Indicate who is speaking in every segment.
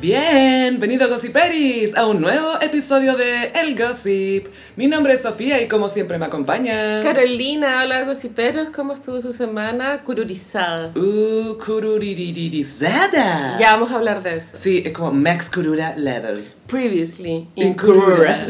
Speaker 1: Bienvenido Gossiperis a un nuevo episodio de El Gossip. Mi nombre es Sofía y como siempre me acompaña.
Speaker 2: Carolina, hola gossiperos, ¿cómo estuvo su semana? Cururizada.
Speaker 1: Uh, cururirizada.
Speaker 2: Ya vamos a hablar de eso.
Speaker 1: Sí, es como Max Curura level.
Speaker 2: Previously,
Speaker 1: En
Speaker 2: in Curura.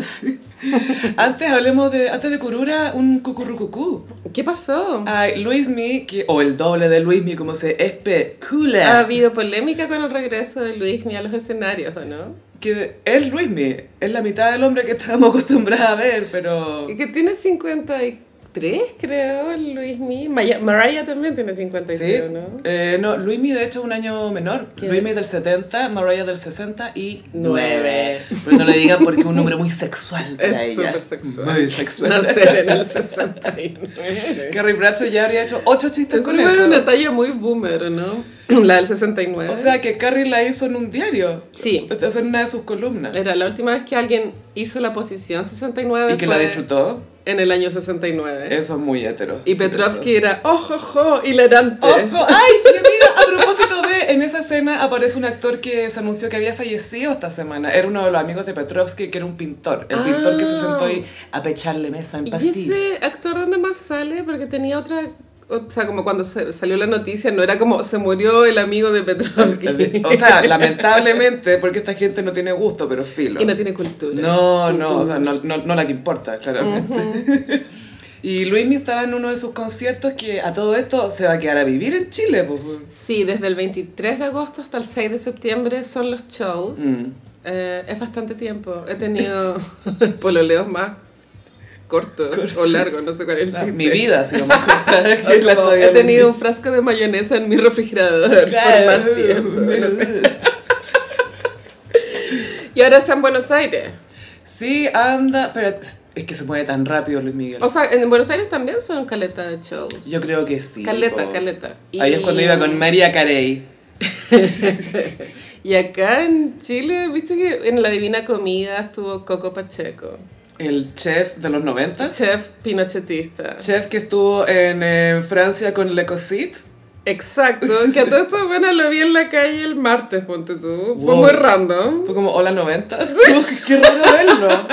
Speaker 1: antes hablemos de antes de Curura un cucurrucucú.
Speaker 2: ¿Qué pasó?
Speaker 1: Ay, Luismi que o el doble de Luismi como se
Speaker 2: Ha
Speaker 1: especula.
Speaker 2: habido polémica con el regreso de Luismi a los escenarios, ¿o no?
Speaker 1: que es Luismi, es la mitad del hombre que estábamos acostumbrados a ver, pero
Speaker 2: Y que tiene 53, creo, Luismi. Maya- Mariah también tiene 53,
Speaker 1: Sí,
Speaker 2: ¿o ¿no?
Speaker 1: eh, no, Luismi de hecho es un año menor.
Speaker 2: ¿Qué?
Speaker 1: Luismi es del 70, Mariah del 60 y
Speaker 2: Nueve.
Speaker 1: 9. Pero no le digan porque es un nombre muy sexual para
Speaker 2: Es
Speaker 1: ella.
Speaker 2: súper sexual.
Speaker 1: Muy sexual.
Speaker 2: Nacer en el 69.
Speaker 1: Carrie Bradshaw ya habría hecho 8 chistes
Speaker 2: Es
Speaker 1: con
Speaker 2: una,
Speaker 1: eso.
Speaker 2: una talla muy boomer, ¿o ¿no? La del 69.
Speaker 1: O sea que Carrie la hizo en un diario.
Speaker 2: Sí.
Speaker 1: O sea, En una de sus columnas.
Speaker 2: Era la última vez que alguien hizo la posición 69
Speaker 1: Y que la
Speaker 2: fue
Speaker 1: disfrutó.
Speaker 2: en el año 69.
Speaker 1: Eso es muy hetero.
Speaker 2: y
Speaker 1: decir
Speaker 2: Petrovsky
Speaker 1: eso.
Speaker 2: era ojo, ojo, hilarante.
Speaker 1: ¡Ojo! ¡Ay! Y mira, a propósito de, en esa escena aparece un actor que se anunció que había fallecido esta semana. Era uno de los amigos de Petrovsky, que era un pintor. El pintor
Speaker 2: Ah.
Speaker 1: que se sentó ahí a pecharle mesa en
Speaker 2: Y
Speaker 1: pastillas.
Speaker 2: ese actor dónde más sale porque tenía otra o sea, como cuando se- salió la noticia, no era como se murió el amigo de Petrovsky.
Speaker 1: O sea, lamentablemente, porque esta gente no tiene gusto, pero filo.
Speaker 2: y no tiene cultura.
Speaker 1: No, no, o sea, no, no, no la que importa, claramente. Y Luismi estaba en uno de sus conciertos que a todo esto se va a quedar a vivir en Chile. Pues.
Speaker 2: Sí, desde el 23 de agosto hasta el 6 de septiembre son los shows.
Speaker 1: Mm.
Speaker 2: Eh, es bastante tiempo. He tenido pololeos más cortos o largos, no sé cuál es el chiste.
Speaker 1: Ah, Mi vida ha sido más corta que la
Speaker 2: Como,
Speaker 1: estadía
Speaker 2: he
Speaker 1: de
Speaker 2: tenido un frasco de mayonesa en mi refrigerador por más tiempo. no sé. Y ahora está en Buenos Aires.
Speaker 1: Sí, anda, pero es que se mueve tan rápido Luis Miguel.
Speaker 2: O sea, en Buenos Aires también son caleta de shows.
Speaker 1: Yo creo que sí.
Speaker 2: caleta,
Speaker 1: po.
Speaker 2: caleta.
Speaker 1: Ahí es cuando iba con María Carey.
Speaker 2: Y acá en Chile, viste que en La Divina Comida estuvo Coco Pacheco,
Speaker 1: El chef de los 90.
Speaker 2: chef pinochetista.
Speaker 1: Chef que estuvo en eh, Francia con Le Cosite.
Speaker 2: Exacto, que a todo esto, bueno, lo vi en la calle el martes, ponte tú. Fue
Speaker 1: Wow.
Speaker 2: muy random.
Speaker 1: Fue como, hola 90. Qué raro verlo.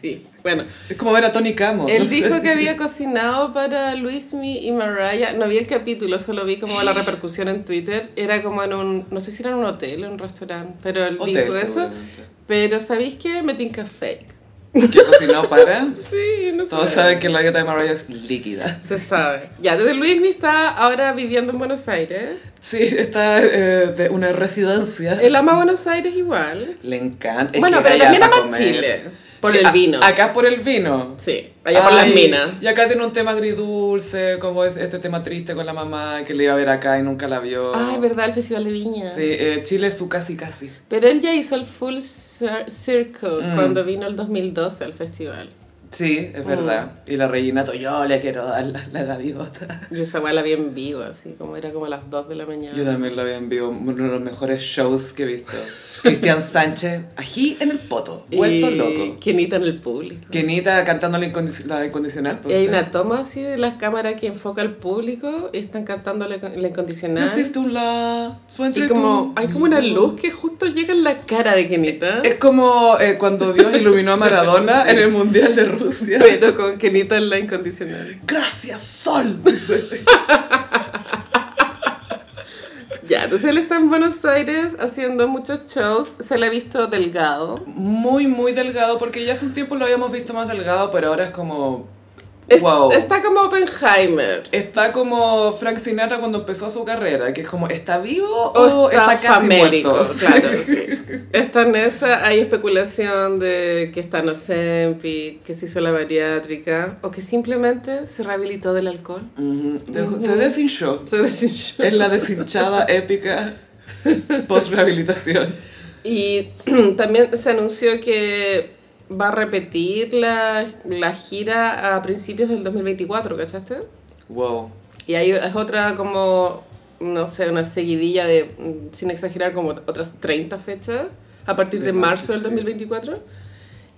Speaker 2: Sí, bueno.
Speaker 1: Es como ver a Tony Camo.
Speaker 2: Él dijo que había cocinado para Luismi y Mariah. No vi el capítulo, solo vi como la repercusión en Twitter. Era como en un, no sé si era en un hotel o un restaurante, pero él
Speaker 1: Hotel,
Speaker 2: dijo eso.
Speaker 1: seguramente.
Speaker 2: Pero ¿sabéis qué? Me tinca fake.
Speaker 1: Que cocinó para.
Speaker 2: Sí, no sé.
Speaker 1: Todos saben que la dieta de Mariah es líquida.
Speaker 2: Se sabe. Ya, desde Luismi está ahora viviendo en Buenos Aires.
Speaker 1: Sí, está eh, de una residencia.
Speaker 2: Él ama Buenos Aires igual.
Speaker 1: Le encanta. es
Speaker 2: bueno,
Speaker 1: que
Speaker 2: pero
Speaker 1: vaya
Speaker 2: también
Speaker 1: pa'
Speaker 2: ama
Speaker 1: comer.
Speaker 2: Chile. Por
Speaker 1: Sí,
Speaker 2: el
Speaker 1: a-
Speaker 2: vino.
Speaker 1: Acá por el vino.
Speaker 2: sí, allá por las
Speaker 1: Ay,
Speaker 2: minas.
Speaker 1: Y acá tiene un tema agridulce, como es este tema triste con la mamá que le iba a ver acá y nunca la vio.
Speaker 2: Ay, verdad, el Festival de Viña.
Speaker 1: Oh. Sí, eh, Chile es su casi casi.
Speaker 2: Pero él ya hizo el full cir- circle
Speaker 1: Mm.
Speaker 2: cuando vino el 2012 al festival.
Speaker 1: Sí,
Speaker 2: Mm.
Speaker 1: es verdad. Y la reina yo le quiero dar la, la gaviota.
Speaker 2: Yo esa weá la vi en vivo, así como era como a las 2 de la mañana.
Speaker 1: Yo también la vi en vivo, uno de los mejores shows que he visto. Cristian Sánchez, ají en el poto, vuelto
Speaker 2: Y
Speaker 1: loco.
Speaker 2: Kenita en el público.
Speaker 1: Kenita cantando la, incondi- la incondicional.
Speaker 2: Y
Speaker 1: pues,
Speaker 2: hay
Speaker 1: o sea,
Speaker 2: una toma así de la cámara que enfoca al público y están cantando la, la
Speaker 1: No
Speaker 2: incondicional.
Speaker 1: existe un la. su entre
Speaker 2: y
Speaker 1: tú.
Speaker 2: como hay como una luz que justo llega en la cara de Kenita,
Speaker 1: Es como eh, cuando Dios iluminó a Maradona en el Mundial de Rusia.
Speaker 2: pero con Kenita en la incondicional.
Speaker 1: Gracias, Sol.
Speaker 2: Ya, entonces él está en Buenos Aires haciendo muchos shows, se le ha visto delgado.
Speaker 1: Muy, muy delgado, porque ya hace un tiempo lo habíamos visto más delgado, pero ahora es como...
Speaker 2: Es-
Speaker 1: wow.
Speaker 2: Está como Oppenheimer.
Speaker 1: Está como Frank Sinatra cuando empezó su carrera, que es como, ¿está vivo o,
Speaker 2: O
Speaker 1: Oh, está casi
Speaker 2: famélico,
Speaker 1: muerto?
Speaker 2: claro, sí. Está en esa, hay especulación de que está en Ozempic, que se hizo la bariátrica, o que simplemente se rehabilitó del alcohol.
Speaker 1: Ujú. Dejó- Se deshinchó.
Speaker 2: Se deshinchó.
Speaker 1: Es la deshinchada épica post-rehabilitación.
Speaker 2: Y también se anunció que va a repetir la, la gira a principios del 2024, ¿cachaste?
Speaker 1: Wow.
Speaker 2: Y ahí es otra como, no sé, una seguidilla de, mm, sin exagerar, como otras 30 fechas a partir de,
Speaker 1: De marzo,
Speaker 2: marzo del
Speaker 1: sí.
Speaker 2: 2024.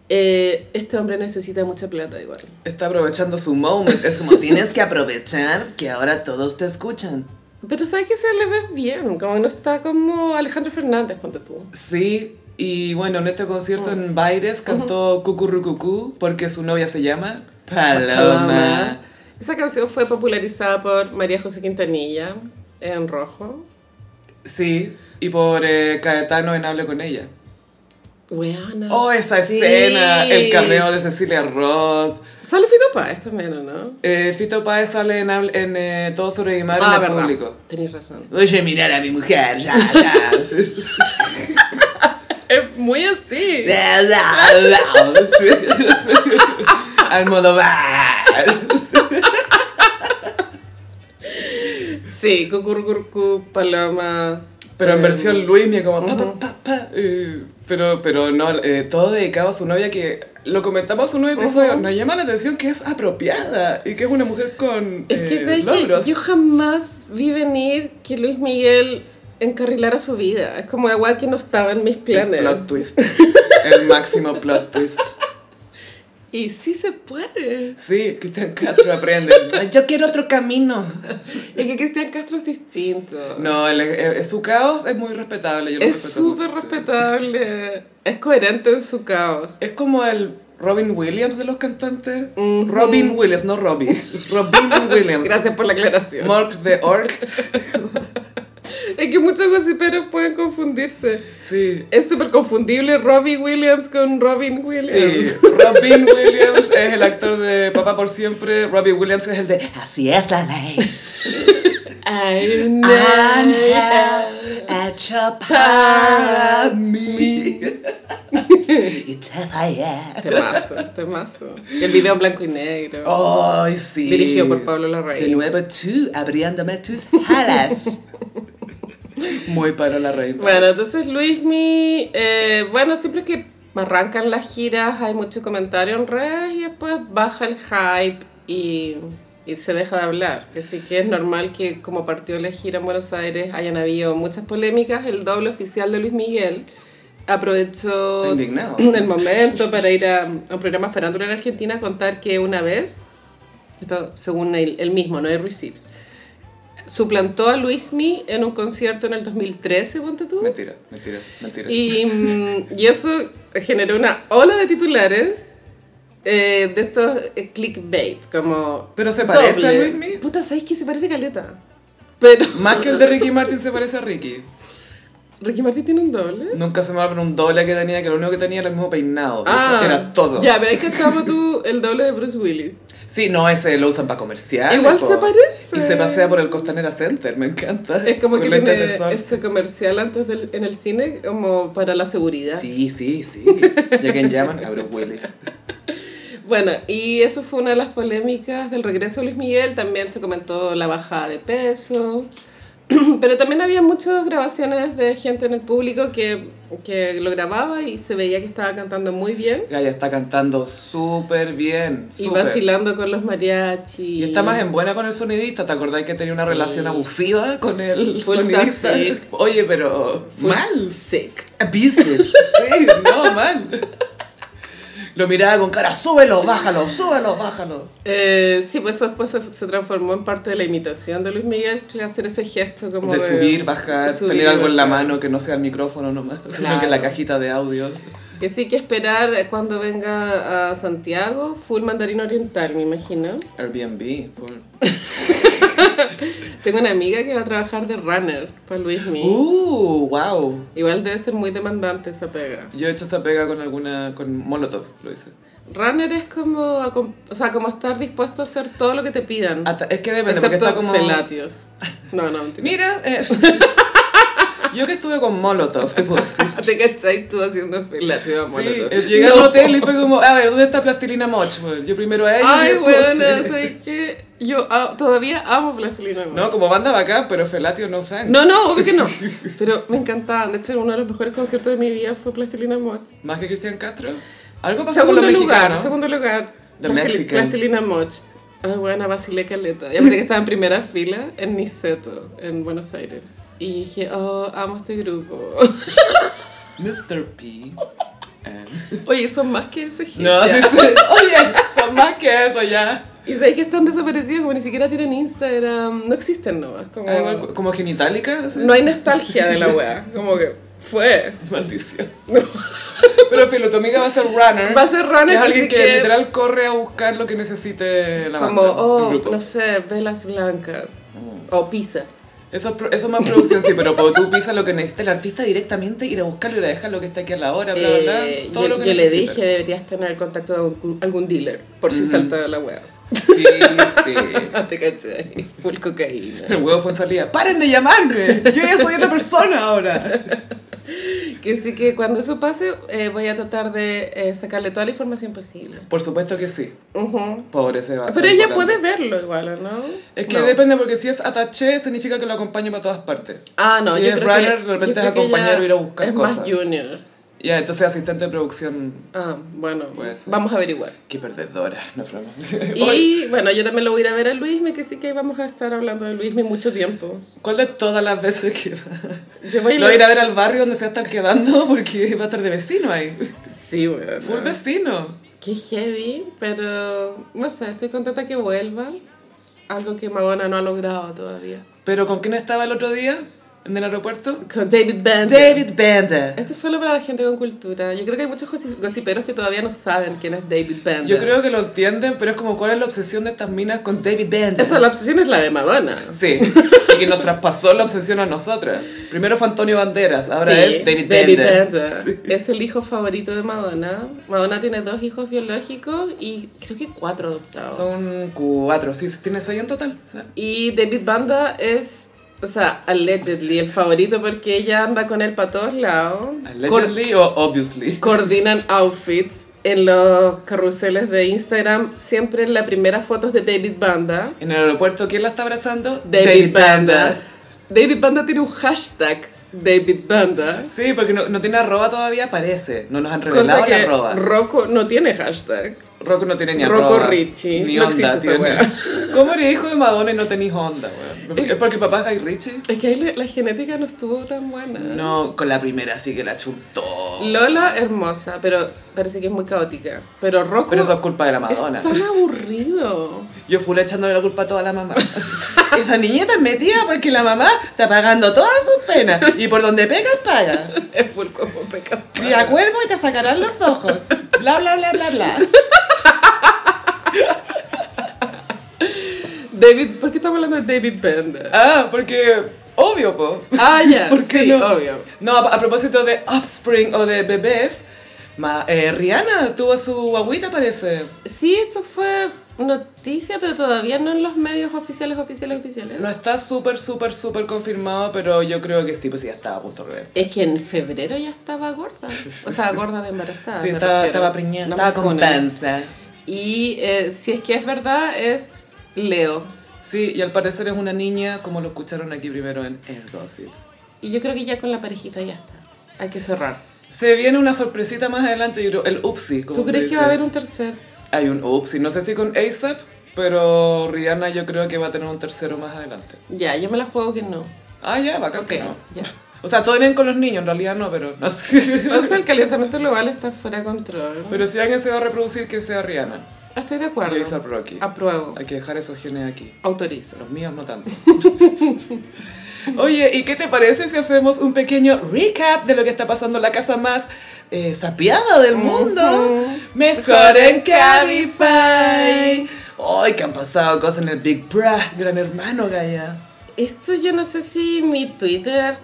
Speaker 2: Eh, este hombre necesita mucha plata igual.
Speaker 1: Está aprovechando su moment. Es como, tienes que aprovechar que ahora todos te escuchan.
Speaker 2: Pero sabes que se le ve bien, como que no está como Alejandro Fernández, ponte tú.
Speaker 1: Sí, y bueno, en este concierto en Baires cantó Cucurrucucú porque su novia se llama Paloma.
Speaker 2: Paloma. Esa canción fue popularizada por María José Quintanilla en rojo.
Speaker 1: Sí, y por eh, Caetano en Hable con ella.
Speaker 2: Weona.
Speaker 1: Oh, esa
Speaker 2: sí.
Speaker 1: escena, el cameo de Cecilia Roth.
Speaker 2: Sale Fito Páez también, ¿o no?
Speaker 1: Eh, Fito Páez sale en, Hable- en eh, Todo sobre mi madre en el
Speaker 2: Ah, verdad.
Speaker 1: público.
Speaker 2: Tenés razón.
Speaker 1: Oye, mirar a mi mujer, ya, ya.
Speaker 2: Es muy así.
Speaker 1: Ya, ya, ya. Sí. Al modo va.
Speaker 2: Sí, cucurrucurcu, paloma.
Speaker 1: Pero en
Speaker 2: eh,
Speaker 1: versión Luismi, como pa, pa, pa, pa, eh, pero, pero no, eh, todo dedicado a su novia que lo comentamos en un nuevo episodio.
Speaker 2: Ujú.
Speaker 1: Nos llama la atención que es apropiada y que es una mujer con
Speaker 2: Es que
Speaker 1: eh,
Speaker 2: ¿sabes qué?
Speaker 1: logros.
Speaker 2: yo jamás vi venir que Luis Miguel encarrilara su vida. Es como una weá que no estaba en mis
Speaker 1: El
Speaker 2: planes.
Speaker 1: plot twist. El máximo plot twist.
Speaker 2: Y sí se puede.
Speaker 1: Sí, Cristian Castro aprende. Yo quiero otro camino.
Speaker 2: Es que Cristian Castro es distinto.
Speaker 1: No, el- eh, eh, su caos es muy respetable. yo lo
Speaker 2: es
Speaker 1: respeto mucho,
Speaker 2: súper
Speaker 1: sí.
Speaker 2: respetable. Es coherente en su caos.
Speaker 1: Es como el Robin Williams de los cantantes. Robin Williams, no Robbie. Robin Williams.
Speaker 2: Gracias por la aclaración.
Speaker 1: Mark the Orc.
Speaker 2: Es que muchos gossiperos pueden confundirse.
Speaker 1: Sí.
Speaker 2: Es súper confundible Robbie Williams con Robin Williams.
Speaker 1: Sí, Robin Williams es el actor de Papá por Siempre, Robbie Williams es el de Así es la ley.
Speaker 2: I
Speaker 1: Ángel, hecho para mí. Y te fallé.
Speaker 2: Temazo, temazo. Y el video en blanco y negro.
Speaker 1: Ay, Oh, sí.
Speaker 2: Dirigido por Pablo Larraín.
Speaker 1: De nuevo tú, abriéndome tus alas. Muy Pablo Larraín.
Speaker 2: Bueno, entonces Luismi, eh, bueno, siempre que arrancan las giras hay mucho comentario en redes y después baja el hype y, y se deja de hablar. Así que es normal que como partió la gira en Buenos Aires hayan habido muchas polémicas. El doble oficial de Luis Miguel aprovechó
Speaker 1: Está indignado.
Speaker 2: el momento para ir a, a un programa farándula en Argentina a contar que una vez, esto según él, él mismo, no hay receipts, suplantó a Luismi en un concierto en el 2013, ponte tú.
Speaker 1: Mentira, mentira, mentira.
Speaker 2: Y, mm, y eso generó una ola de titulares eh, de estos eh, clickbait, como...
Speaker 1: Pero se parece
Speaker 2: doble.
Speaker 1: a Luismi.
Speaker 2: Puta, ¿sabes que se parece a Caleta? Pero...
Speaker 1: Más que el de Ricky Martin se parece a Ricky.
Speaker 2: ¿Ricky Martin tiene un doble?
Speaker 1: Nunca se me va a ver un doble que tenía, que lo único que tenía era el mismo peinado. Eso era todo.
Speaker 2: Ah, Ya, pero ahí cachamos tú el doble de Bruce Willis.
Speaker 1: Sí, no, ese lo usan para comercial.
Speaker 2: Igual se parece.
Speaker 1: Y se pasea por el Costanera Center, me encanta.
Speaker 2: Es como
Speaker 1: Con
Speaker 2: que
Speaker 1: lentes
Speaker 2: tiene
Speaker 1: de sol.
Speaker 2: ese comercial antes del, en el cine como para la seguridad.
Speaker 1: Sí, sí, sí. ¿Y a quién llaman? A Bruce Willis.
Speaker 2: Bueno, y eso fue una de las polémicas del regreso de Luis Miguel. También se comentó la bajada de peso. Pero también había muchas grabaciones de gente en el público que, que lo grababa y se veía que estaba cantando muy bien.
Speaker 1: Gaya está cantando súper bien.
Speaker 2: Y
Speaker 1: súper.
Speaker 2: vacilando con los mariachis.
Speaker 1: Y está más en buena con el sonidista. ¿Te acordás que tenía una
Speaker 2: Sí.
Speaker 1: relación abusiva con el
Speaker 2: Full
Speaker 1: sonidista?
Speaker 2: toxic.
Speaker 1: Oye, pero mal.
Speaker 2: Sick.
Speaker 1: Abusive. Sí, no, mal. Lo miraba con cara, súbelo, bájalo, súbelo, bájalo.
Speaker 2: Eh, sí, pues eso después se, se transformó en parte de la imitación de Luis Miguel, que hacer ese gesto como
Speaker 1: de subir, bajar,
Speaker 2: de subir
Speaker 1: tener
Speaker 2: y
Speaker 1: algo en la
Speaker 2: bajar.
Speaker 1: mano que no sea el micrófono nomás, sino
Speaker 2: Claro.
Speaker 1: que la cajita de audio.
Speaker 2: Que sí que esperar cuando venga a Santiago, full mandarín oriental, me imagino.
Speaker 1: Airbnb. por-
Speaker 2: Tengo una amiga que va a trabajar de runner para Luis
Speaker 1: ¡Uh! ¡Wow!
Speaker 2: Igual debe ser muy demandante esa pega.
Speaker 1: Yo he hecho esa pega con alguna. con Molotov, lo hice.
Speaker 2: Runner es como, acom- o sea, como estar dispuesto a hacer todo lo que te pidan.
Speaker 1: Hasta- es que depende, porque
Speaker 2: excepto
Speaker 1: está como.
Speaker 2: felatios. No, no, mentira.
Speaker 1: Mira, eh, yo que estuve con Molotov, te puedo decir.
Speaker 2: Te cachai tú haciendo felatios a
Speaker 1: Sí,
Speaker 2: Molotov.
Speaker 1: eh, llegué al
Speaker 2: No.
Speaker 1: hotel y fue como, a ver, ¿dónde está Plastilina Moch? Bueno, Yo primero a ella. y
Speaker 2: Ay,
Speaker 1: después-
Speaker 2: bueno, sé que yo a- todavía amo Plastilina Mosh.
Speaker 1: No, como banda bacán, pero Felatio no Frank.
Speaker 2: No, no, obvio que no. Pero me encantaban. De hecho, uno de los mejores conciertos de mi vida fue Plastilina Mosh.
Speaker 1: Más que Cristian Castro. Algo pasó
Speaker 2: Segundo
Speaker 1: con los
Speaker 2: lugar,
Speaker 1: mexicanos.
Speaker 2: segundo lugar.
Speaker 1: The
Speaker 2: Plastil-
Speaker 1: Mexicans.
Speaker 2: Plastilina Mosh. Ay, buena, vacilé caleta. Ya pensé que estaba en primera fila en Niceto, en Buenos Aires. Y dije, oh, amo este grupo.
Speaker 1: Mr. P. and-
Speaker 2: Oye, son más que ese hit.
Speaker 1: No,
Speaker 2: Ya.
Speaker 1: sí, sí. Oye, son más que eso ya.
Speaker 2: Y sabéis que están desaparecidos, como ni siquiera tienen Instagram, no existen nomás. Como,
Speaker 1: Ah, igual, como genitálica. así.
Speaker 2: Oh. no hay nostalgia de la wea, como que fue.
Speaker 1: Maldición. Pero filo, tu amiga va a ser runner.
Speaker 2: Va a ser runner,
Speaker 1: Que es
Speaker 2: así
Speaker 1: alguien que,
Speaker 2: que-
Speaker 1: literal corre a buscar lo que necesite la
Speaker 2: Como,
Speaker 1: banda, el
Speaker 2: oh,
Speaker 1: grupo. Mm.
Speaker 2: no sé, velas blancas o pizza.
Speaker 1: Eso, es pro- eso es más producción, sí, pero cuando tú pisas lo que necesita el artista directamente, ir a buscarlo y ir a dejar lo que está aquí a la hora, bla, bla, bla.
Speaker 2: Eh,
Speaker 1: Todo
Speaker 2: yo
Speaker 1: lo que
Speaker 2: yo le
Speaker 1: necesita.
Speaker 2: dije, deberías tener contacto de algún, algún dealer, por si salta la wea.
Speaker 1: Sí, sí.
Speaker 2: Te caché, full cocaína.
Speaker 1: El huevo fue en salida. ¡Paren de llamarme! Yo ya soy otra persona ahora.
Speaker 2: Que sí que cuando eso pase, eh, voy a tratar de eh, sacarle toda la información posible.
Speaker 1: Por supuesto que sí.
Speaker 2: Ujú.
Speaker 1: Pobre se va.
Speaker 2: Pero ella puede verlo igual, ¿o ¿no?
Speaker 1: Ah, Es que
Speaker 2: No.
Speaker 1: depende, porque si es ataché, significa que lo acompañe para todas partes.
Speaker 2: Ah, no,
Speaker 1: si
Speaker 2: yo
Speaker 1: es
Speaker 2: creo
Speaker 1: runner,
Speaker 2: que,
Speaker 1: de repente
Speaker 2: yo
Speaker 1: es
Speaker 2: creo que
Speaker 1: acompañar
Speaker 2: ella
Speaker 1: o ir a buscar
Speaker 2: es
Speaker 1: cosas.
Speaker 2: más junior.
Speaker 1: Ya, entonces asistente de producción.
Speaker 2: Ah, bueno,
Speaker 1: Puede ser.
Speaker 2: vamos a averiguar.
Speaker 1: Qué perdedora, no broma.
Speaker 2: Y bueno, yo también lo voy a ir a ver a Luismi, que sí que vamos a estar hablando de Luismi mucho tiempo.
Speaker 1: ¿Cuál de todas las veces que va?
Speaker 2: Yo voy a ir
Speaker 1: Lo voy a ir a ver al barrio donde se va a estar quedando porque va a estar de vecino ahí.
Speaker 2: Sí, bueno.
Speaker 1: Full vecino.
Speaker 2: Qué heavy, pero no sé, estoy contenta que vuelva. Algo que Madonna no ha logrado todavía.
Speaker 1: ¿Pero con quién estaba el otro día en el aeropuerto?
Speaker 2: Con David Band.
Speaker 1: David Bender.
Speaker 2: Esto es solo para la gente con cultura. Yo creo que hay muchos gosi- gossiperos que todavía no saben quién es David Bender.
Speaker 1: Yo creo que lo entienden, pero es como cuál es la obsesión de estas minas con David Bender.
Speaker 2: Eso, la obsesión es la de Madonna.
Speaker 1: Sí, y que nos traspasó la obsesión a nosotras. Primero fue Antonio Banderas, ahora
Speaker 2: Sí,
Speaker 1: es David, Bender.
Speaker 2: Bender. Es el hijo favorito de Madonna. Madonna tiene dos hijos biológicos y creo que cuatro adoptados.
Speaker 1: Son cuatro, sí, tiene seis en total. o sea.
Speaker 2: Y David Banda es, o sea, allegedly el favorito porque ella anda con él para todos lados. Cor-
Speaker 1: Allegedly o obviously.
Speaker 2: coordinan outfits en los carruseles de Instagram. Siempre en las primeras fotos de David Banda.
Speaker 1: En el aeropuerto, ¿quién la está abrazando?
Speaker 2: David, Banda.
Speaker 1: Bender.
Speaker 2: David Banda tiene un hashtag David Banda.
Speaker 1: Sí, porque no, no tiene arroba todavía, parece. No nos han
Speaker 2: Cosa
Speaker 1: revelado la
Speaker 2: que
Speaker 1: arroba.
Speaker 2: Rocco no tiene hashtag.
Speaker 1: Rocco no tiene ni
Speaker 2: Rocco
Speaker 1: arroba.
Speaker 2: Richie.
Speaker 1: Ni
Speaker 2: No
Speaker 1: onda,
Speaker 2: existe esa
Speaker 1: tiene. ¿Cómo eres hijo de Madonna y no tenés onda,
Speaker 2: Eh,
Speaker 1: weón? ¿Es porque el papá es Guy Richie?
Speaker 2: Es que ahí la, la genética no estuvo tan buena.
Speaker 1: No, con la primera sí que la chuntó.
Speaker 2: Lola, hermosa, pero parece que es muy caótica. Pero Rocco
Speaker 1: Pero eso es culpa de la
Speaker 2: es
Speaker 1: Madonna.
Speaker 2: tan aburrido.
Speaker 1: Yo fui echándole la culpa a toda la mamá. Esa niña tan metida porque la mamá está pagando todas sus penas. Y por donde pegas, paga.
Speaker 2: Es full como pecado.
Speaker 1: Cría cuervo y te sacarán los ojos. Bla, bla, bla, bla, bla.
Speaker 2: David, ¿por qué estamos hablando de David Bender?
Speaker 1: Ah, porque... Obvio, po.
Speaker 2: Ah, ya,
Speaker 1: ¿Por qué
Speaker 2: sí,
Speaker 1: no?
Speaker 2: obvio.
Speaker 1: No, a, a propósito de offspring o de bebés, ma- eh, Rihanna tuvo su agüita, parece.
Speaker 2: Sí, esto fue noticia, pero todavía no en los medios oficiales, oficiales, oficiales.
Speaker 1: No está súper, súper, súper confirmado, pero yo creo que sí, pues sí, ya estaba a punto de...
Speaker 2: Es que en febrero ya estaba gorda. O sea, gorda de embarazada.
Speaker 1: Sí,
Speaker 2: Ah, me
Speaker 1: estaba,
Speaker 2: refiero.
Speaker 1: estaba preñada,
Speaker 2: No me
Speaker 1: estaba con
Speaker 2: funen.
Speaker 1: panza.
Speaker 2: Y eh, si es que es verdad, es Leo.
Speaker 1: Sí, y al parecer es una niña, como lo escucharon aquí primero en El Gossip.
Speaker 2: Y yo creo que ya con la parejita ya está. Hay que cerrar.
Speaker 1: Se viene una sorpresita más adelante, yo creo, el Upsi. como
Speaker 2: ¿Tú
Speaker 1: se
Speaker 2: crees que
Speaker 1: dice.
Speaker 2: va a haber un tercer?
Speaker 1: Hay un Upsi, no sé si con ASAP, pero Rihanna yo creo que va a tener un tercero más adelante.
Speaker 2: Ya, yo me la juego que no.
Speaker 1: Ah, ya, bacán
Speaker 2: Ok,
Speaker 1: que no.
Speaker 2: ya.
Speaker 1: O sea, todo bien con los niños, en realidad no, pero... no sé.
Speaker 2: O sea, el calentamiento global está fuera de control.
Speaker 1: pero si alguien se va a reproducir, que sea Rihanna.
Speaker 2: Estoy de acuerdo.
Speaker 1: Y A$AP Rocky.
Speaker 2: Apruebo.
Speaker 1: Hay que dejar esos genes aquí.
Speaker 2: Autorizo.
Speaker 1: Los míos no tanto. Oye, ¿y qué te parece si hacemos un pequeño recap de lo que está pasando en la casa más eh, sapiada del mundo? Mejor en Cabify. Ay, que han pasado cosas en el Big Brother, gran hermano, Gaya.
Speaker 2: Esto yo no sé si mi Twitter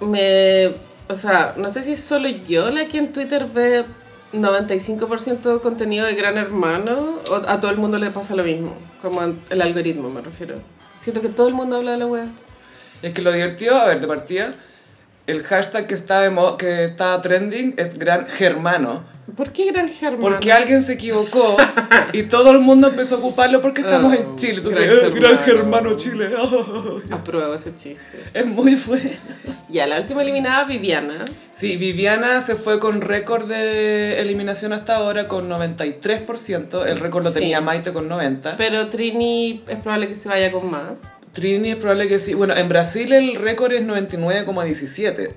Speaker 2: me... O sea, no sé si es solo yo la que en Twitter ve 95% contenido de Gran Hermano o a todo el mundo le pasa lo mismo, como en- el algoritmo me refiero. Siento que todo el mundo habla de la wea.
Speaker 1: Es que lo divertido, a ver, de partida, el hashtag que está, de mo- que está trending es gran germano.
Speaker 2: ¿Por qué Gran Hermano?
Speaker 1: Porque alguien se equivocó y todo el mundo empezó a ocuparlo porque estamos
Speaker 2: Oh,
Speaker 1: en Chile. Entonces,
Speaker 2: gran
Speaker 1: eh, gran
Speaker 2: hermano.
Speaker 1: hermano Chile.
Speaker 2: Apruebo ese chiste.
Speaker 1: Es muy bueno.
Speaker 2: Ya, la última eliminada, Viviana.
Speaker 1: Sí, Viviana se fue con récord de eliminación hasta ahora con 93%. El récord lo
Speaker 2: Sí.
Speaker 1: tenía Maite con 90%.
Speaker 2: Pero Trini es probable que se vaya con más.
Speaker 1: Trini es probable que sí. Bueno, en Brasil el récord es 99,17.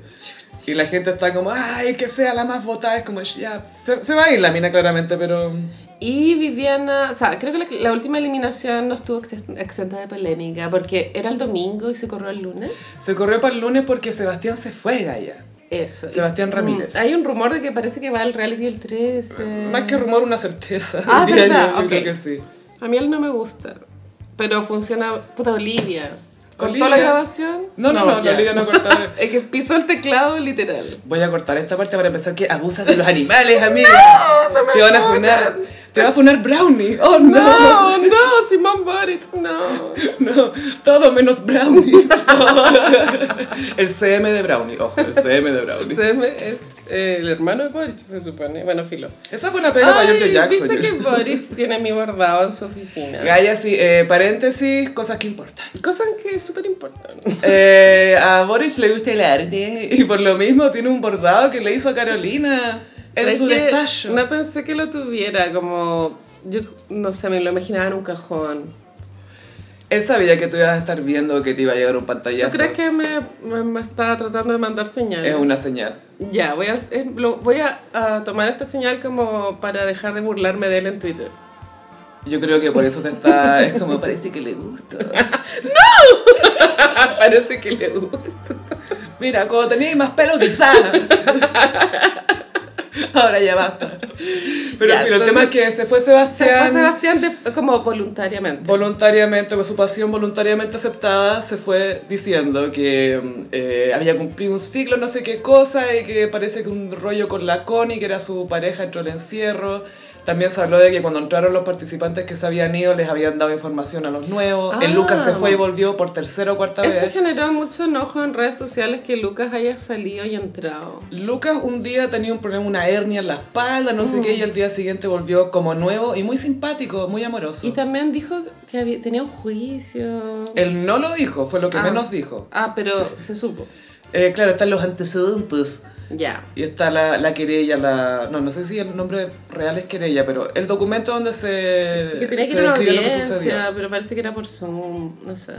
Speaker 1: Y la gente está como, ay, que sea la más votada. Es como, ya, se, se va a ir la mina claramente, pero...
Speaker 2: y Viviana, o sea, creo que la, la última eliminación no estuvo ex- exenta de polémica porque era el domingo y se corrió el lunes.
Speaker 1: Se corrió para el lunes porque Sebastián se fue, Gaya.
Speaker 2: Eso.
Speaker 1: Sebastián
Speaker 2: Y-
Speaker 1: Ramírez.
Speaker 2: Mm, Hay un rumor de que parece que va al reality el 13.
Speaker 1: Más que rumor, una certeza.
Speaker 2: Ah,
Speaker 1: diría
Speaker 2: ¿verdad?
Speaker 1: yo, yo creo
Speaker 2: Ok.
Speaker 1: que sí.
Speaker 2: A mí él no me gusta, pero funciona. Puta Olivia. ¿Cortó
Speaker 1: Olivia.
Speaker 2: la grabación?
Speaker 1: No, no, no, la
Speaker 2: ya.
Speaker 1: Olivia no cortó.
Speaker 2: Es que pisó el teclado literal.
Speaker 1: Voy a cortar esta parte para empezar que abusas de los animales, amiga. Te van a funar. Te va a funar Brownie. Oh, no.
Speaker 2: No, no, Simón Boris, no.
Speaker 1: No, todo menos brownie. por favor. el CM de brownie, ojo, el CM de brownie.
Speaker 2: Sam es eh, el hermano de Boris, se supone. Bueno, filo.
Speaker 1: Esa fue una pega para Giorgio Jackson.
Speaker 2: viste que
Speaker 1: yo-
Speaker 2: Boris tiene mi bordado en su oficina.
Speaker 1: Gaya, sí, eh, paréntesis, cosas que importan.
Speaker 2: Cosas que es súper importante.
Speaker 1: Eh, a Boris le gusta el arte y por lo mismo tiene un bordado que le hizo a Carolina en
Speaker 2: ¿Sabes
Speaker 1: su
Speaker 2: qué?
Speaker 1: despacho.
Speaker 2: No pensé que lo tuviera, como... Yo no sé, me lo imaginaba en un cajón.
Speaker 1: Él sabía que tú ibas a estar viendo que te iba a llegar un
Speaker 2: ¿Tú
Speaker 1: pantallazo.
Speaker 2: crees que me, me, me está tratando de mandar señales?
Speaker 1: Es una señal.
Speaker 2: Ya, voy a, es- lo- voy a, a tomar esta señal como para dejar de burlarme de él en Twitter.
Speaker 1: Yo creo que por eso te está. Es como parece que le gusta.
Speaker 2: Parece que le gusta.
Speaker 1: Mira, cuando tenías más pelo, quizás. Ahora ya basta. Pero
Speaker 2: Ya,
Speaker 1: en fin, el
Speaker 2: entonces-
Speaker 1: tema es que se fue
Speaker 2: Se
Speaker 1: Sebastián.
Speaker 2: fue Sebastián de- como voluntariamente.
Speaker 1: Voluntariamente, con su pasión voluntariamente aceptada, se fue diciendo que eh, había cumplido un ciclo, no sé qué cosa, y que parece que un rollo con la Connie, que era su pareja, entró el encierro. También se habló de que cuando entraron los participantes que se habían ido, les habían dado información a los nuevos.
Speaker 2: Ah.
Speaker 1: El Lucas se fue y volvió por tercera o cuarta vez.
Speaker 2: Eso generó mucho enojo en redes sociales que Lucas haya salido y entrado.
Speaker 1: Lucas un día tenía un problema, una hernia en la espalda, no sé qué,
Speaker 2: Mm.
Speaker 1: y al día siguiente volvió como nuevo y muy simpático, muy amoroso.
Speaker 2: Y también dijo que había- tenía un juicio.
Speaker 1: Él no lo dijo, fue lo que
Speaker 2: Ah.
Speaker 1: menos dijo.
Speaker 2: Ah, pero se supo.
Speaker 1: Eh, claro, están los antecedentes.
Speaker 2: Ya.
Speaker 1: Y está la, la querella, la... No, no sé si el nombre real es querella, pero el documento donde se...
Speaker 2: Que tenía que
Speaker 1: Eh, se
Speaker 2: ir a una
Speaker 1: describe lo que sucedió.
Speaker 2: audiencia, pero parece que era por Zoom, no sé.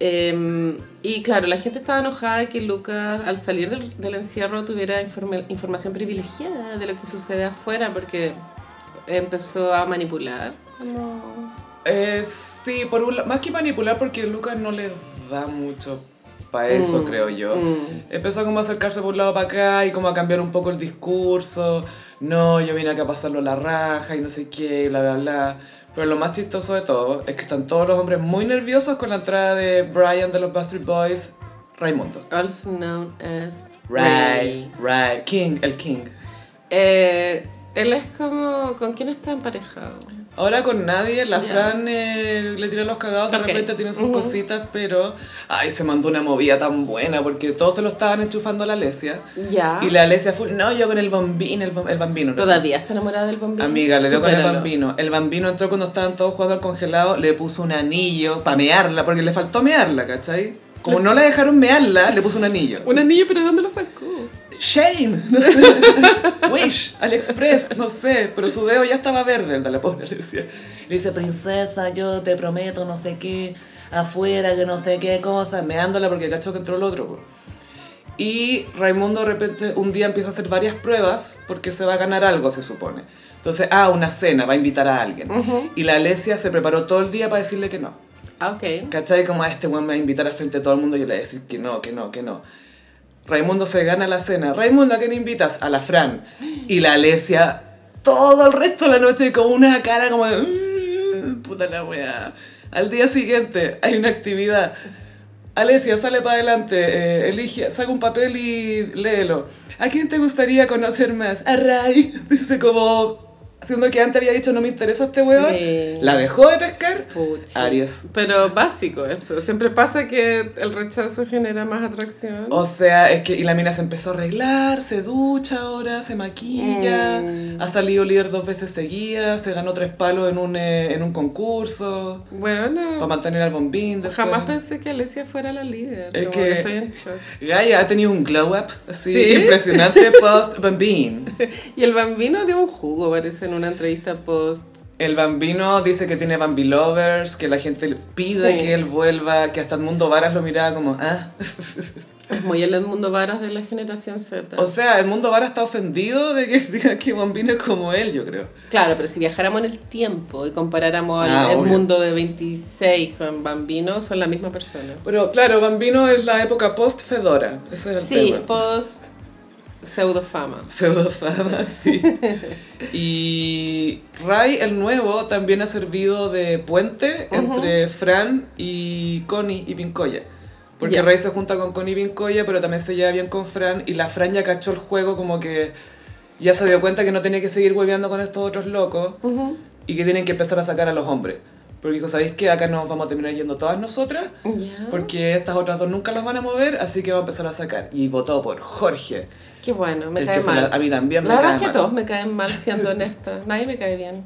Speaker 2: Em, y claro, la gente estaba enojada de que Lucas, al salir del, del encierro, tuviera informe- información privilegiada de lo que sucede afuera, porque empezó a manipular. Como...
Speaker 1: Eh, sí, por un la- más que manipular porque Lucas no les da mucho para eso, creo yo. Empezó como a acercarse por un lado para acá y como a cambiar un poco el discurso. No, yo vine acá a pasarlo la raja y no sé qué, y bla, bla, bla. Pero lo más chistoso de todo es que están todos los hombres muy nerviosos con la entrada de Brian de los Bastard Boys, Raimundo.
Speaker 2: Also known as
Speaker 1: Right,
Speaker 2: Ray.
Speaker 1: right. King, el King.
Speaker 2: Eh, él es como. ¿Con quién está emparejado?
Speaker 1: Ahora con nadie, la
Speaker 2: Ya.
Speaker 1: Fran eh, le tira los cagados, de
Speaker 2: Ok.
Speaker 1: repente tiene sus
Speaker 2: Ujú.
Speaker 1: cositas, pero... Ay, se mandó una movida tan buena, porque todos se lo estaban enchufando a la Alesia.
Speaker 2: Ya.
Speaker 1: Y la Alesia fue, no, yo con el bambino, el, bam- el bambino. ¿no?
Speaker 2: ¿Todavía está enamorada del bombino?
Speaker 1: Amiga, le dio con el
Speaker 2: Supéralo.
Speaker 1: bambino. El bambino entró cuando estaban todos jugando al congelado, le puso un anillo para mearla, porque le faltó mearla, ¿cachai? Como no la dejaron mearla, le puso un anillo.
Speaker 2: Un anillo, pero ¿de dónde lo sacó?
Speaker 1: Shane, no sé. Wish, AliExpress, no sé, pero su dedo ya estaba verde, el de la pobre le decía. Le dice, princesa, yo te prometo no sé qué, afuera, que no sé qué cosa, meándola porque cacho que entró el otro. po. Y Raimundo de repente un día empieza a hacer varias pruebas porque se va a ganar algo, se supone. Entonces, ah, una cena, va a invitar a alguien. Y la Alesia se preparó todo el día para decirle que no.
Speaker 2: Ah, ok.
Speaker 1: ¿Cachai? Como a este weón me va a invitar al frente de todo el mundo y yo le voy a decir que no, que no, que no. Raimundo se gana la cena. Raimundo, ¿a quién invitas? A la Fran. Y la Alesia todo el resto de la noche con una cara como de... "Mm, Puta la weá. Al día siguiente hay una actividad. Alesia, sale para adelante, eh, elige, saca un papel y léelo. ¿A quién te gustaría conocer más? A Ray. Dice como... Siendo que antes había dicho no me interesa este weón.
Speaker 2: Sí.
Speaker 1: La dejó de pescar.
Speaker 2: Puchis.
Speaker 1: Aries.
Speaker 2: Pero básico esto. Siempre pasa que el rechazo genera más atracción.
Speaker 1: O sea, es que y la mina se empezó a arreglar, se ducha ahora, se maquilla,
Speaker 2: Eh.
Speaker 1: ha salido líder dos veces seguidas, se ganó tres palos en un, eh, en un concurso, para
Speaker 2: Bueno,
Speaker 1: mantener al bombín. después.
Speaker 2: jamás pensé que Alicia fuera la líder.
Speaker 1: Es
Speaker 2: como
Speaker 1: que-
Speaker 2: estoy en shock.
Speaker 1: Gaia ha tenido un glow up así,
Speaker 2: ¿Sí?
Speaker 1: impresionante post bombín.
Speaker 2: Y el bambino dio un jugo, parece, en una entrevista post.
Speaker 1: El bambino dice que tiene Bambi lovers, que la gente le pide
Speaker 2: Sí.
Speaker 1: que él vuelva, que hasta el mundo Varas lo miraba como, ah,
Speaker 2: Es muy el mundo varas de la generación Z.
Speaker 1: O sea, el mundo vara está ofendido de que diga que Bambino es como él, yo creo.
Speaker 2: Claro, pero si viajáramos en el tiempo y comparáramos
Speaker 1: Ah,
Speaker 2: al, el
Speaker 1: obvio.
Speaker 2: mundo de 26 con Bambino, son la misma persona.
Speaker 1: Pero claro, Bambino es la época post-Fedora. Ese es el
Speaker 2: Sí,
Speaker 1: tema.
Speaker 2: post pseudofama.
Speaker 1: Pseudofama, sí. Y Ray, el nuevo, también ha servido de puente entre Fran y Connie y Pincoya. Porque
Speaker 2: Ya.
Speaker 1: Ray se junta con Connie y Pincoya, pero también se lleva bien con Fran. Y la Fran ya cachó el juego, como que ya se dio cuenta que no tenía que seguir hueveando con estos otros locos y que tienen que empezar a sacar a los hombres. Porque dijo, ¿sabéis qué? Acá nos vamos a terminar yendo todas nosotras.
Speaker 2: Ya.
Speaker 1: Porque estas otras dos nunca las van a mover, así que va a empezar a sacar. Y votó por Jorge.
Speaker 2: Qué bueno, me
Speaker 1: El
Speaker 2: cae
Speaker 1: que se la-
Speaker 2: mal.
Speaker 1: a mí también me
Speaker 2: La verdad
Speaker 1: cae
Speaker 2: es que
Speaker 1: mal.
Speaker 2: todos me caen mal, siendo honesta. Nadie me cae bien.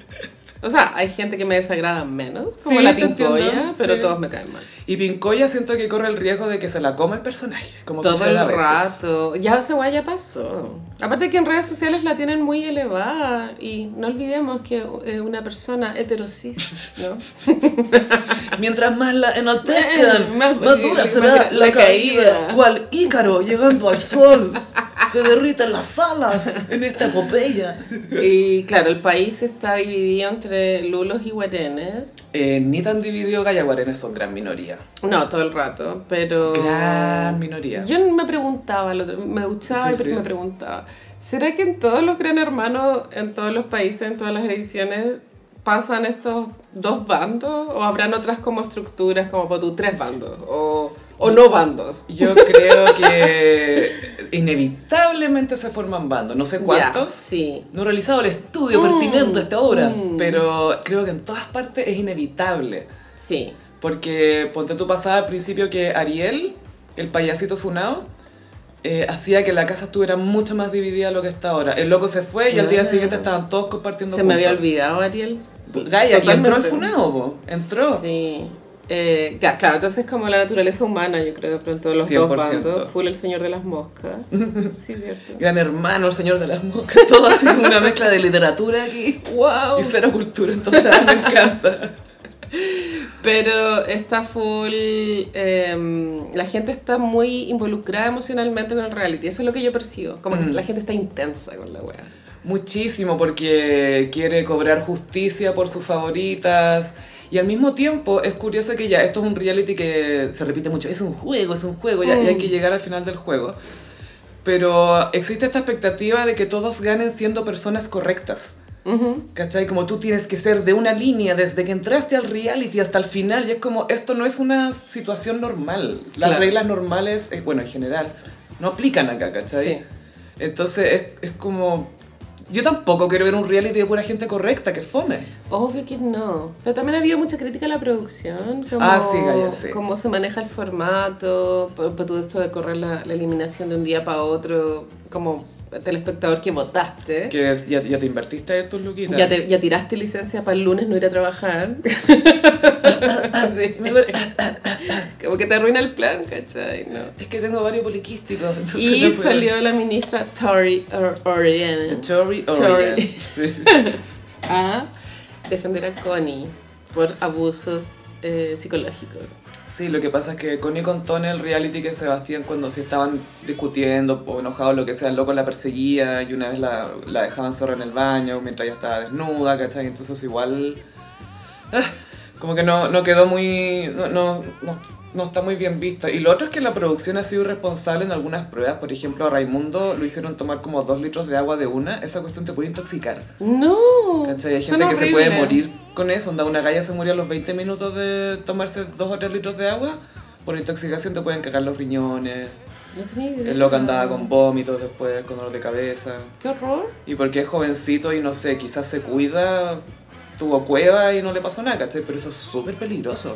Speaker 2: O sea, hay gente que me desagrada menos, como
Speaker 1: Sí,
Speaker 2: la
Speaker 1: te entiendo,
Speaker 2: pincoya, pero
Speaker 1: sí.
Speaker 2: todos me caen mal.
Speaker 1: Y Pincoya siento que corre el riesgo de que se la coma el personaje, como
Speaker 2: Todo
Speaker 1: sucede
Speaker 2: el
Speaker 1: a veces.
Speaker 2: rato. Ya esa guay ya pasó. Aparte que en redes sociales la tienen muy elevada y no olvidemos que eh, una persona heterosis, ¿no?
Speaker 1: Mientras más la
Speaker 2: Eh,
Speaker 1: enaltezcan,
Speaker 2: más-
Speaker 1: más, dura
Speaker 2: más
Speaker 1: será
Speaker 2: gra-
Speaker 1: la,
Speaker 2: la
Speaker 1: caída.
Speaker 2: caída.
Speaker 1: Cual Ícaro llegando al sol. Se derriten las alas en esta epopeya.
Speaker 2: Y claro, el país está dividido entre lulos y guarenes.
Speaker 1: Eh, ni tan dividido Gallaguarenes son gran minoría.
Speaker 2: No, todo el rato, pero...
Speaker 1: Gran minoría.
Speaker 2: Oh. Yo me preguntaba, el otro- me duchaba
Speaker 1: Sí,
Speaker 2: y
Speaker 1: sí.
Speaker 2: me preguntaba, ¿será que en todos los Gran Hermanos, en todos los países, en todas las ediciones, pasan estos dos bandos? ¿O habrán otras como estructuras, como por tú, tres bandos? ¿O, o no bandos?
Speaker 1: Yo creo que inevitablemente se forman bandos. No sé cuántos.
Speaker 2: Ya, sí.
Speaker 1: No he realizado el
Speaker 2: Mm,
Speaker 1: estudio pertinente a esta obra, pero creo que en todas partes es inevitable.
Speaker 2: Sí.
Speaker 1: Porque ponte tú pasada al principio que Ariel, el payasito funao, eh, hacía que la casa estuviera mucho más dividida de lo que está ahora. El loco se fue y al día
Speaker 2: Ah.
Speaker 1: siguiente estaban todos compartiendo
Speaker 2: Se me había
Speaker 1: juntos.
Speaker 2: olvidado, Ariel.
Speaker 1: Gaya, y entró el
Speaker 2: Totalmente.
Speaker 1: funao, po. Entró.
Speaker 2: Sí. Eh, ca- claro, entonces como la naturaleza humana, yo creo, de pronto los dos
Speaker 1: 100%.
Speaker 2: bandos. Full el señor de las moscas. Sí, cierto.
Speaker 1: Gran hermano, el señor de las moscas, todo así como una mezcla de literatura aquí.
Speaker 2: ¡Wow!
Speaker 1: Y cero cultura, entonces me encanta.
Speaker 2: Pero está full. em, la gente está muy involucrada emocionalmente con el reality. Eso es lo que yo percibo. Como que la gente está intensa con la wea.
Speaker 1: Muchísimo, porque quiere cobrar justicia por sus favoritas. Y al mismo tiempo es curioso que ya esto es un reality que se repite mucho. Es un juego, es un juego, ya, y hay que llegar al final del juego. Pero existe esta expectativa de que todos ganen siendo personas correctas. ¿Cachai? Como tú tienes que ser de una línea desde que entraste al reality hasta el final. Y es como, esto no es una situación normal. Las
Speaker 2: Claro.
Speaker 1: reglas normales, eh, bueno, en general, no aplican acá, ¿cachai?
Speaker 2: Sí.
Speaker 1: Entonces es, es como... Yo tampoco quiero ver un reality de pura gente correcta, que fome.
Speaker 2: Obvio que no. Pero también ha habido mucha crítica a la producción. Como,
Speaker 1: Ah, sí, Gaya, sí.
Speaker 2: Cómo se maneja el formato. Por, por todo esto de correr la, la eliminación de un día para otro. Como telespectador que votaste.
Speaker 1: Que es- ya, ya te invertiste en tus luquitas.
Speaker 2: Ya, te, ya tiraste licencia para el lunes no ir a trabajar. Así. Como que te arruina el plan, ¿cachai? No.
Speaker 1: Es que tengo varios poliquísticos. entonces
Speaker 2: Y
Speaker 1: no puedo-
Speaker 2: salió la ministra Tori Or- Oriana
Speaker 1: Tori Oriel.
Speaker 2: Tori.
Speaker 1: Sí, sí.
Speaker 2: a defender a Connie por abusos eh, psicológicos.
Speaker 1: Sí, lo que pasa es que Connie contó en el reality que Sebastián cuando se estaban discutiendo o enojados, lo que sea, el loco la perseguía y una vez la, la dejaban zorra en el baño mientras ella estaba desnuda, ¿cachai? Entonces igual... ah, como que no, no quedó muy... No, no, no, no está muy bien vista. Y lo otro es que la producción ha sido irresponsable en algunas pruebas. Por ejemplo, a Raimundo lo hicieron tomar como dos litros de agua de una. Esa cuestión te puede intoxicar.
Speaker 2: No.
Speaker 1: ¿Cachai? Hay
Speaker 2: son
Speaker 1: gente que se puede
Speaker 2: horribles.
Speaker 1: morir con eso. Onda, una galla se murió a los 20 minutos de tomarse 2 o 3 litros de agua. Por intoxicación te pueden cagar los riñones.
Speaker 2: No tenía idea.
Speaker 1: El loco andaba con vómitos después, con dolor de cabeza.
Speaker 2: Qué horror.
Speaker 1: Y porque es jovencito y no sé, quizás se cuida, tuvo cueva y no le pasó nada, ¿cachai? Pero eso es súper peligroso.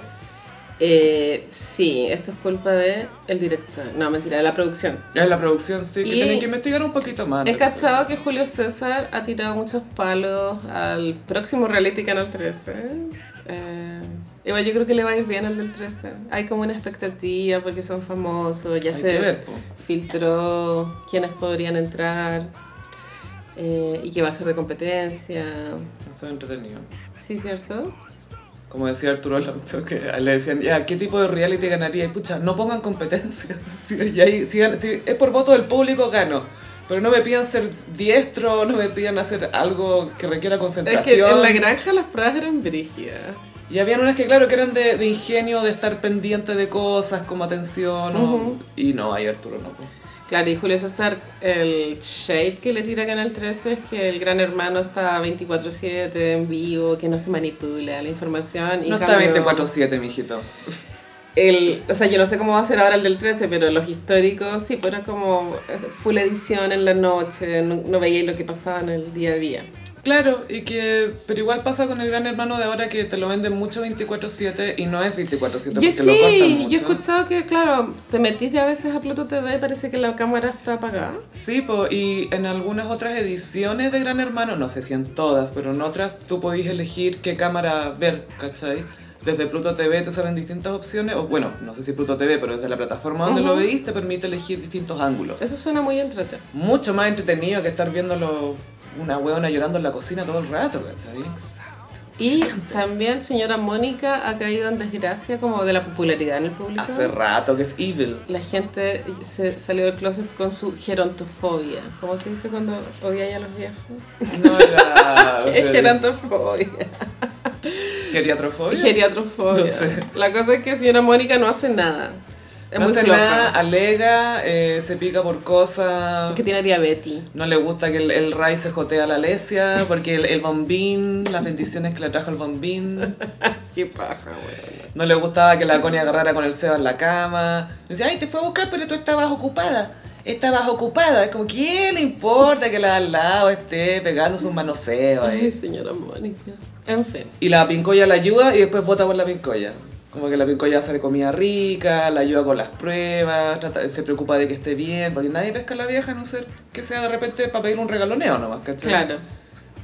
Speaker 2: Eh, sí, esto es culpa de el director. No, mentira, de la producción.
Speaker 1: Es la producción, sí, que
Speaker 2: Y-
Speaker 1: tienen que investigar un poquito más.
Speaker 2: He
Speaker 1: Ah, ¿no? Eso,
Speaker 2: cachado que Julio César ha tirado muchos palos al próximo reality Canal 13. Eh, igual yo creo que le va a ir bien al del 13. Hay como una expectativa porque son famosos, ya
Speaker 1: Hay que
Speaker 2: se
Speaker 1: ver, po.
Speaker 2: filtró quiénes podrían entrar eh, y que va a ser de competencia.
Speaker 1: eso es entretenido.
Speaker 2: Sí, ¿cierto?
Speaker 1: Como decía Arturo Alonso, que le decían, ya, ¿qué tipo de reality ganaría? Y pucha, no pongan competencia. Si, y ahí, si gan- si es por voto del público, gano. Pero no me pidan ser diestro, no me pidan hacer algo que requiera
Speaker 2: Es
Speaker 1: concentración.
Speaker 2: que en la granja las pruebas eran brígidas.
Speaker 1: Y habían unas que, claro, que eran de, de ingenio, de estar pendiente de cosas, como atención. o- Y no, ahí Arturo no. pues.
Speaker 2: Claro, y Julio César, el shade que le tira a Canal 13 es que el gran hermano está 24-7 en vivo, que no se manipula la información. y
Speaker 1: No está
Speaker 2: cambio-
Speaker 1: 24-7, mijito.
Speaker 2: El, o sea, yo no sé cómo va a ser ahora el del 13, pero los históricos sí, pero era como full edición en la noche, no, no veíais lo que pasaba en el día a día.
Speaker 1: Claro, y que, pero igual pasa con el gran hermano de ahora que te lo venden mucho 24-7 y no es 24-7 porque
Speaker 2: Yo
Speaker 1: lo cortan
Speaker 2: sí,
Speaker 1: mucho.
Speaker 2: yo he escuchado que, claro, te metiste a veces a Pluto TV y parece que la cámara está apagada.
Speaker 1: Sí, po, y en algunas otras ediciones de Gran Hermano, no sé si en todas, pero en otras tú podís elegir qué cámara ver, ¿cachai? Desde Pluto TV te salen distintas opciones, o bueno, no sé si Pluto TV, pero desde la plataforma donde lo veís te permite elegir distintos ángulos.
Speaker 2: Eso suena muy entretenido.
Speaker 1: Mucho más entretenido que estar viéndolo una huevona llorando en la cocina todo el rato, ¿cachai?
Speaker 2: Y también señora Mónica ha caído en desgracia como de la popularidad en el público.
Speaker 1: Hace rato que es evil.
Speaker 2: La gente se salió del closet con su gerontofobia. ¿Cómo se dice cuando odiáis a los viejos?
Speaker 1: No era...
Speaker 2: Es gerontofobia.
Speaker 1: Geriatrofobia.
Speaker 2: Geriatrofobia.
Speaker 1: No sé.
Speaker 2: La cosa es que señora Mónica no hace nada. Es
Speaker 1: no
Speaker 2: muy
Speaker 1: hace
Speaker 2: floja.
Speaker 1: nada, alega, eh, se pica por cosas.
Speaker 2: Que tiene diabetes.
Speaker 1: No le gusta que el, el Ray se jotea a la Alesia, porque el, el bombín, las bendiciones que le trajo el bombín.
Speaker 2: Qué paja, weón.
Speaker 1: No le gustaba que la Connie agarrara con el Seba en la cama. Decía, ay, te fue a buscar, pero tú estabas ocupada. Estabas ocupada. Es como, ¿quién le importa que la al lado esté pegando sus manoseos
Speaker 2: Ay,
Speaker 1: ahí?
Speaker 2: señora Mónica. En fin.
Speaker 1: Y la pincoya la ayuda y después vota por la pincoya. Como que la pincoya hace comida rica, la ayuda con las pruebas, trata- se preocupa de que esté bien, porque nadie pesca a la vieja a no ser que sea de repente para pedir un regaloneo nomás, ¿cachai?
Speaker 2: Claro.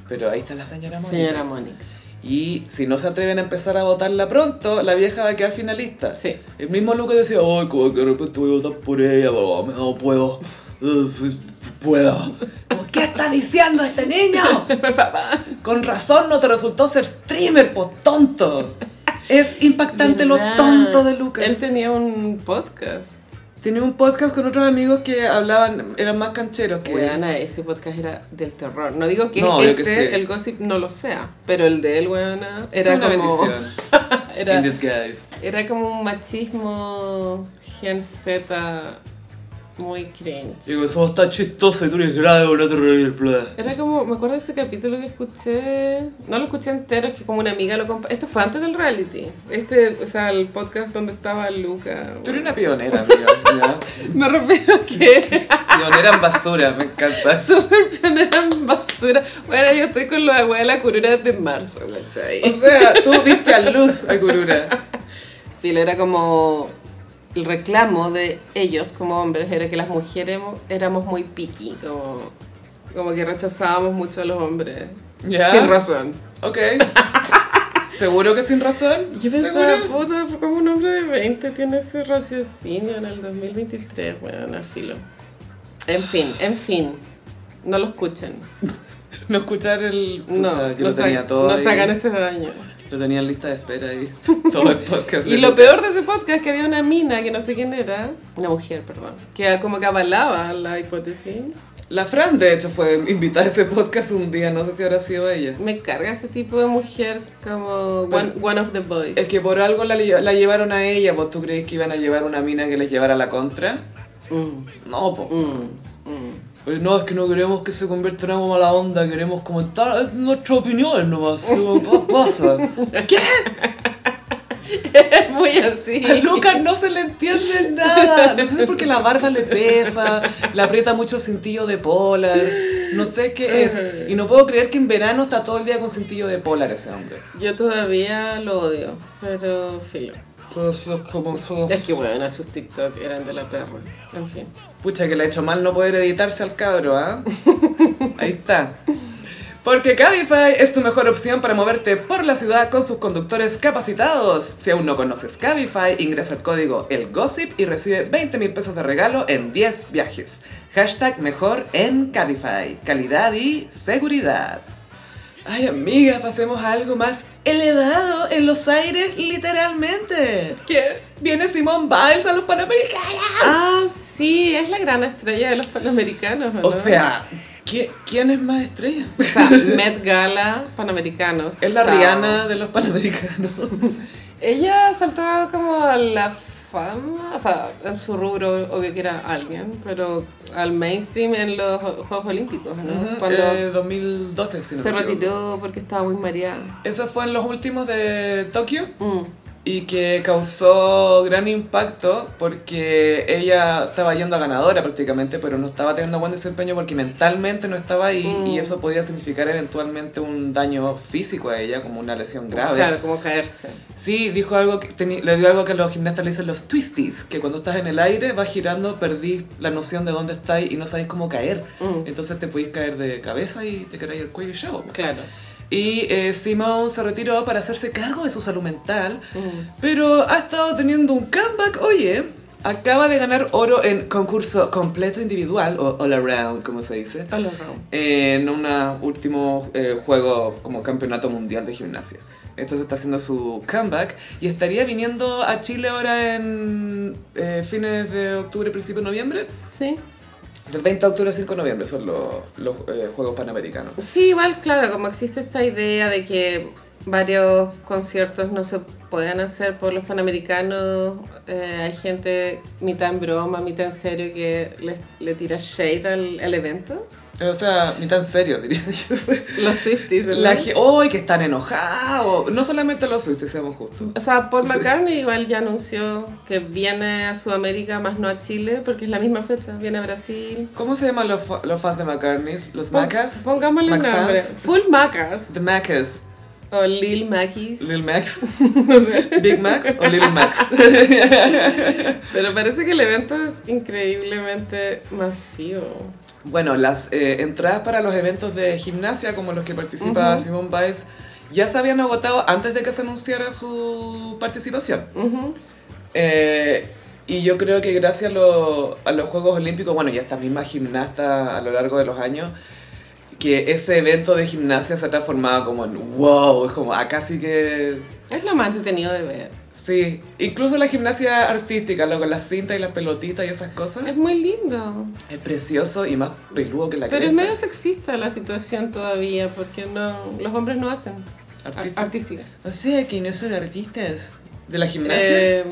Speaker 1: Pero ahí está la señora Mónica.
Speaker 2: Señora Mónica.
Speaker 1: Y si no se atreven a empezar a votarla pronto, la vieja va a quedar finalista.
Speaker 2: Sí.
Speaker 1: El mismo Lucas decía, ay, como que de repente voy a votar por ella, pero me no puedo. Eh, pues, Puedo. Como, ¿Qué está diciendo este niño?
Speaker 2: Por favor.
Speaker 1: Con razón no te resultó ser streamer, po tonto. Es impactante lo
Speaker 2: ¿Verdad?
Speaker 1: tonto de
Speaker 2: Él
Speaker 1: Lucas.
Speaker 2: tenía un podcast.
Speaker 1: Tenía un podcast con otros amigos que hablaban, eran más cancheros que
Speaker 2: Weana, ese podcast era del terror. No digo que
Speaker 1: Eh, No, obvio
Speaker 2: este,
Speaker 1: que sí.
Speaker 2: el gossip, no lo sea, pero el de él, weana, era
Speaker 1: Una
Speaker 2: como.
Speaker 1: bendición. In
Speaker 2: era,
Speaker 1: disguise.
Speaker 2: era como un machismo gen Z muy cringe.
Speaker 1: Digo, somos tan chistosos y tú eres grave, no te reír, plan.
Speaker 2: Era como, me acuerdo de ese capítulo que escuché, no lo escuché entero, es que como una amiga lo compa Esto fue antes del reality. Este, o sea, el podcast donde estaba Luca.
Speaker 1: Tú eres una pionera, amiga. ya.
Speaker 2: Me refiero a que
Speaker 1: Pionera en basura, me encanta.
Speaker 2: Súper pionera en basura. Bueno, yo estoy con lo de hueá de la curura desde marzo,
Speaker 1: O
Speaker 2: ¿cachai?
Speaker 1: sea, tú diste a luz a Kurura.
Speaker 2: Filo era como el reclamo de ellos como hombres era que las mujeres mo- éramos muy picky, como, como que rechazábamos mucho a los hombres.
Speaker 1: Ya.
Speaker 2: Sin razón.
Speaker 1: Ok. ¿Seguro que sin razón?
Speaker 2: Yo pensaba,
Speaker 1: ¿Seguro?
Speaker 2: puta, como un hombre de 20 tiene ese raciocinio en el 2023, bueno, filo. En fin, en fin. No lo escuchen.
Speaker 1: No escuchar el...
Speaker 2: No,
Speaker 1: Pucha, yo
Speaker 2: no,
Speaker 1: lo tenía
Speaker 2: sa-
Speaker 1: todo
Speaker 2: no
Speaker 1: ahí.
Speaker 2: sacan ese daño.
Speaker 1: Lo tenía en lista de espera ahí. Todo el podcast.
Speaker 2: Y
Speaker 1: de
Speaker 2: lo
Speaker 1: Lucas.
Speaker 2: peor de ese podcast es que había una mina, que no sé quién era, una mujer, perdón, que como que avalaba la hipótesis.
Speaker 1: La Fran, de hecho, fue invitada a ese podcast un día. No sé si habrá sido ella.
Speaker 2: Me carga ese tipo de mujer como one, one of the boys.
Speaker 1: Es que por algo la, lle- la llevaron a ella. ¿Vos tú crees que iban a llevar una mina que les llevara la contra?
Speaker 2: Mm,
Speaker 1: No, po.
Speaker 2: mm, mm.
Speaker 1: Oye, No, es que no queremos que se convierta en algo mala onda, queremos comentar es nuestra opinión nomás, ¿sí? ¿qué pasa?
Speaker 2: Es muy así.
Speaker 1: A Lucas no se le entiende nada, no sé si es porque la barba le pesa, le aprieta mucho el cintillo de polar, no sé qué es. Y no puedo creer que en verano está todo el día con cintillo de polar ese hombre.
Speaker 2: Yo todavía lo odio, pero filo.
Speaker 1: Pues es como sos.
Speaker 2: Es que bueno, sus TikTok eran de la perra. En fin.
Speaker 1: Pucha, que le ha hecho mal no poder editarse al cabro, ¿ah? Ahí está. Porque Cabify es tu mejor opción para moverte por la ciudad con sus conductores capacitados. Si aún no conoces Cabify, ingresa el código ELGOSSIP y recibe 20 mil pesos de regalo en 10 viajes. Hashtag mejor en Cabify. Calidad y seguridad. Ay, amiga, pasemos a algo más heredado en los aires literalmente.
Speaker 2: ¿Qué?
Speaker 1: Viene Simone Biles a los Panamericanos.
Speaker 2: Ah, sí, es la gran estrella de los Panamericanos, ¿o no?
Speaker 1: O sea, ¿qui- ¿quién es más estrella?
Speaker 2: O sea, Met Gala Panamericanos.
Speaker 1: Es la
Speaker 2: Chao.
Speaker 1: Rihanna de los Panamericanos.
Speaker 2: Ella saltó como a la fama, o sea, en su rubro, obvio que era alguien, pero al mainstream en los Juegos Olímpicos, ¿no? Cuando
Speaker 1: Eh, 2012, si no
Speaker 2: se
Speaker 1: me equivoco.
Speaker 2: retiró porque estaba muy mareada.
Speaker 1: Eso fue en los últimos de Tokio
Speaker 2: Mm.
Speaker 1: y que causó gran impacto porque ella estaba yendo a ganadora prácticamente, pero no estaba teniendo buen desempeño porque mentalmente no estaba ahí
Speaker 2: Mm.
Speaker 1: y eso podía significar eventualmente un daño físico a ella, como una lesión grave.
Speaker 2: Claro, como caerse.
Speaker 1: Sí, dijo algo que teni- le dio algo que los gimnastas le dicen los twisties, que cuando estás en el aire vas girando, perdís la noción de dónde estás y no sabes cómo caer. Entonces te podís caer de cabeza y te quedáis el cuello y chao.
Speaker 2: Claro.
Speaker 1: Y eh, Simone se retiró para hacerse cargo de su salud mental, pero ha estado teniendo un comeback, oye. Acaba de ganar oro en concurso completo individual, o all around, como se dice,
Speaker 2: All around.
Speaker 1: en unos últimos eh, juegos como campeonato mundial de gimnasia. Entonces está haciendo su comeback y estaría viniendo a Chile ahora en eh, fines de octubre, principio de noviembre.
Speaker 2: Sí.
Speaker 1: Del 20 de octubre al 5 de noviembre son los, los, eh, Juegos Panamericanos.
Speaker 2: Sí, igual, claro, como existe esta idea de que varios conciertos no se pueden hacer por los panamericanos, eh, hay gente mitad en broma, mitad en serio que les- le, tira shade al, al evento.
Speaker 1: O sea, ni tan serio, diría yo.
Speaker 2: Los Swifties, ¿verdad?
Speaker 1: La ge- ¡Ay, que están enojados! No solamente los Swifties, seamos justos.
Speaker 2: O sea, Paul McCartney igual ya anunció que viene a Sudamérica, más no a Chile, porque es la misma fecha, viene a Brasil.
Speaker 1: ¿Cómo se llaman los, fa- los fans de McCartney? ¿Los
Speaker 2: Pon-
Speaker 1: Macas?
Speaker 2: Pongámosle un
Speaker 1: ¿Macfans?
Speaker 2: nombre. Full Macas.
Speaker 1: The Macas.
Speaker 2: O Lil Mackies.
Speaker 1: Lil Max.
Speaker 2: No sé.
Speaker 1: Big Max o Lil Max.
Speaker 2: Pero parece que el evento es increíblemente masivo.
Speaker 1: bueno, las eh, entradas para los eventos de gimnasia, como los que participa Simone Biles, ya se habían agotado antes de que se anunciara su participación. Eh, y yo creo que gracias a, lo- a los Juegos Olímpicos, bueno, y a estas mismas gimnastas a lo largo de los años, que ese evento de gimnasia se ha transformado como en wow, es como acá sí que...
Speaker 2: Es lo más entretenido de ver.
Speaker 1: Sí, incluso la gimnasia artística, lo con las cintas y las pelotitas y esas cosas,
Speaker 2: Es muy lindo.
Speaker 1: es precioso y más peludo que la
Speaker 2: Pero es
Speaker 1: cresta.
Speaker 2: medio sexista la situación todavía porque no, los hombres no hacen ar-
Speaker 1: Artista.
Speaker 2: artística.
Speaker 1: O sea, que no son artistas de la gimnasia.
Speaker 2: Eh,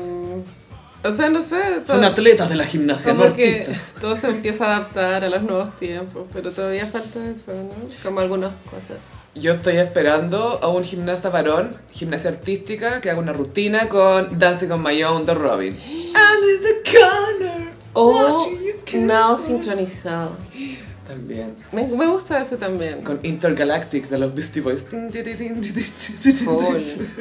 Speaker 2: o sea, no sé.
Speaker 1: son
Speaker 2: todo-
Speaker 1: atletas de la gimnasia, no
Speaker 2: como que
Speaker 1: artistas.
Speaker 2: todo se empieza a adaptar a los nuevos tiempos, pero todavía falta eso, ¿no? Como algunas cosas.
Speaker 1: Yo estoy esperando a un gimnasta varón, gimnasia artística, que haga una rutina con Dancing on My Own de Robin. I'm in the corner.
Speaker 2: O
Speaker 1: watching you kiss
Speaker 2: no
Speaker 1: me.
Speaker 2: sincronizado.
Speaker 1: También.
Speaker 2: Me, me gusta eso también.
Speaker 1: Con Intergalactic de los Beastie Boys. Tin, tin, tin, tin, tin, tin, tin,
Speaker 2: Full.
Speaker 1: tin.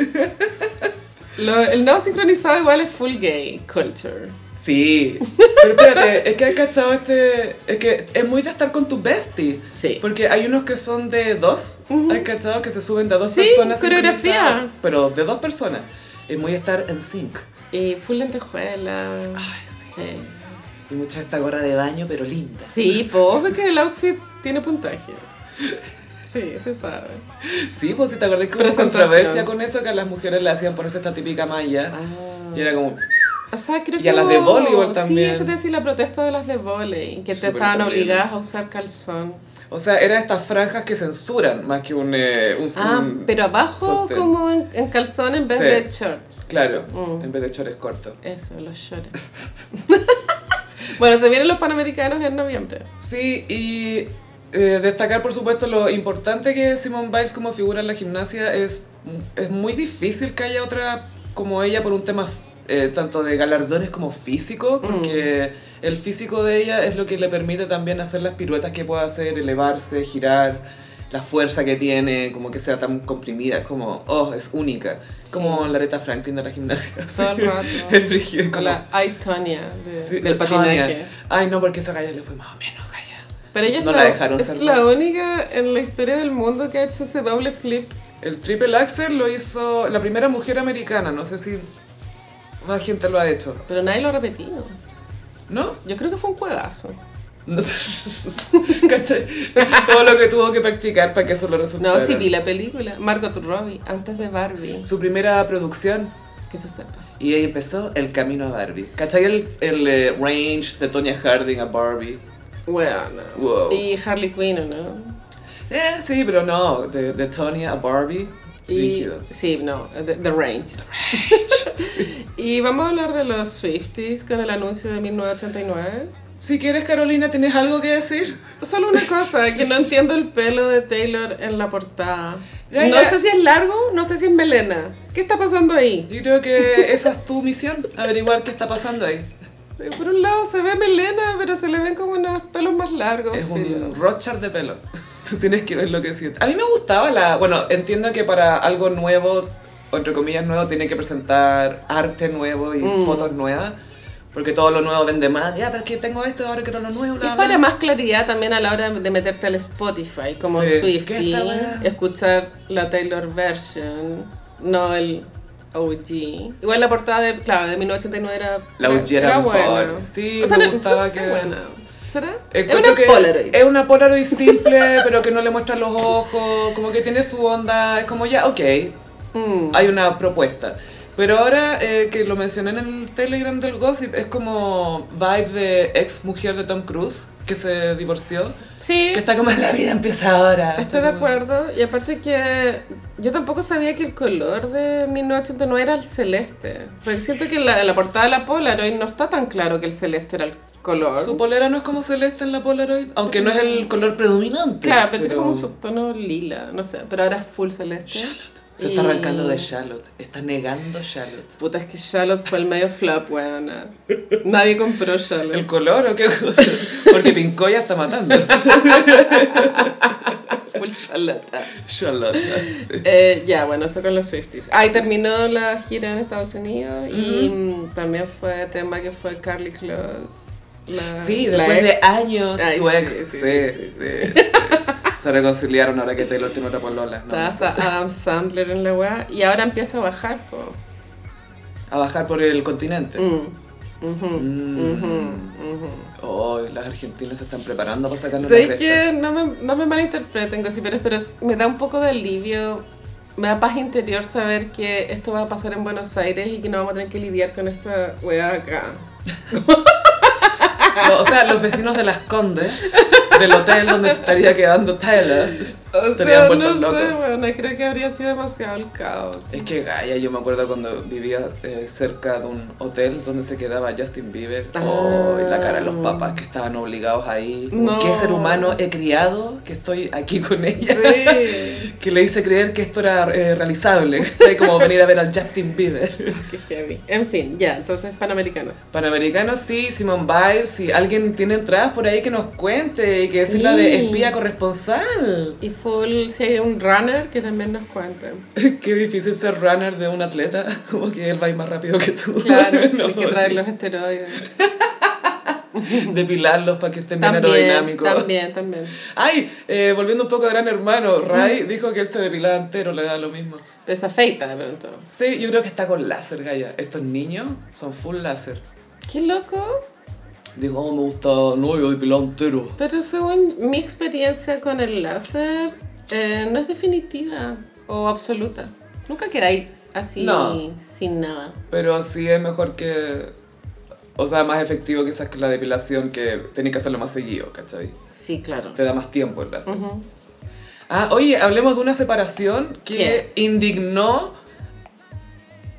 Speaker 2: Lo- el no sincronizado igual es full gay culture.
Speaker 1: Sí. Pero espérate, es que he cachado este. Es que es muy de estar con tu bestie.
Speaker 2: Sí.
Speaker 1: Porque hay unos que son de dos. Hay cachado que se suben de a dos
Speaker 2: Sí,
Speaker 1: personas.
Speaker 2: coreografía.
Speaker 1: sincronizadas, Pero de dos personas. Es muy estar en sync.
Speaker 2: Y full lentejuela. sí.
Speaker 1: Y mucha esta gorra de baño, pero linda.
Speaker 2: Sí, pues, porque el outfit tiene puntaje. Sí, se sabe.
Speaker 1: Sí, pues si te acordás que hubo
Speaker 2: Presentación.
Speaker 1: controversia con eso, que a las mujeres le hacían ponerse esta típica malla.
Speaker 2: Ah.
Speaker 1: Y era como,
Speaker 2: O sea, creo
Speaker 1: Y
Speaker 2: que
Speaker 1: a las de
Speaker 2: hubo-
Speaker 1: voleibol
Speaker 2: Sí,
Speaker 1: también.
Speaker 2: eso te decía la protesta de las de voleibol, que te
Speaker 1: Súper
Speaker 2: estaban
Speaker 1: problema.
Speaker 2: obligadas a usar calzón.
Speaker 1: o sea, eran estas franjas que censuran más que un... eh, un-
Speaker 2: Ah,
Speaker 1: un-
Speaker 2: pero abajo
Speaker 1: sostén.
Speaker 2: como en, en calzón en vez
Speaker 1: Sí.
Speaker 2: de shorts.
Speaker 1: Claro,
Speaker 2: Mm.
Speaker 1: en vez de chores cortos.
Speaker 2: Eso, los shorts. bueno, se vienen los Panamericanos en noviembre.
Speaker 1: Sí, y eh, destacar por supuesto lo importante que es Simone Biles como figura en la gimnasia es, es muy difícil que haya otra como ella por un tema eh, tanto de galardones como físico,
Speaker 2: Mm.
Speaker 1: porque el físico de ella es lo que le permite también hacer las piruetas que puede hacer, elevarse, girar. La fuerza que tiene, como que sea tan comprimida, es como, oh, es única. Es Como la Aretha Franklin de la gimnasia.
Speaker 2: Todo el rato.
Speaker 1: Es brígido, es
Speaker 2: Con
Speaker 1: como-
Speaker 2: la Aitonia de-
Speaker 1: Sí, la
Speaker 2: del
Speaker 1: Tania.
Speaker 2: patinaje.
Speaker 1: Ay, no, porque esa galla le fue más o menos galla.
Speaker 2: Pero ella es
Speaker 1: No
Speaker 2: la,
Speaker 1: la dejaron
Speaker 2: es
Speaker 1: ser
Speaker 2: la
Speaker 1: más.
Speaker 2: única en la historia del mundo que ha hecho ese doble flip.
Speaker 1: El triple axel lo hizo la primera mujer americana, no sé si más gente lo ha hecho.
Speaker 2: Pero nadie lo ha repetido.
Speaker 1: ¿No?
Speaker 2: Yo creo que fue un juegazo.
Speaker 1: ¿Cachai? Todo lo que tuvo que practicar para que eso lo resultara.
Speaker 2: No, sí vi la película. Margot Robbie, antes de Barbie.
Speaker 1: Su primera producción.
Speaker 2: Que se sepa.
Speaker 1: Y ahí empezó el camino a Barbie. ¿Cachai? El, el eh, range de Tonya Harding a Barbie.
Speaker 2: Bueno.
Speaker 1: Wow.
Speaker 2: Y Harley Quinn, ¿o no?
Speaker 1: Eh, sí, pero no. De, de Tonya a Barbie.
Speaker 2: Y,
Speaker 1: rígido.
Speaker 2: sí, no, The, the Range. y vamos a hablar de los Swifties con el anuncio de 1989.
Speaker 1: Si quieres, Carolina, ¿tienes algo que decir?
Speaker 2: Solo una cosa, que no entiendo el pelo de Taylor en la portada.
Speaker 1: Ya,
Speaker 2: No
Speaker 1: ya.
Speaker 2: sé si es largo, no sé si es melena. ¿Qué está pasando ahí?
Speaker 1: Yo creo que esa es tu misión, averiguar qué está pasando ahí.
Speaker 2: Eh, Por un lado se ve melena, pero se le ven como unos pelos más largos.
Speaker 1: Es
Speaker 2: sí.
Speaker 1: un rochar de pelo. Tú tienes que ver lo que sientes. A mí me gustaba la... Bueno, entiendo que para algo nuevo, o entre comillas nuevo, tiene que presentar arte nuevo y
Speaker 2: Mm.
Speaker 1: fotos nuevas. Porque todo lo nuevo vende más. Ya, pero es que tengo esto, ahora quiero lo nuevo.
Speaker 2: Y
Speaker 1: bla, bla.
Speaker 2: para más claridad también a la hora de meterte al Spotify, como
Speaker 1: Sí. ¿Qué
Speaker 2: Swifty,
Speaker 1: esta weá?
Speaker 2: escuchar la Taylor version, no el OG. Igual la portada de, claro, de 1989 era,
Speaker 1: La OG era mejor. Sí, me gustaba
Speaker 2: sé,
Speaker 1: que-
Speaker 2: buena. ¿Será? Es
Speaker 1: Eh, Encuentro
Speaker 2: una
Speaker 1: que
Speaker 2: Polaroid.
Speaker 1: Es una Polaroid simple, pero que no le muestra los ojos, como que tiene su onda, es como ya, ok,
Speaker 2: Mm.
Speaker 1: hay una propuesta. Pero ahora eh, que lo mencioné en el Telegram del Gossip, es como vibe de ex mujer de Tom Cruise, que se divorció,
Speaker 2: Sí,
Speaker 1: que está como la vida empieza ahora.
Speaker 2: estoy de acuerdo. Y aparte que yo tampoco sabía que el color de 1989 era el celeste. Porque siento que en la, en la portada de la Polaroid no está tan claro que el celeste era el color.
Speaker 1: Su polera no es como celeste en la Polaroid, aunque no es el color predominante.
Speaker 2: Claro, pero, tiene como un subtono lila, no sé, pero ahora es full celeste.
Speaker 1: Se está arrancando de
Speaker 2: Charlotte.
Speaker 1: Charlotte, está negando Charlotte.
Speaker 2: Puta, es que Charlotte fue el medio flop, weón. Nadie compró Charlotte.
Speaker 1: ¿El color o qué cosa? Porque Pincoya está matando.
Speaker 2: Full Charlotte.
Speaker 1: Charlotte.
Speaker 2: Eh, ya, bueno, eso con los Swifties. Ahí terminó la gira en Estados Unidos y mm, también fue tema que fue Carly Close. La,
Speaker 1: Sí,
Speaker 2: la
Speaker 1: después
Speaker 2: ex.
Speaker 1: de años
Speaker 2: Ay,
Speaker 1: su
Speaker 2: sí,
Speaker 1: ex.
Speaker 2: sí,
Speaker 1: Sí,
Speaker 2: sí,
Speaker 1: sí,
Speaker 2: sí,
Speaker 1: sí. Se reconciliaron ahora que Taylor tiene otra polola. ¿no?
Speaker 2: Estaba Sa- Adam Sandler en la weá y ahora empieza a bajar, po.
Speaker 1: A bajar por el continente. Mm. Oh, las argentinas se están preparando para sacarnos la
Speaker 2: Sé
Speaker 1: cresta.
Speaker 2: que no me, no me malinterpreten, Gossip, pero, pero es- me da un poco de alivio, me da paz interior saber que esto va a pasar en Buenos Aires y que no vamos a tener que lidiar con esta weá acá.
Speaker 1: No, o sea, los vecinos de Las Condes, del hotel donde se estaría quedando Taylor,
Speaker 2: O
Speaker 1: estarían
Speaker 2: sea, no
Speaker 1: vueltos
Speaker 2: sé,
Speaker 1: locos.
Speaker 2: bueno, creo que habría sido demasiado el caos.
Speaker 1: Es que Gaia, yo me acuerdo cuando vivía eh, cerca de un hotel donde se quedaba Justin Bieber.
Speaker 2: Ah.
Speaker 1: Oh, y la cara de los papás que estaban obligados ahí.
Speaker 2: No.
Speaker 1: ¿Qué ser humano he criado que estoy aquí con ella?
Speaker 2: Sí,
Speaker 1: Que le hice creer que esto era eh, realizable, ¿cachai? como venir a ver al Justin Bieber.
Speaker 2: qué heavy. En fin, ya, entonces, panamericanos.
Speaker 1: Panamericanos sí, Simone Biles, si alguien tiene entradas por ahí que nos cuente y que
Speaker 2: Sí.
Speaker 1: decirla de espía corresponsal.
Speaker 2: Y full, si hay un runner, que también nos cuenten.
Speaker 1: Qué difícil ser runner de un atleta, como que él va a ir más rápido que tú.
Speaker 2: Claro,
Speaker 1: No
Speaker 2: hay que traer los esteroides.
Speaker 1: depilarlos para que estén bien
Speaker 2: También,
Speaker 1: aerodinámicos.
Speaker 2: también, también.
Speaker 1: Ay, eh, volviendo un poco a Gran Hermano, Ray dijo que él se depilaba entero, le da lo mismo.
Speaker 2: Pero se afeita de pronto.
Speaker 1: Sí, yo creo que está con láser, Gaya. Estos niños son full láser.
Speaker 2: Qué loco.
Speaker 1: Dijo, oh, me gusta, no, yo depilado entero.
Speaker 2: Pero según mi experiencia con el láser, eh, no es definitiva o absoluta. Nunca quedáis así
Speaker 1: No.
Speaker 2: sin nada.
Speaker 1: Pero sí es mejor que... O sea, más efectivo quizás que la depilación, que tenés que hacerlo más seguido, ¿cachai?
Speaker 2: Sí, claro.
Speaker 1: Te da más tiempo el láser. Ah, oye, hablemos de una separación que indignó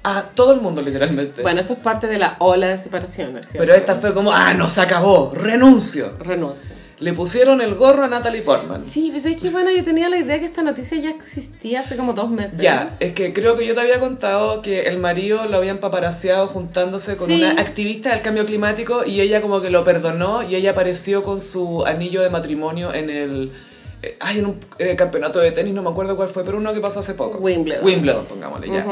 Speaker 1: a todo el mundo, literalmente.
Speaker 2: Bueno, esto es parte de la ola de separaciones. ¿cierto?
Speaker 1: Pero esta fue como, ah, no, se acabó, renuncio.
Speaker 2: Renuncio.
Speaker 1: Le pusieron el gorro a Natalie Portman.
Speaker 2: Sí, pues es que bueno, yo tenía la idea que esta noticia ya existía hace como dos meses.
Speaker 1: Ya, es que creo que yo te había contado que el marido lo habían paparaseado juntándose con
Speaker 2: Sí.
Speaker 1: una activista del cambio climático y ella como que lo perdonó y ella apareció con su anillo de matrimonio en el... eh, ay, en un eh, campeonato de tenis, no me acuerdo cuál fue, pero uno que pasó hace poco.
Speaker 2: Wimbledon.
Speaker 1: Wimbledon, pongámosle ya.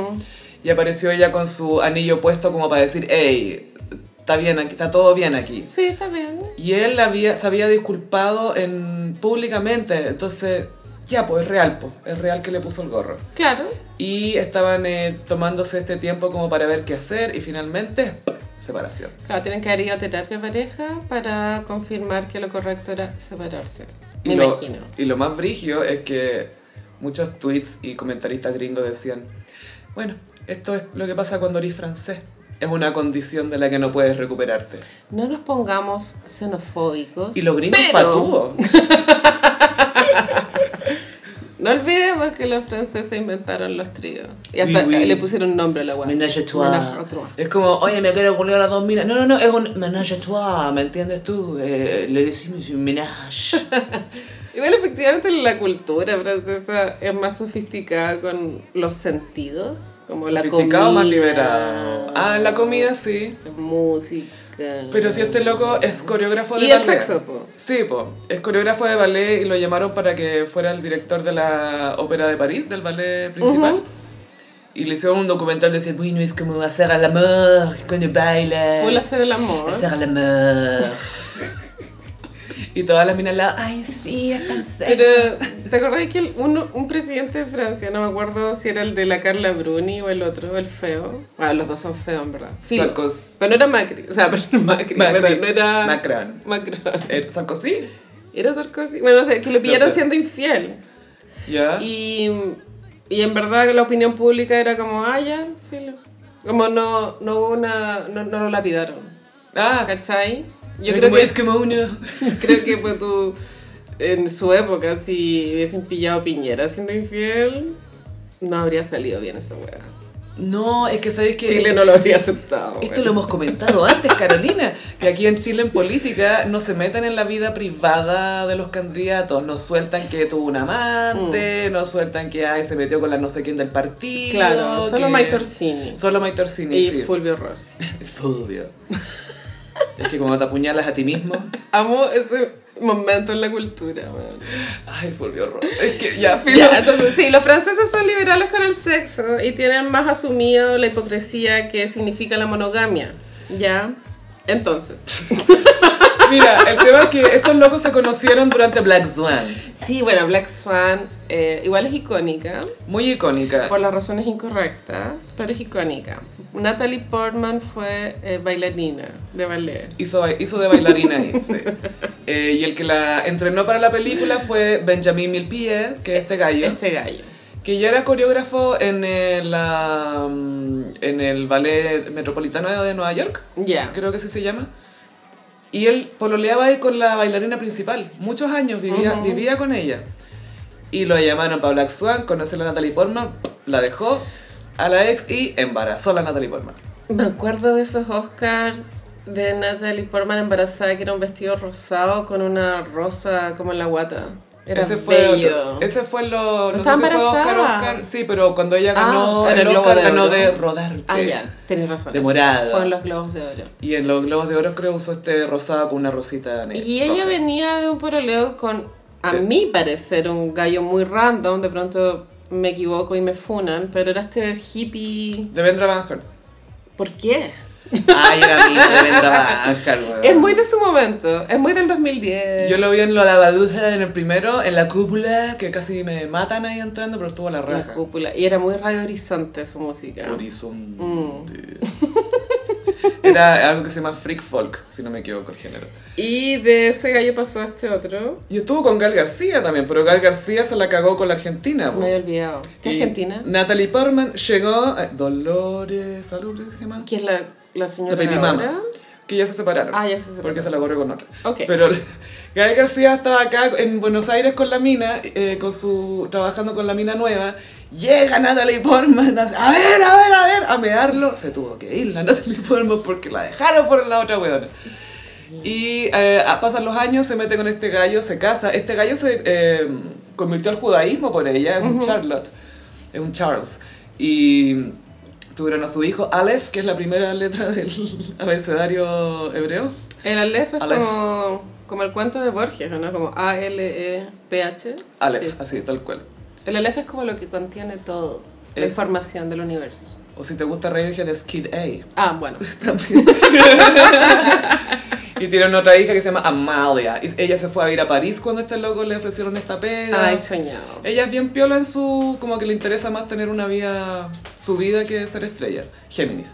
Speaker 1: Y apareció ella con su anillo puesto como para decir, hey, está bien aquí, está todo bien aquí.
Speaker 2: Sí, está bien.
Speaker 1: Y él había, se había disculpado en, públicamente, entonces ya, pues es real, pues, es real que le puso el gorro.
Speaker 2: Claro.
Speaker 1: Y estaban eh, tomándose este tiempo como para ver qué hacer y finalmente ¡pum! separación.
Speaker 2: Claro, tienen que haber ido a terapia pareja para confirmar que lo correcto era separarse.
Speaker 1: Y
Speaker 2: Me
Speaker 1: lo,
Speaker 2: imagino.
Speaker 1: Y lo más brigio es que muchos tweets y comentaristas gringos decían, bueno, esto es lo que pasa cuando eres francés. Es una condición de la que no puedes recuperarte.
Speaker 2: No nos pongamos xenofóbicos.
Speaker 1: Y los gringos
Speaker 2: pero
Speaker 1: patúos.
Speaker 2: No olvidemos que los franceses inventaron los tríos. Y hasta
Speaker 1: Oui, oui.
Speaker 2: le pusieron nombre a la guay.
Speaker 1: Ménage à trois. Es como, oye, me quiero culiar a dos minas. No, no, no, es un ménage à trois, ¿me entiendes tú? Eh, le decimos un ménage.
Speaker 2: Igual efectivamente la cultura francesa es más sofisticada con los sentidos, como la comida.
Speaker 1: Sofisticado, más liberado. Ah, en la comida sí.
Speaker 2: La música.
Speaker 1: Pero si este loco es coreógrafo de
Speaker 2: Y el
Speaker 1: ballet.
Speaker 2: sexo, po.
Speaker 1: Sí, po. Es coreógrafo de ballet y lo llamaron para que fuera el director de la ópera de París, del ballet principal. Y le hicieron un documental de decir, bueno, es como hacer al amor con el baile.
Speaker 2: Fue el hacer el amor.
Speaker 1: Hacer al amor. y todas las minas al lado, ay, sí, es tan sexy.
Speaker 2: Pero, ¿te acordás que el- uno- un presidente de Francia, no me acuerdo si era el de la Carla Bruni o el otro, el feo? Bueno, los dos son feos, en verdad. Filo.
Speaker 1: Sarkozy.
Speaker 2: Pero no era Macri, o sea, pero no Macri,
Speaker 1: Macri.
Speaker 2: pero no era...
Speaker 1: Macron.
Speaker 2: Macron.
Speaker 1: Eh, Sarkozy,
Speaker 2: Era Sarkozy. Bueno, no sé, que lo pillaron
Speaker 1: sé. ¿Ah?
Speaker 2: siendo infiel.
Speaker 1: ¿ya?
Speaker 2: Y, y en verdad la opinión pública era como, ah, ya, filo. Como no, no hubo una... no, no lo lapidaron,
Speaker 1: ah,
Speaker 2: ¿cachai? Yo
Speaker 1: pero
Speaker 2: creo
Speaker 1: como
Speaker 2: que...
Speaker 1: Es como uno...
Speaker 2: Creo que pues tú, en su época, si hubiesen pillado a Piñera siendo infiel, no habría salido bien esa weá.
Speaker 1: No, es que sabéis que...
Speaker 2: Chile no lo habría aceptado.
Speaker 1: Esto
Speaker 2: weón.
Speaker 1: lo hemos comentado antes, Carolina, que aquí en Chile en política no se meten en la vida privada de los candidatos, no sueltan que tuvo un amante,
Speaker 2: Mm.
Speaker 1: no sueltan que ay, se metió con la no sé quién del partido.
Speaker 2: Claro, solo
Speaker 1: que-
Speaker 2: Maitorcini.
Speaker 1: Solo Maitorsini,
Speaker 2: Y
Speaker 1: sí.
Speaker 2: Fulvio Rossi.
Speaker 1: Fulvio. es que cuando te apuñalas a ti mismo,
Speaker 2: Amo ese momento en la cultura, weón.
Speaker 1: ay, Fulvio Ro- Es que ya, filo.
Speaker 2: Ya, entonces, sí, los franceses son liberales con el sexo y tienen más asumido la hipocresía que significa la monogamia. ¿Ya? Entonces.
Speaker 1: Mira, el tema es que estos locos se conocieron durante Black Swan.
Speaker 2: Sí, bueno, Black Swan eh, igual es icónica.
Speaker 1: Muy icónica.
Speaker 2: Por las razones incorrectas, pero es icónica. Natalie Portman fue eh, bailarina de ballet.
Speaker 1: Hizo, hizo de bailarina ahí, sí. Eh, y el que la entrenó para la película fue Benjamin Milpie, que es este gallo,
Speaker 2: Este gallo.
Speaker 1: que ya era coreógrafo en el, la, mm, en el Ballet Metropolitano de Nueva York,
Speaker 2: Ya.
Speaker 1: creo que así se llama. Y él pololeaba ahí con la bailarina principal, muchos años vivía, vivía con ella. Y lo llamaron para Black Swan, conoció a la Natalie Portman, la dejó a la ex y embarazó a la Natalie Portman.
Speaker 2: Me acuerdo de esos Oscars de Natalie Portman embarazada que era un vestido rosado con una rosa como en la guata. Era
Speaker 1: ese fue
Speaker 2: bello.
Speaker 1: otro. ese fue lo no
Speaker 2: Estaba
Speaker 1: sé si fue Oscar,
Speaker 2: embarazada.
Speaker 1: Oscar, sí pero cuando ella ganó
Speaker 2: Ah, era
Speaker 1: el
Speaker 2: el Globo
Speaker 1: Oscar
Speaker 2: de
Speaker 1: ganó
Speaker 2: Oro.
Speaker 1: de rodarte
Speaker 2: Ah, ya, tenés razón.
Speaker 1: De morado.
Speaker 2: Fueron los globos de oro.
Speaker 1: y en los globos de oro creo usó este rosado con una rosita negra
Speaker 2: Y ella
Speaker 1: roja.
Speaker 2: venía de un poroleo con, a
Speaker 1: Sí.
Speaker 2: mi parecer, un gallo muy random. De pronto me equivoco y me funan, pero era este hippie.
Speaker 1: Devendra Banhart
Speaker 2: ¿Por qué?
Speaker 1: ay era mía Devendra Banhart weón.
Speaker 2: Es muy de su momento, es muy del 2010.
Speaker 1: yo lo vi en la lavaduza en el primero en la cúpula que casi me matan ahí entrando pero estuvo a la
Speaker 2: la
Speaker 1: raja
Speaker 2: cúpula. Y era muy radio horizonte su música.
Speaker 1: horizonte
Speaker 2: Mm.
Speaker 1: era algo que se llama freak folk si no me equivoco el género
Speaker 2: Y de ese gallo pasó a este otro.
Speaker 1: y estuvo con Gal García también, pero Gal García se la cagó con la Argentina.
Speaker 2: Se
Speaker 1: po.
Speaker 2: me había olvidado. ¿Qué
Speaker 1: Y
Speaker 2: Argentina?
Speaker 1: Natalie Portman llegó. eh, Dolores. ¿Algo que se llama?
Speaker 2: ¿Quién es la, la señora?
Speaker 1: La Baby
Speaker 2: ahora?
Speaker 1: Mama. Que ya se separaron.
Speaker 2: Ah, ya se separaron.
Speaker 1: Porque se la corrió con otra.
Speaker 2: Ok.
Speaker 1: Pero Gael García estaba acá en Buenos Aires con la mina, eh, con su, trabajando con la mina nueva. Llega Natalie Portman, a a ver, a ver, a ver, a mearlo. Se tuvo que ir la Natalie Portman porque la dejaron por la otra weona. Y eh, a- pasan los años, se mete con este gallo, se casa. Este gallo se eh, convirtió al judaísmo por ella, es un Charlotte, es un Charles. Y tuvieron a su hijo Aleph, que es la primera letra del abecedario hebreo.
Speaker 2: El Aleph es
Speaker 1: Aleph.
Speaker 2: Como, como el cuento de Borges, ¿o ¿no? Como A-L-E-P-H.
Speaker 1: Aleph,
Speaker 2: Sí.
Speaker 1: así, tal cual.
Speaker 2: El Aleph es como lo que contiene todo. La
Speaker 1: Es-
Speaker 2: información del universo.
Speaker 1: O si te gusta Radiohead es Kid A.
Speaker 2: Ah, bueno.
Speaker 1: Y tienen otra hija que se llama Amalia. Y ella se fue a ir a París cuando este loco le ofrecieron esta pega.
Speaker 2: Ay, soñado.
Speaker 1: Ella es bien piola en su. como que le interesa más tener una vida. su vida que ser estrella. Géminis.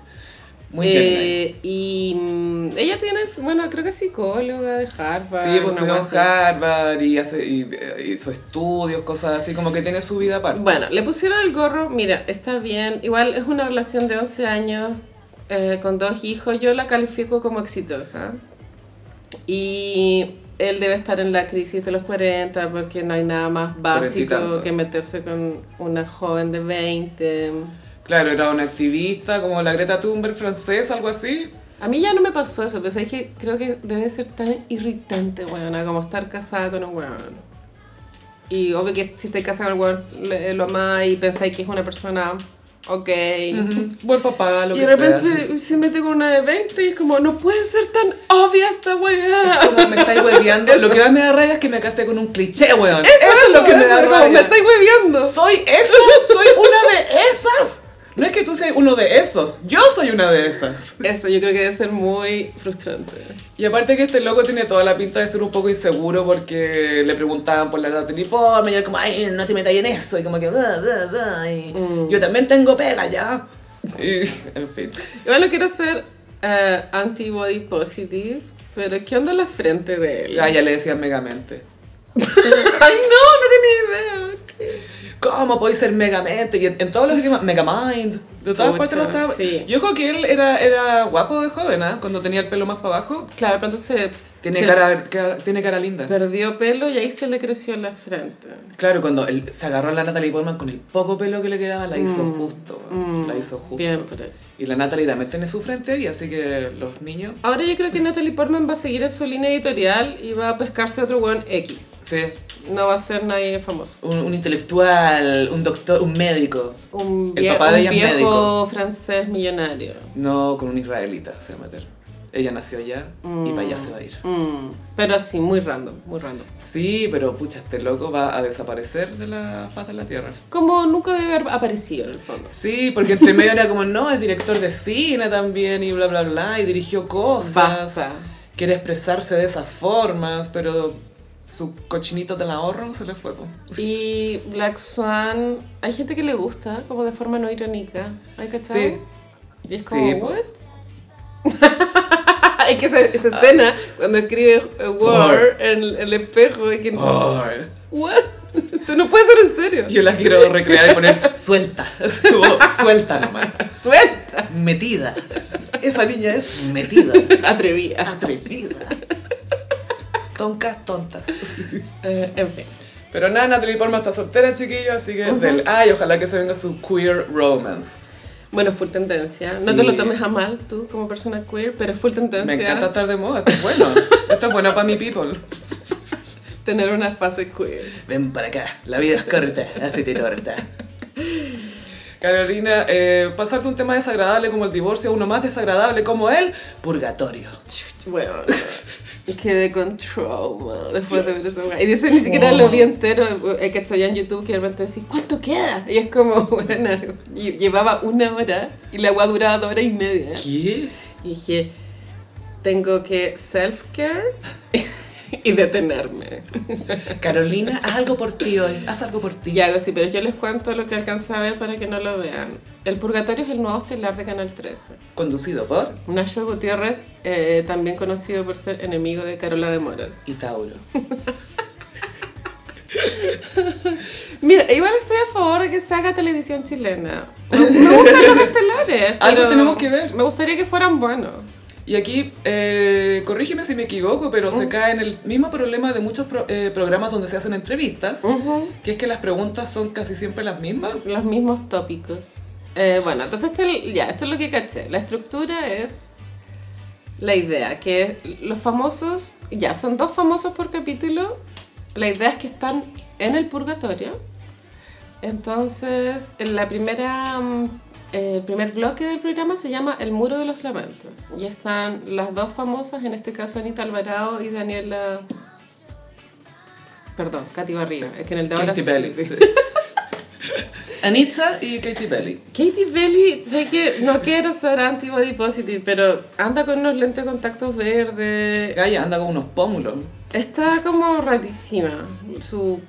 Speaker 1: Muy
Speaker 2: Eh, y mm, ella tiene, bueno, creo que es psicóloga de Harvard.
Speaker 1: Sí, pues
Speaker 2: una
Speaker 1: estudió en
Speaker 2: cosa así.
Speaker 1: Harvard y hace, y, eh, hizo estudios, cosas así, como que tiene su vida aparte.
Speaker 2: Bueno, le pusieron el gorro, mira, está bien. Igual es una relación de 11 años eh, con dos hijos. Yo la califico como exitosa. Y él debe estar en la crisis de los 40 porque no hay nada más
Speaker 1: Cuarenta y
Speaker 2: básico
Speaker 1: tanto.
Speaker 2: que meterse con una joven de 20.
Speaker 1: Claro, era una activista como la Greta Thunberg francesa, algo así.
Speaker 2: A mí ya no me pasó eso, pero es que creo que debe ser tan irritante, weona, como estar casada con un weón. Y obvio que si te casas con un weón, le- lo amáis y pensáis que es una persona ok.
Speaker 1: Mm, Buen papá, lo
Speaker 2: Y
Speaker 1: que
Speaker 2: de
Speaker 1: sea.
Speaker 2: repente se mete con una de 20 y es como, no puede ser tan obvia esta weá.
Speaker 1: Como, me estáis hueveando. Lo que más me da rabia es que me casé con un cliché, weón. Eso, es lo que me
Speaker 2: eso,
Speaker 1: da
Speaker 2: como,
Speaker 1: rabia.
Speaker 2: me estáis hueviando.
Speaker 1: Soy eso, soy una de esas. No es que tú seas uno de esos, yo soy una de esas.
Speaker 2: Eso yo creo que debe ser muy frustrante.
Speaker 1: Y aparte que este loco tiene toda la pinta de ser un poco inseguro porque le preguntaban por la edad de uniforme y él como, ay, no te metas en eso. Y como que, "Da, da, da", y, yo también tengo pega ya. Mm. Y, en fin.
Speaker 2: Igual no quiero ser eh, anti-body positive, pero ¿qué onda la frente de él?
Speaker 1: Ah, ya le decían megamente.
Speaker 2: Ay, no, no tenía idea. ¿Qué?
Speaker 1: ¿Cómo podéis ser Megamente? Y en, en todos los idiomas, Megamind. De todas
Speaker 2: Pucha,
Speaker 1: partes lo estaba.
Speaker 2: sí.
Speaker 1: Yo creo que él era, era guapo de joven, ¿ah? Cuando tenía el pelo más para abajo.
Speaker 2: Claro, pero entonces
Speaker 1: Tiene
Speaker 2: se
Speaker 1: cara, cara- tiene cara linda.
Speaker 2: perdió pelo y ahí se le creció la frente.
Speaker 1: Claro, cuando él se agarró a la Natalie Portman con el poco pelo que le quedaba, la hizo justo. La hizo justo.
Speaker 2: Mm. Bien por él.
Speaker 1: Y la Natalie también tiene su frente ahí, así que los niños.
Speaker 2: Ahora yo creo que Natalie Portman va a seguir en su línea editorial y va a pescarse otro weón X.
Speaker 1: Sí,
Speaker 2: No va a ser nadie famoso.
Speaker 1: un, un intelectual, un doctor, un médico.
Speaker 2: Un,
Speaker 1: El
Speaker 2: vie-
Speaker 1: papá de
Speaker 2: un
Speaker 1: ella es
Speaker 2: viejo
Speaker 1: médico.
Speaker 2: francés millonario.
Speaker 1: No con un israelita se va a meter. Ella nació allá y para allá se va a ir.
Speaker 2: Mm, pero así, muy random, muy random.
Speaker 1: Sí, pero pucha, este loco va a desaparecer de la faz de la tierra.
Speaker 2: Como nunca debe haber aparecido en el fondo.
Speaker 1: Sí, porque entre medio era como, no, es director de cine también y bla, bla, bla, y dirigió cosas.
Speaker 2: Basta.
Speaker 1: Quiere expresarse de esas formas, pero su cochinito del ahorro se le fue. po.
Speaker 2: Y Black Swan, hay gente que le gusta, como de forma no irónica. ¿Hay cachado?
Speaker 1: Sí.
Speaker 2: Y es
Speaker 1: Sí,
Speaker 2: como,
Speaker 1: po.
Speaker 2: ¿what? es que esa, esa escena, cuando escribe eh, War en el- el espejo, es que, ¿what? Esto no puede ser en serio.
Speaker 1: Oh. Yo la quiero recrear y poner suelta, como, suelta nomás,
Speaker 2: Suelta.
Speaker 1: metida. Esa niña es metida,
Speaker 2: Atrevida.
Speaker 1: atrevida. Toncas, tontas.
Speaker 2: Eh, en fin.
Speaker 1: Pero nada, Natalie Portman está soltera, chiquillo, así que del ay, ojalá que se venga su queer romance.
Speaker 2: Bueno, full tendencia. No
Speaker 1: Sí.
Speaker 2: te lo tomes a mal tú como persona queer, pero es full
Speaker 1: Me
Speaker 2: tendencia
Speaker 1: encanta estar de moda, esto es bueno. Esto es bueno para mi people.
Speaker 2: tener una fase queer.
Speaker 1: Ven para acá, la vida es corta, hacete torta. Carolina, eh, pasar por un tema desagradable como el divorcio a uno más desagradable como el purgatorio.
Speaker 2: Chuch, Bueno, quedé con trauma después de ver eso. Y dice, ni siquiera lo vi entero, eh, que estoy en YouTube, que de repente decís, ¿cuánto queda? Y es como, bueno, y llevaba una hora y la agua duraba dos horas y media.
Speaker 1: ¿Qué?
Speaker 2: Y dije, tengo que self-care y detenerme.
Speaker 1: Carolina, haz algo por ti hoy, haz algo por ti.
Speaker 2: Y hago así, pero yo les cuento lo que alcanza a ver para que no lo vean. El Purgatorio es el nuevo estelar de Canal 13.
Speaker 1: Conducido por
Speaker 2: Nacho Gutiérrez, eh, también conocido por ser enemigo de Carola de Moras.
Speaker 1: Itauro.
Speaker 2: Mira, igual estoy a favor de que se haga televisión chilena. Me me gustan los estelares.
Speaker 1: Algo
Speaker 2: pero
Speaker 1: tenemos que ver.
Speaker 2: Me gustaría que fueran buenos.
Speaker 1: Y aquí, eh, corrígeme si me equivoco, pero
Speaker 2: Mm.
Speaker 1: se cae en el mismo problema de muchos pro- eh, programas donde se hacen entrevistas, que es que las preguntas son casi siempre las mismas.
Speaker 2: Los mismos tópicos. Eh, bueno, entonces este- ya, esto es lo que caché. La estructura es la idea, que los famosos, ya, son dos famosos por capítulo. La idea es que están en el purgatorio. Entonces, en la primera, mm, el primer bloque del programa se llama El Muro de los Lamentos. Y están las dos famosas, en este caso Anita Alvarado y Daniela... Perdón, Katy Barriga. Es que en el de ahora...
Speaker 1: Katy Belly. sí. Anita y Katy Belly.
Speaker 2: Katy Belly, sé que no quiero ser antibody positive, pero anda con unos lentes de contactos verdes.
Speaker 1: Gaya anda con unos pómulos.
Speaker 2: Está como rarísima su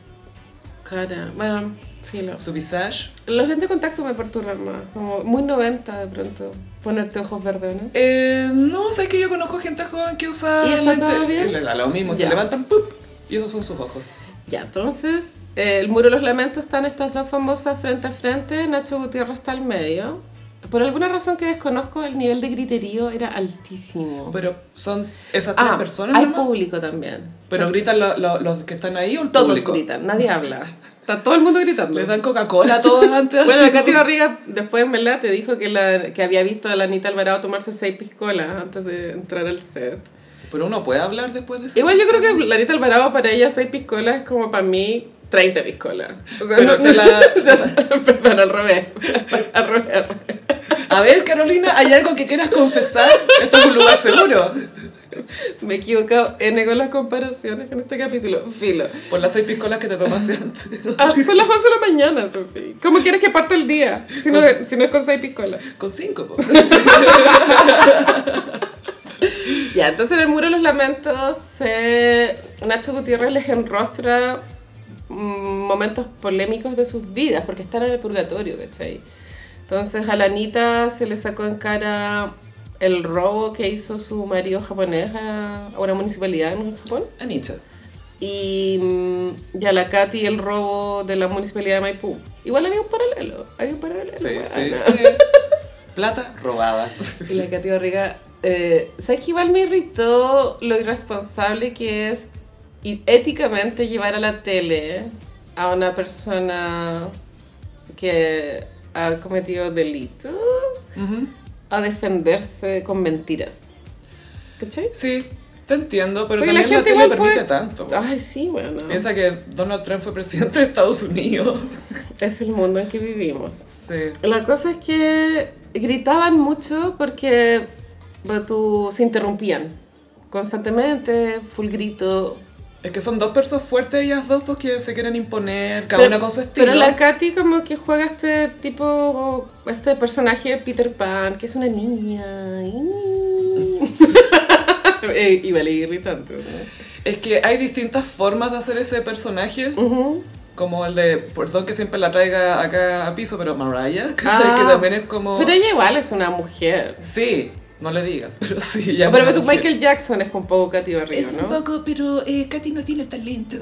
Speaker 2: cara. Bueno, filo.
Speaker 1: Su visage.
Speaker 2: Los lentes de contacto me perturban más, como muy 90 de pronto. Ponerte ojos verdes, ¿no?
Speaker 1: Eh, no, o sea, es que yo conozco gente joven que usa.
Speaker 2: ¿Y está
Speaker 1: lente-
Speaker 2: todo bien?
Speaker 1: Y les da lo mismo,
Speaker 2: Ya.
Speaker 1: se levantan, ¡pup! Y esos son sus ojos.
Speaker 2: Ya, entonces, eh, el muro de los lamentos están estas dos famosas frente a frente, Nacho Gutiérrez está al medio. Por alguna razón que desconozco, el nivel de griterío era altísimo.
Speaker 1: Pero son esas tres
Speaker 2: Ah,
Speaker 1: personas.
Speaker 2: hay
Speaker 1: nomás?
Speaker 2: público también.
Speaker 1: Pero gritan lo- lo- los que están ahí o el
Speaker 2: Todos
Speaker 1: público.
Speaker 2: gritan, nadie habla. Está todo el mundo gritando.
Speaker 1: Les dan Coca-Cola a todos antes.
Speaker 2: Bueno,
Speaker 1: así
Speaker 2: la Katy
Speaker 1: como-
Speaker 2: Barriga después en verdad te dijo que, la, que había visto a la Anita Alvarado tomarse seis piscolas antes de entrar al set.
Speaker 1: Pero uno puede hablar después de eso.
Speaker 2: Igual yo creo que la Anita Alvarado para ella seis piscolas es como para mí 30 piscolas. O sea,
Speaker 1: Pero
Speaker 2: no,
Speaker 1: te la-
Speaker 2: o sea, perdón, al revés. Al revés. al revés.
Speaker 1: A ver, Carolina, ¿hay algo que quieras confesar? Esto es un lugar seguro.
Speaker 2: Me he equivocado N con las comparaciones en este capítulo. Filo.
Speaker 1: Por las seis piscolas que te tomaste antes.
Speaker 2: Ah, son las 11 de la mañana, Sofi. ¿Cómo quieres que parte el día? Si no, si no es con seis piscolas.
Speaker 1: Con cinco, po.
Speaker 2: Ya, entonces en el muro de los lamentos, eh, Nacho Gutiérrez les enrostra mm, momentos polémicos de sus vidas, porque están en el purgatorio, ¿cachai? Entonces a la Anita se le sacó en cara el robo que hizo su marido japonés a a una municipalidad en Japón.
Speaker 1: Anita.
Speaker 2: Y, mm, y a la Katy el robo de la municipalidad de Maipú. Igual había un paralelo, había un paralelo.
Speaker 1: Sí, sí,
Speaker 2: weona.
Speaker 1: sí. Plata robada.
Speaker 2: Y la Katy Barriga, eh, ¿sabes que igual me irritó lo irresponsable que es y éticamente llevar a la tele a una persona que ha cometido delitos a defenderse con mentiras? ¿Cachai?
Speaker 1: Sí, te entiendo, pero
Speaker 2: Porque la
Speaker 1: también la,
Speaker 2: gente
Speaker 1: tele
Speaker 2: igual
Speaker 1: permite
Speaker 2: puede- Ah.
Speaker 1: tanto.
Speaker 2: Ay, sí, bueno.
Speaker 1: Piensa que Donald Trump fue presidente de Estados Unidos.
Speaker 2: Es el mundo en que vivimos.
Speaker 1: Sí.
Speaker 2: La cosa es que gritaban mucho porque bueno, tú, se interrumpían constantemente, full grito.
Speaker 1: Es que son dos personas fuertes ellas dos porque se quieren imponer, cada
Speaker 2: Pero-
Speaker 1: una con su estilo.
Speaker 2: Pero la Katy como que juega este tipo, este personaje de Peter Pan, que es una niña. y- Eh, Igual es irritante. ¿no?
Speaker 1: Es que hay distintas formas de hacer ese personaje. Como el de, perdón que siempre la traiga acá a piso, pero Mariah, ¿cachai?
Speaker 2: Ah,
Speaker 1: que también es como...
Speaker 2: Pero ella igual es una mujer.
Speaker 1: Sí, no le digas, pero sí. Ya
Speaker 2: pero
Speaker 1: me
Speaker 2: tu
Speaker 1: dije.
Speaker 2: Michael Jackson es un poco Katy Barriga, ¿no?
Speaker 1: poco, pero eh, Katy no tiene talento.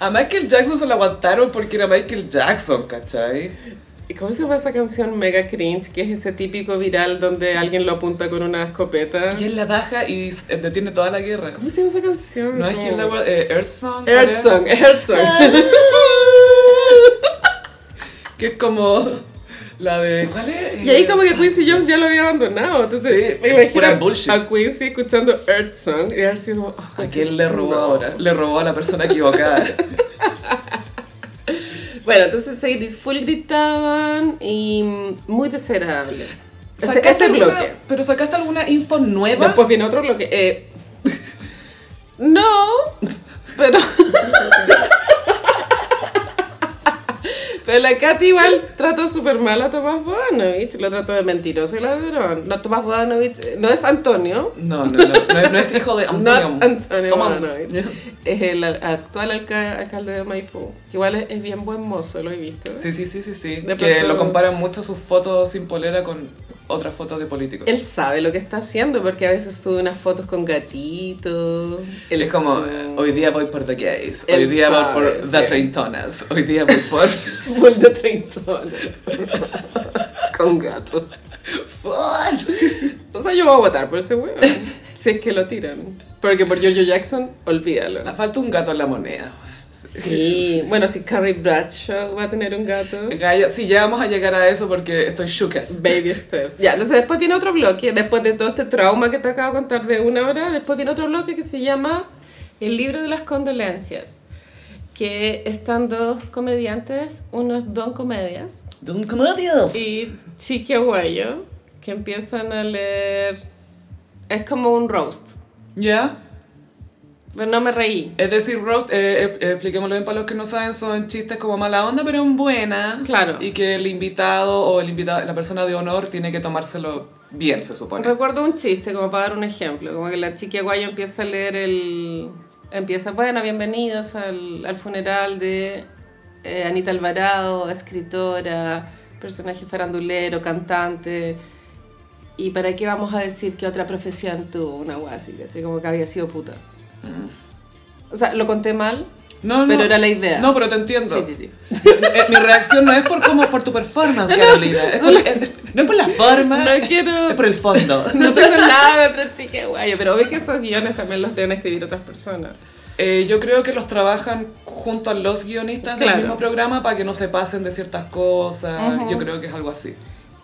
Speaker 1: a Michael Jackson se lo aguantaron porque era Michael Jackson, ¿cachai?
Speaker 2: ¿Y cómo se llama esa canción mega cringe? Que es ese típico viral donde alguien lo apunta con una escopeta.
Speaker 1: Y él la baja y eh, detiene toda la guerra.
Speaker 2: ¿Cómo se llama esa canción?
Speaker 1: No es
Speaker 2: Como-
Speaker 1: Hilda World, eh, Earth Song. ¿cuál
Speaker 2: Earth
Speaker 1: era?
Speaker 2: Song, Earth Song.
Speaker 1: Que es como la de. ¿Cuál es?
Speaker 2: Y ahí como que Quincy Jones ya lo había abandonado. Entonces
Speaker 1: Sí,
Speaker 2: me
Speaker 1: pura
Speaker 2: imagino
Speaker 1: bullshit.
Speaker 2: a Quincy escuchando Earth Song y haber sido como... oh,
Speaker 1: ¿A quién le robó
Speaker 2: no.
Speaker 1: ahora? Le robó a la persona equivocada.
Speaker 2: Bueno, entonces se gri- full gritaban y mm, muy desagradable. Ese,
Speaker 1: ¿Sacaste
Speaker 2: ese
Speaker 1: alguna-
Speaker 2: bloque.
Speaker 1: Pero sacaste alguna info nueva.
Speaker 2: Después viene otro bloque. eh, no, pero... Pero la Katy igual trató súper mal a Tomás Bodanovich, lo trató de mentiroso y ladrón. No, Tomás Bodanovich eh, no es Antonio,
Speaker 1: No, no, no, no, no es hijo de Antonio.
Speaker 2: Not Antonio
Speaker 1: Come on.
Speaker 2: Manuel. Es el al- actual alca- alcalde de Maipú. que Igual es, es bien buen mozo, lo he visto.
Speaker 1: Sí, sí, sí, sí, sí.
Speaker 2: De
Speaker 1: que
Speaker 2: pronto-
Speaker 1: lo comparan mucho sus fotos sin polera con otras fotos de políticos.
Speaker 2: Él sabe lo que está haciendo porque a veces sube unas fotos con gatitos. Él
Speaker 1: es como,
Speaker 2: sabe.
Speaker 1: hoy día voy por The Gays, hoy
Speaker 2: Él
Speaker 1: día
Speaker 2: sabe,
Speaker 1: voy por The
Speaker 2: sí.
Speaker 1: Treintonas, hoy día voy por...
Speaker 2: Full de treintones. con gatos. O sea, yo voy a votar por ese huevo. si es que lo tiran. Porque por Giorgio Jackson, olvídalo.
Speaker 1: Ah, Falta un gato en la moneda.
Speaker 2: Ah, Sí. Bueno, si Carrie Bradshaw va a tener un gato.
Speaker 1: Gallo, sí, ya vamos a llegar a eso porque estoy shukas.
Speaker 2: Baby steps. Ya, entonces después viene otro bloque, después de todo este trauma que te acabo de contar de una hora, después viene otro bloque que se llama El libro de las condolencias, que están dos comediantes, uno es Don Comedias
Speaker 1: Don Comedios.
Speaker 2: y Chiqui Aguayo, que empiezan a leer, es como un roast,
Speaker 1: ¿Ya?
Speaker 2: pero no me reí.
Speaker 1: Es decir, roast, eh, eh, expliquémoslo bien para los que no saben, son chistes como mala onda, pero en buena.
Speaker 2: Claro.
Speaker 1: Y que el invitado o el invitado, la persona de honor tiene que tomárselo bien, se supone.
Speaker 2: Recuerdo un chiste, como para dar un ejemplo, como que la chiqui aguayo empieza a leer el... Empieza, bueno, bienvenidos al, al funeral de eh, Anita Alvarado, escritora, personaje farandulero, cantante. ¿Y para qué vamos a decir que otra profesión tuvo una wea así, ¿cachai? Como que había sido puta. Mm. O sea, lo conté mal,
Speaker 1: No, no.
Speaker 2: Pero era la idea.
Speaker 1: No, pero te entiendo.
Speaker 2: Sí, sí, sí.
Speaker 1: Eh, Mi reacción no es por, como, por tu performance, Carolina. Es por- eh, no es por la forma.
Speaker 2: No quiero-
Speaker 1: Es por el fondo.
Speaker 2: No tengo nada contra chica guayo, pero obvio que esos guiones también los deben escribir otras personas.
Speaker 1: Eh, yo creo que los trabajan junto a los guionistas
Speaker 2: Claro.
Speaker 1: del mismo programa para que no se pasen de ciertas cosas. Yo creo que es algo así.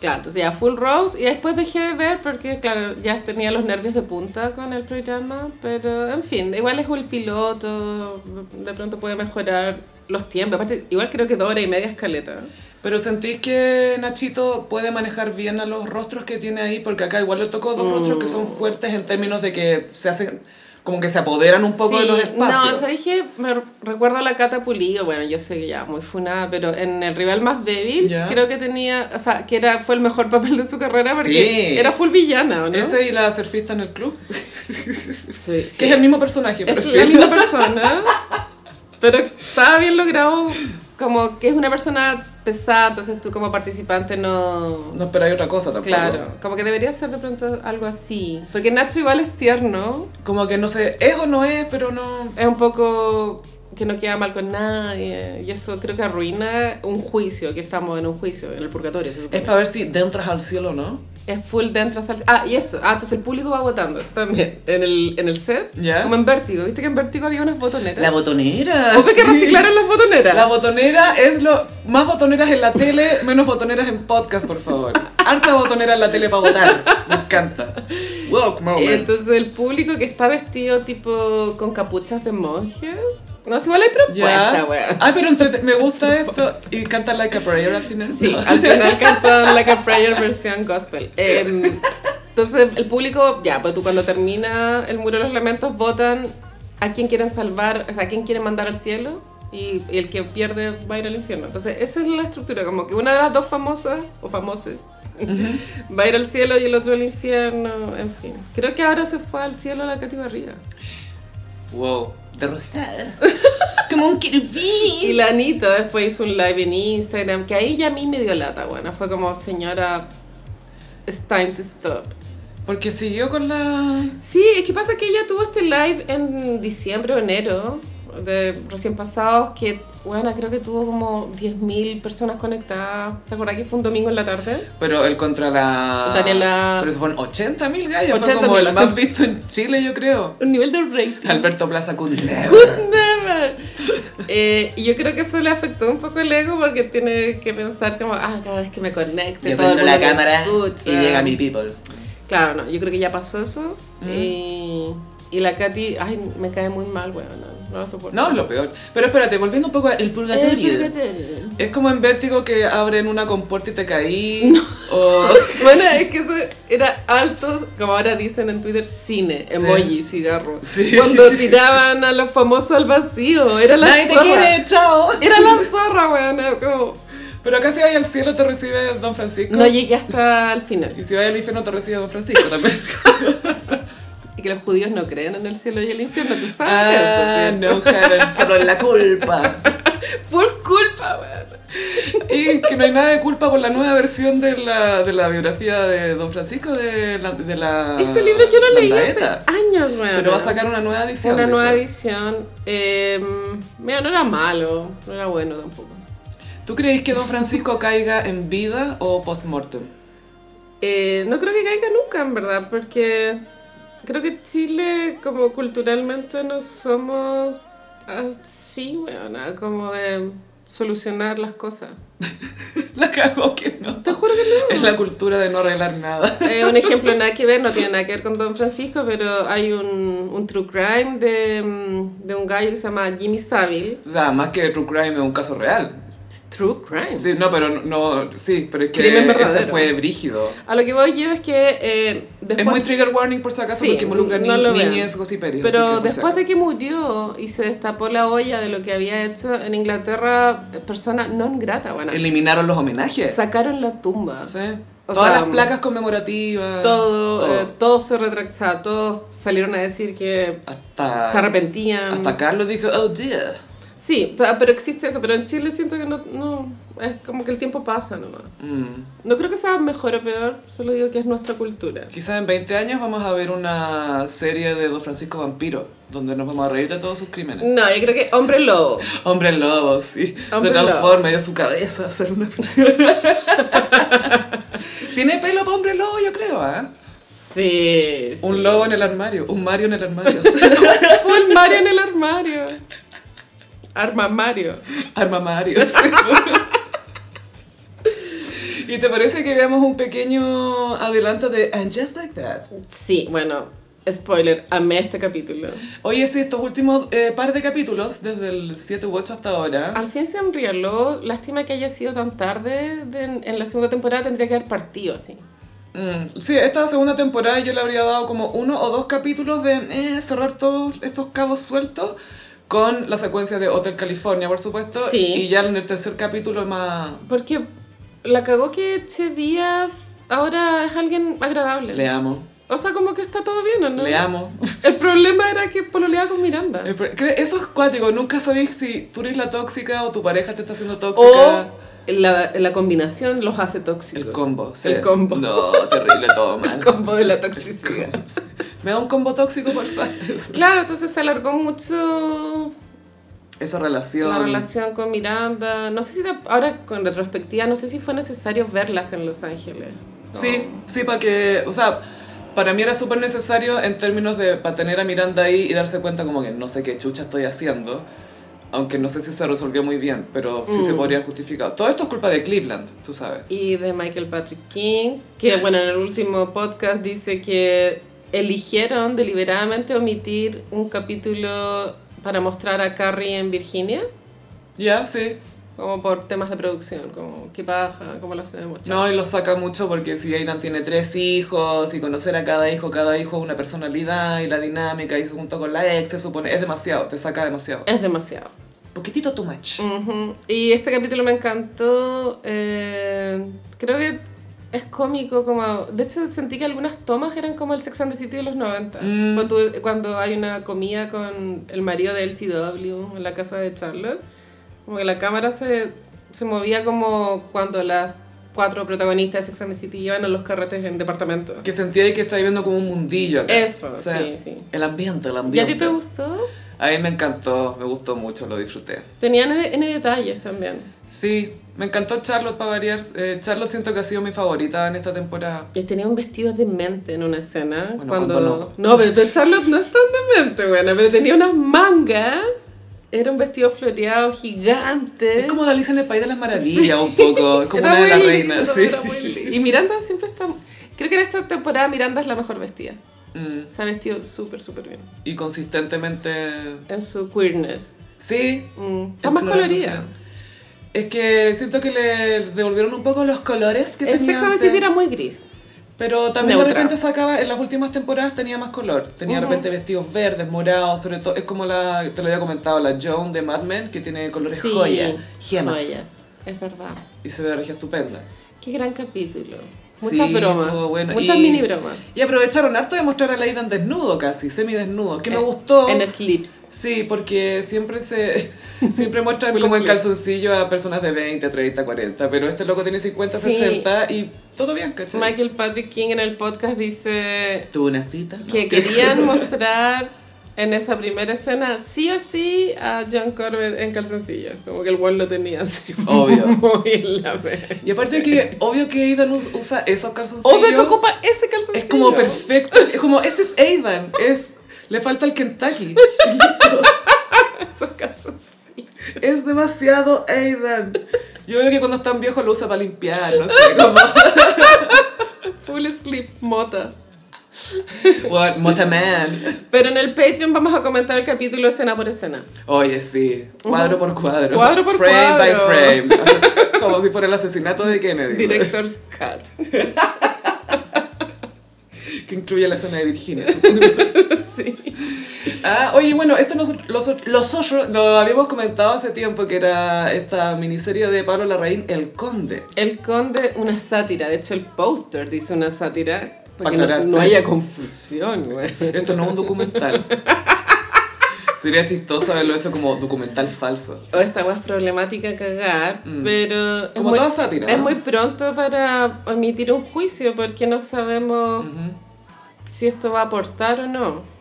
Speaker 2: Claro, entonces ya Full Rose y después dejé de ver porque, claro, ya tenía los nervios de punta con el programa, pero en fin, igual es el piloto, de pronto puede mejorar los tiempos. Aparte, igual creo que dos horas y media es caleta.
Speaker 1: Pero sentís que Nachito puede manejar bien a los rostros que tiene ahí, porque acá igual le tocó
Speaker 2: Mm.
Speaker 1: dos rostros que son fuertes en términos de que se hacen, como que se apoderan un poco de
Speaker 2: Sí,
Speaker 1: los espacios.
Speaker 2: No, o sea, dije, me recuerdo a la Cata Pulido, bueno, yo sé que ya muy funada, pero en el rival más débil,
Speaker 1: Ya.
Speaker 2: creo que tenía, o sea, que era, fue el mejor papel de su carrera porque
Speaker 1: Sí.
Speaker 2: era full villana, ¿o ¿no?
Speaker 1: Ese y la surfista en el club,
Speaker 2: Sí, sí.
Speaker 1: que es el mismo personaje.
Speaker 2: Es
Speaker 1: prefiero.
Speaker 2: la misma persona, pero estaba bien logrado, como que es una persona pesada, entonces tú como participante no...
Speaker 1: No esperáis otra cosa tampoco.
Speaker 2: Claro, como que debería ser de pronto algo así. Porque Nacho igual es tierno,
Speaker 1: Como que no sé, es o no es, pero no.
Speaker 2: es un poco que no queda mal con nadie, y eso creo que arruina un juicio, que estamos en un juicio, en el purgatorio se supone.
Speaker 1: Es para ver si dentras al cielo o no.
Speaker 2: Es full dentro hasta el- Ah, y eso. Ah, entonces el público va votando eso también. En el, en el set.
Speaker 1: Ya.
Speaker 2: Como en Vértigo. ¿Viste que en Vértigo había unas
Speaker 1: ¿Eh?
Speaker 2: botoneras?
Speaker 1: botonera.
Speaker 2: Obvio que
Speaker 1: Ah, sí.
Speaker 2: reciclaron las botoneras.
Speaker 1: La botonera es lo. Más botoneras en la tele, menos botoneras en podcast, por favor. Harta botonera en la tele para votar. Me encanta. Walk moment.
Speaker 2: Entonces el público que está vestido tipo con capuchas de monjes. No, si igual hay propuesta,
Speaker 1: ya.
Speaker 2: weón.
Speaker 1: Ay, pero entrete- me gusta esto. Y canta Like a Prayer al final.
Speaker 2: Sí,
Speaker 1: No.
Speaker 2: al final cantan Like a Prayer versión gospel. Em, entonces el público, ya, pues tú cuando termina el muro de los lamentos votan a quién quieren salvar, o sea, a quién quieren mandar al cielo y, y el que pierde va a ir al infierno. Entonces esa es la estructura, como que una de las dos famosas o famoses va a ir al cielo y el otro al infierno, en fin. Creo que ahora se fue al cielo la Katy Barriga.
Speaker 1: Wow. De rosada. Como un querubín.
Speaker 2: Y la Anita después hizo un live en Instagram, que ahí ya a mí me dio lata, bueno, fue como, señora, it's time to stop.
Speaker 1: Porque siguió con la.
Speaker 2: Sí, es que pasa que ella tuvo este live en diciembre o enero, de recién pasados, que, bueno, creo que tuvo como 10.000 personas conectadas. ¿Te acordás que fue un domingo en la tarde?
Speaker 1: Pero el contra la.
Speaker 2: Daniela-
Speaker 1: Pero se fueron 80 mil gallos. Fue
Speaker 2: 80.000,
Speaker 1: como el más
Speaker 2: 80.
Speaker 1: visto en Chile, yo creo.
Speaker 2: Un nivel de rating.
Speaker 1: Alberto Plaza Cunde.
Speaker 2: Never. Eh, y yo creo que eso le afectó un poco el ego porque tiene que pensar como, ah, cada vez que me conecte, todo el mundo me escucha".
Speaker 1: people.
Speaker 2: Claro, no, yo creo que ya pasó eso.
Speaker 1: Mm.
Speaker 2: Y, y la Katy, ay, me cae muy mal, weón, no, no la soporto.
Speaker 1: No, es lo peor. Pero espérate, volviendo un poco al purgatorio.
Speaker 2: purgatorio.
Speaker 1: Es como en Vértigo que abren una compuerta y te caí. O...
Speaker 2: Bueno, es que eso era altos, como ahora dicen en Twitter, cine, emoji, cigarro.
Speaker 1: Sí.
Speaker 2: Cuando tiraban a los famosos al vacío, era la
Speaker 1: Nadie te
Speaker 2: zorra.
Speaker 1: quiere, chao.
Speaker 2: Era la zorra, weón. era como-
Speaker 1: Pero acá si vas al cielo te recibe Don Francisco.
Speaker 2: No llegué hasta el final.
Speaker 1: Y si vas al infierno te recibe Don Francisco también.
Speaker 2: Y que los judíos no creen en el cielo y el infierno, tú sabes
Speaker 1: ah,
Speaker 2: eso,
Speaker 1: no, Harold, solo es la culpa.
Speaker 2: ¿cierto? Por culpa, weón.
Speaker 1: Y que no hay nada de culpa por la nueva versión de la, de la biografía de Don Francisco de la... De la
Speaker 2: Ese libro yo lo leí hace
Speaker 1: Landaeta.
Speaker 2: años, weón.
Speaker 1: Ah, Pero va a sacar una nueva edición.
Speaker 2: Una
Speaker 1: de
Speaker 2: nueva
Speaker 1: eso.
Speaker 2: edición. Eh, mira, no era malo, no era bueno tampoco.
Speaker 1: ¿Tú crees que Don Francisco caiga en vida o post-mortem?
Speaker 2: Eh, no creo que caiga nunca, en verdad, porque creo que Chile, como culturalmente, no somos así, weona, como de solucionar las cosas.
Speaker 1: La cagó que no.
Speaker 2: Te juro que no.
Speaker 1: Es la cultura de no arreglar nada.
Speaker 2: Eh, un ejemplo nada que ver, no tiene nada que ver con Don Francisco, pero hay un, un true crime de, mm, de un gallo que se llama Jimmy Savile.
Speaker 1: Nada más que True Crime es un caso real.
Speaker 2: True crime.
Speaker 1: Sí, no, pero no, no- sí, pero es que
Speaker 2: Crimen
Speaker 1: ese
Speaker 2: verdadero.
Speaker 1: fue brígido.
Speaker 2: A lo que voy yo es que eh,
Speaker 1: es
Speaker 2: después...
Speaker 1: muy trigger warning por si acaso
Speaker 2: Sí,
Speaker 1: Ah, porque involucra ni,
Speaker 2: no lo vean.
Speaker 1: niñez, gociperios.
Speaker 2: Pero después de que murió y se destapó la olla de lo que había hecho en Inglaterra, eh, persona non grata, bueno,
Speaker 1: Eliminaron los homenajes.
Speaker 2: sacaron la tumba.
Speaker 1: Sí.
Speaker 2: O
Speaker 1: Todas
Speaker 2: sea,
Speaker 1: las placas conmemorativas.
Speaker 2: Todo, eh, todo se retractaba, todos salieron a decir que
Speaker 1: hasta,
Speaker 2: se arrepentían.
Speaker 1: hasta Carlos dijo, oh dear.
Speaker 2: Sí, o sea, pero existe eso, pero en Chile siento que no, no, es como que el tiempo pasa nomás. No creo que sea mejor o peor, solo digo que es nuestra cultura.
Speaker 1: Quizás en 20 años vamos a ver una serie de Don Francisco Vampiro, donde nos vamos a reír de todos sus crímenes.
Speaker 2: No, yo creo que hombre lobo.
Speaker 1: Hombre lobo, sí.
Speaker 2: Hombre
Speaker 1: se transforma y de su cabeza hacer una... Tiene pelo para hombre lobo, yo creo, ¿ah?
Speaker 2: Sí. sí.
Speaker 1: Un lobo en el armario, un Mario en el armario.
Speaker 2: Full Mario en el armario. Arma Mario.
Speaker 1: Arma Mario. ¿Y te parece que veamos un pequeño adelanto de And Just Like That?
Speaker 2: Sí, bueno, spoiler, amé este capítulo.
Speaker 1: Oye, sí, estos últimos eh, par de capítulos, desde el 7 u 8 hasta ahora.
Speaker 2: Al fin se enrioló, lástima que haya sido tan tarde, de- en la segunda temporada tendría que haber partido así.
Speaker 1: Mm, sí, esta segunda temporada yo le habría dado como uno o dos capítulos de eh, cerrar todos estos cabos sueltos con la secuencia de Hotel California, por supuesto.
Speaker 2: Sí.
Speaker 1: Y ya en el tercer capítulo más
Speaker 2: Porque la cagó que Che Díaz ahora es alguien agradable.
Speaker 1: le amo.
Speaker 2: o sea, como que está todo bien, ¿o no?
Speaker 1: Le amo.
Speaker 2: El problema era que pololeaba con Miranda.
Speaker 1: El pro- cre- Eso es cuático, nunca sabéis si tú eres la tóxica o tu pareja te está haciendo
Speaker 2: O
Speaker 1: tóxica.
Speaker 2: la, la combinación los hace tóxicos.
Speaker 1: el combo. sí.
Speaker 2: El combo.
Speaker 1: No, terrible todo mal.
Speaker 2: El combo de la toxicidad.
Speaker 1: Me da un combo tóxico, por favor.
Speaker 2: Claro, entonces se alargó mucho
Speaker 1: Esa relación.
Speaker 2: la relación con Miranda. No sé si de- ahora con retrospectiva, no sé si fue necesario verlas en Los Ángeles.
Speaker 1: Sí, sí, para que, o sea, para mí era súper necesario en términos de, para tener a Miranda ahí y darse cuenta como que no sé qué chucha estoy haciendo, aunque no sé si se resolvió muy bien, pero sí
Speaker 2: Mm.
Speaker 1: se podría justificar. Todo esto es culpa de Cleveland, tú sabes.
Speaker 2: Y de Michael Patrick King, que bueno, en el último podcast dice que eligieron deliberadamente omitir un capítulo para mostrar a Carrie en Virginia,
Speaker 1: Ya, sí.
Speaker 2: como por temas de producción, como qué paja, cómo lo hacemos. chao.
Speaker 1: No, y lo saca mucho porque si Aidan tiene tres hijos y conocer a cada hijo, cada hijo es una personalidad y la dinámica y se junta con la ex, se supone, es demasiado, te saca demasiado.
Speaker 2: Es demasiado.
Speaker 1: Poquitito too much.
Speaker 2: Ujú. Y este capítulo me encantó. eh, creo que es cómico. como De hecho, sentí que algunas tomas eran como el Sex and the City de los 90. Cuando tú- Cuando hay una comida con el marido de LTW en la casa de Charlotte. Como que la cámara se, se movía como cuando las cuatro protagonistas de Sex and the City iban a los carretes en departamento.
Speaker 1: Que sentía que estáis viendo como un mundillo acá.
Speaker 2: Eso,
Speaker 1: O sea,
Speaker 2: sí, sí.
Speaker 1: El ambiente, el
Speaker 2: ¿Y a
Speaker 1: ambiente.
Speaker 2: ti te gustó?
Speaker 1: A mí me encantó, me gustó mucho, lo disfruté.
Speaker 2: Tenían N detalles también.
Speaker 1: Sí, me encantó Charlotte para variar. Eh, Charlotte siento que ha sido mi favorita en esta temporada.
Speaker 2: Y tenía un vestido demente en una escena.
Speaker 1: Bueno,
Speaker 2: cuando...
Speaker 1: cuando
Speaker 2: no. pero de Charlotte no es tan demente, bueno, pero tenía unas mangas. Era un vestido floreado gigante.
Speaker 1: Es como la Alicia en el País de las Maravillas, un poco. Es como
Speaker 2: ¿Eh? Era
Speaker 1: una de las
Speaker 2: muy
Speaker 1: reinas,
Speaker 2: lindo,
Speaker 1: sí.
Speaker 2: era muy lindo. Y Miranda siempre está. Creo que en esta temporada Miranda es la mejor vestida.
Speaker 1: Mm,
Speaker 2: Se ha vestido súper, súper bien.
Speaker 1: y consistentemente.
Speaker 2: En su queerness.
Speaker 1: Sí.
Speaker 2: Mm. Está más colorida.
Speaker 1: Es que siento que le devolvieron un poco los colores que
Speaker 2: El
Speaker 1: tenía.
Speaker 2: sexo de
Speaker 1: antes.
Speaker 2: City era muy gris.
Speaker 1: Pero también de
Speaker 2: Neutra.
Speaker 1: repente sacaba, en las últimas temporadas tenía más color. Tenía de repente vestidos verdes, morados, sobre todo. Es como la, te lo había comentado, la Joan de Mad Men, que tiene colores joya, gemas.
Speaker 2: joyas. Es verdad.
Speaker 1: Y se ve la regia estupenda.
Speaker 2: Qué gran capítulo. Muchas
Speaker 1: Sí,
Speaker 2: bromas.
Speaker 1: estuvo bueno.
Speaker 2: Muchas
Speaker 1: Y-
Speaker 2: mini bromas.
Speaker 1: Y aprovecharon harto de mostrar a Leidan desnudo casi, semidesnudo, que me gustó.
Speaker 2: Eh, En Slips.
Speaker 1: Sí, porque siempre se siempre muestran
Speaker 2: Full
Speaker 1: como en
Speaker 2: sleeves.
Speaker 1: calzoncillo a personas de 20, 30, 40, pero este loco tiene 50,
Speaker 2: Sí.
Speaker 1: 60 y todo bien, ¿cachai?
Speaker 2: Michael Patrick King en el podcast dice
Speaker 1: ¿Tuvo una cita? No.
Speaker 2: que querían mostrar en esa primera escena sí o sí a John Corbett en calzoncillos, como que el one lo tenía así
Speaker 1: Obvio.
Speaker 2: muy en la mente.
Speaker 1: Y aparte que, obvio que Aidan us- usa esos calzoncillos.
Speaker 2: Obvio que ocupa ese calzoncillo.
Speaker 1: Es como perfecto. Es como, ese es Aidan. Es, le falta el Kentucky.
Speaker 2: Esos calzoncillos.
Speaker 1: Es demasiado Aidan. Yo veo que cuando están viejos lo usa para limpiar, no sé, como...
Speaker 2: Full slip mota.
Speaker 1: What, Motaman.
Speaker 2: Pero en el Patreon vamos a comentar el capítulo escena por escena.
Speaker 1: Oye, sí. Cuadro por cuadro.
Speaker 2: Cuadro por
Speaker 1: frame
Speaker 2: cuadro.
Speaker 1: by frame. Así- Como si fuera el asesinato de Kennedy.
Speaker 2: Director's Cut.
Speaker 1: Que incluye la escena de Virginia.
Speaker 2: Sí.
Speaker 1: Ah, oye, bueno, esto nos, los, los otros lo habíamos comentado hace tiempo, que era esta miniserie de Pablo Larraín, El Conde.
Speaker 2: El Conde, una sátira. De hecho, el póster dice una sátira. Para
Speaker 1: Pa'
Speaker 2: que no,
Speaker 1: aclarar.
Speaker 2: no haya confusión, güey.
Speaker 1: Esto no es un documental. Sería chistoso haberlo hecho como documental falso.
Speaker 2: O esta weá es problemática cagar, pero. es
Speaker 1: Mm. Como
Speaker 2: muy-
Speaker 1: toda sátira,
Speaker 2: Es
Speaker 1: ¿no?
Speaker 2: muy pronto para emitir un juicio porque no sabemos si esto va a aportar o no.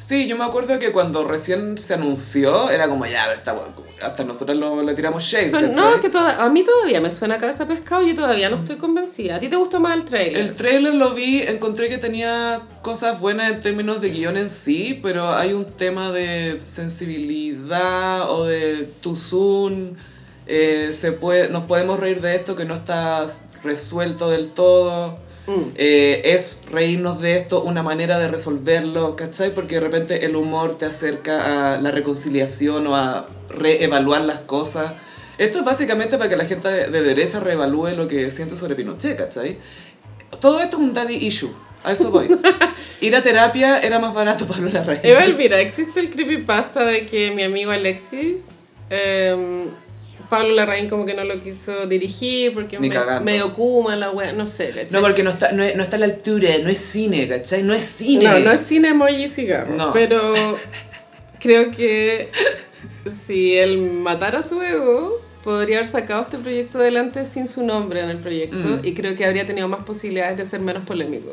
Speaker 1: Sí, yo me acuerdo que cuando recién se anunció, era como, ya, pero está bueno, como- hasta nosotros lo, le tiramos shade.
Speaker 2: Son-
Speaker 1: ¿cachai? Mm.
Speaker 2: no, que toda, a mí todavía me suena a cabeza pescado, yo todavía no estoy convencida. ¿A ti te gustó más el trailer?
Speaker 1: El trailer lo vi, encontré que tenía cosas buenas en términos de guión en sí, pero hay un tema de sensibilidad o de too soon. eh, se puede, nos podemos reír de esto que no está resuelto del todo. Eh, es reírnos de esto una manera de resolverlo, ¿cachai? Porque de repente el humor te acerca a la reconciliación o a reevaluar las cosas. Esto es básicamente para que la gente de de derecha reevalúe lo que siente sobre Pinochet, ¿cachai? Todo esto es un daddy issue. A eso voy. Ir a terapia era más barato para Lola Rey.
Speaker 2: Igual, mira, existe el creepypasta de que mi amigo Alexis, em, Pablo Larraín como que no lo quiso dirigir porque
Speaker 1: Ni
Speaker 2: me-
Speaker 1: cagando.
Speaker 2: medio kuma la wea, no sé, ¿cachai?
Speaker 1: No, porque no está, no, es- no está a la altura, no es cine, ¿cachai? No es cine.
Speaker 2: No, no es cine emoji y cigarro.
Speaker 1: No.
Speaker 2: Pero creo que si él matara su ego, podría haber sacado este proyecto adelante sin su nombre en el proyecto
Speaker 1: Mm.
Speaker 2: y creo que habría tenido más posibilidades de ser menos polémico.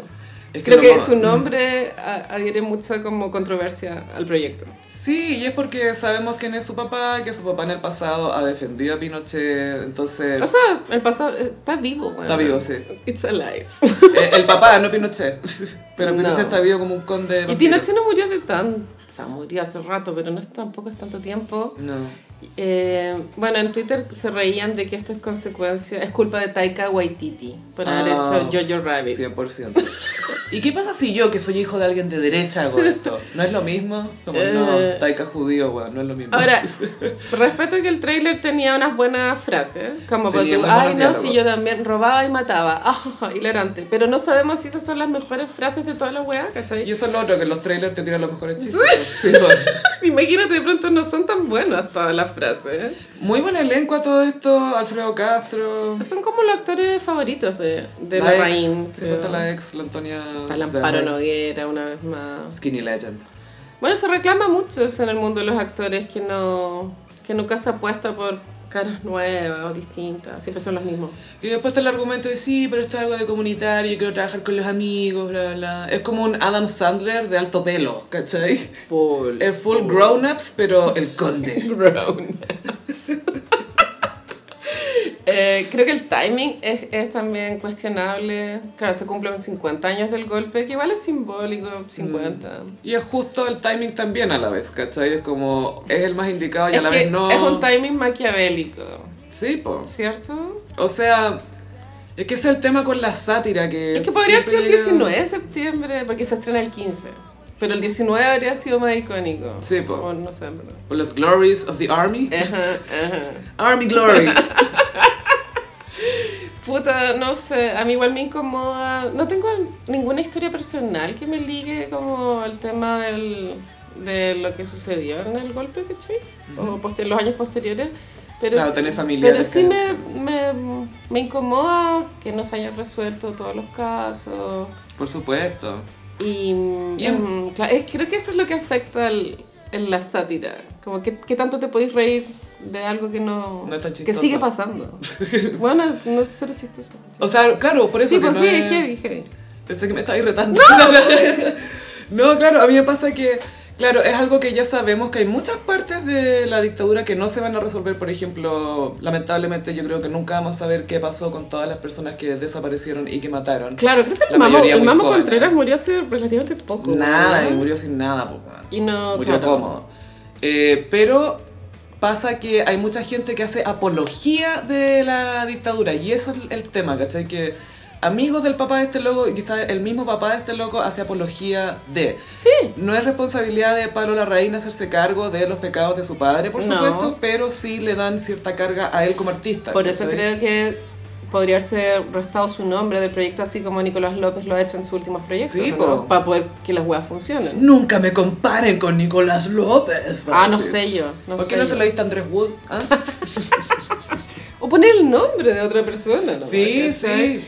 Speaker 1: Es que
Speaker 2: creo
Speaker 1: lo
Speaker 2: que
Speaker 1: mo-
Speaker 2: su nombre a- adhiere mucha como controversia al proyecto.
Speaker 1: Sí, y es porque sabemos quién es su papá, que su papá en el pasado ha defendido a Pinochet, entonces...
Speaker 2: O sea, el pasado eh, está vivo, weón.
Speaker 1: Está vivo, sí.
Speaker 2: It's alive.
Speaker 1: Eh, el papá, no Pinochet. Pero
Speaker 2: No.
Speaker 1: Pinochet está vivo como un conde...
Speaker 2: y
Speaker 1: vampiro.
Speaker 2: Pinochet no murió hace tan... O sea, murió hace rato, pero no es tampoco es tanto tiempo.
Speaker 1: No.
Speaker 2: Eh, bueno, en Twitter se reían de que esto es consecuencia, es culpa de Taika Waititi por haber
Speaker 1: Ah,
Speaker 2: hecho Jojo Rabbit.
Speaker 1: 100%. ¿Y qué pasa si yo, que soy hijo de alguien de derecha, hago esto? ¿No es lo mismo? Como,
Speaker 2: Eh.
Speaker 1: no, taika judío, weón, no es lo mismo.
Speaker 2: Ahora, respeto que el tráiler tenía unas buenas frases, como
Speaker 1: Tenía
Speaker 2: ponte,
Speaker 1: muy buenos
Speaker 2: ay no, si
Speaker 1: diálogos".
Speaker 2: yo también robaba y mataba, ah, hilarante, pero no sabemos si esas son las mejores frases de todas las weas, ¿cachai?
Speaker 1: Y eso es lo otro, que los trailers te tiran los mejores chistes. Sí, bueno.
Speaker 2: Imagínate, de pronto no son tan buenas todas las frases.
Speaker 1: Muy buen elenco a todo esto, Alfredo Castro.
Speaker 2: Son como los actores favoritos de, de
Speaker 1: la
Speaker 2: Larraín,
Speaker 1: ex, sí,
Speaker 2: creo.
Speaker 1: está la ex, la Antonia.
Speaker 2: Está la Amparo
Speaker 1: Zegers.
Speaker 2: Noguera, una vez más.
Speaker 1: Skinny Legend.
Speaker 2: Bueno, se reclama mucho eso en el mundo de los actores que no que nunca se apuesta por caras nuevas o distintas, siempre son los mismos.
Speaker 1: Y después está el argumento de sí, pero esto es algo de comunitario, yo quiero trabajar con los amigos, bla, bla, bla. Es como un Adam Sandler de alto pelo, ¿cachai?
Speaker 2: Full.
Speaker 1: Es full grown-ups, pero el conde.
Speaker 2: grown. Eh, creo que el timing es, es también cuestionable. Claro, se cumplen 50 años del golpe, que igual es simbólico, 50.
Speaker 1: Y es justo el timing también a la vez, ¿cachai? Es como, es el más indicado y a
Speaker 2: Es,
Speaker 1: la
Speaker 2: que
Speaker 1: vez no.
Speaker 2: es un timing maquiavélico,
Speaker 1: Sí, pues.
Speaker 2: ¿cierto?
Speaker 1: O sea, es que ese es el tema con la sátira que...
Speaker 2: Es que podría haber sido el
Speaker 1: siempre llega-
Speaker 2: 19 de septiembre, porque se estrena el 15. Pero el 19 habría sido más icónico.
Speaker 1: Sí, po.
Speaker 2: O no sé, en verdad.
Speaker 1: Por los glories of the army.
Speaker 2: Ajá, ajá.
Speaker 1: Army glory.
Speaker 2: Puta, no sé, a mí igual me incomoda. No tengo ninguna historia personal que me ligue como el tema del, de lo que sucedió en el golpe, ¿cachai? O poste- los años posteriores. Pero
Speaker 1: Claro,
Speaker 2: sí,
Speaker 1: tenés familiares
Speaker 2: Pero sí
Speaker 1: que-
Speaker 2: me, me, me incomoda que no se hayan resuelto todos los casos.
Speaker 1: Por supuesto.
Speaker 2: Y mm,
Speaker 1: Bien.
Speaker 2: mm, claro, es- creo que eso es lo que afecta el- en la sátira. Como que, qué tanto te podéis reír de algo que no,
Speaker 1: No es tan
Speaker 2: que
Speaker 1: chistoso.
Speaker 2: sigue pasando. bueno, no es ser chistoso.
Speaker 1: O sea, claro, por eso
Speaker 2: Sí,
Speaker 1: que
Speaker 2: pues
Speaker 1: no
Speaker 2: sí,
Speaker 1: es-
Speaker 2: es heavy, heavy.
Speaker 1: Pensé que me estabais retando. No. claro, a mí me pasa que, claro, es algo que ya sabemos que hay muchas partes de la dictadura que no se van a resolver. Por ejemplo, lamentablemente yo creo que nunca vamos a saber qué pasó con todas las personas que desaparecieron y que mataron.
Speaker 2: Claro, creo que
Speaker 1: La
Speaker 2: el Mamo,
Speaker 1: mayoría
Speaker 2: el
Speaker 1: muy
Speaker 2: Mamo
Speaker 1: joven,
Speaker 2: Contreras murió hace relativamente poco.
Speaker 1: Nada, y
Speaker 2: ¿no?
Speaker 1: murió sin nada, pues. man.
Speaker 2: Y no,
Speaker 1: murió
Speaker 2: claro.
Speaker 1: cómodo. Eh, pero pasa que hay mucha gente que hace apología de la dictadura y eso es el tema, ¿cachai? Que amigos del papá de este loco, y quizás el mismo papá de este loco hace apología de...
Speaker 2: Sí.
Speaker 1: No es responsabilidad de Pablo Larraín hacerse cargo de los pecados de su padre, por
Speaker 2: No.
Speaker 1: supuesto, pero sí le dan cierta carga a él como artista.
Speaker 2: Por eso
Speaker 1: ¿cachai?
Speaker 2: creo que podría haberse restado su nombre del proyecto, así como Nicolás López lo ha hecho en sus últimos proyectos.
Speaker 1: Sí, po.
Speaker 2: Para poder que las weas funcionen.
Speaker 1: Nunca me comparen con Nicolás López.
Speaker 2: ah, no
Speaker 1: parece.
Speaker 2: sé yo. No
Speaker 1: ¿Por qué
Speaker 2: sé
Speaker 1: no
Speaker 2: yo.
Speaker 1: se lo diste a Andrés Wood? ah?
Speaker 2: O poner el nombre de otra persona. ¿no?
Speaker 1: Sí,
Speaker 2: ¿Cachai?
Speaker 1: sí.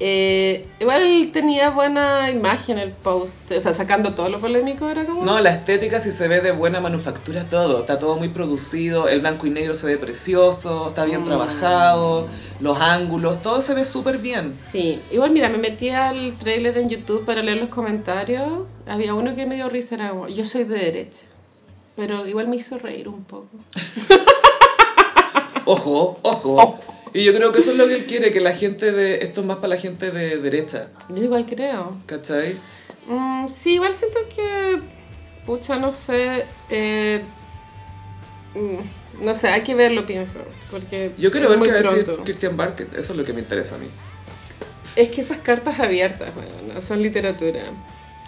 Speaker 2: Eh, igual tenía buena imagen el post, o sea, sacando todo lo polémico era como...
Speaker 1: No, la estética sí se ve de buena manufactura todo, está todo muy producido, el blanco y negro se ve precioso, está bien trabajado, los ángulos, todo se ve súper bien.
Speaker 2: Sí, igual mira, me metí al trailer en YouTube para leer los comentarios, había uno que me dio risa, era como, yo soy de derecha, pero igual me hizo reír un poco.
Speaker 1: Ojo, ojo. Y yo creo que eso es lo que él quiere, que la gente de... Esto es más para la gente de derecha,
Speaker 2: Yo igual creo.
Speaker 1: ¿cachai?
Speaker 2: Mm, sí, igual siento que. Pucha, no sé. eh, mm, no sé, hay que verlo, pienso. Porque.
Speaker 1: Yo quiero
Speaker 2: es
Speaker 1: ver
Speaker 2: muy
Speaker 1: qué va a decir
Speaker 2: pronto.
Speaker 1: Christian Barker, eso es lo que me interesa a mí.
Speaker 2: Es que esas cartas abiertas, bueno, no, son literatura.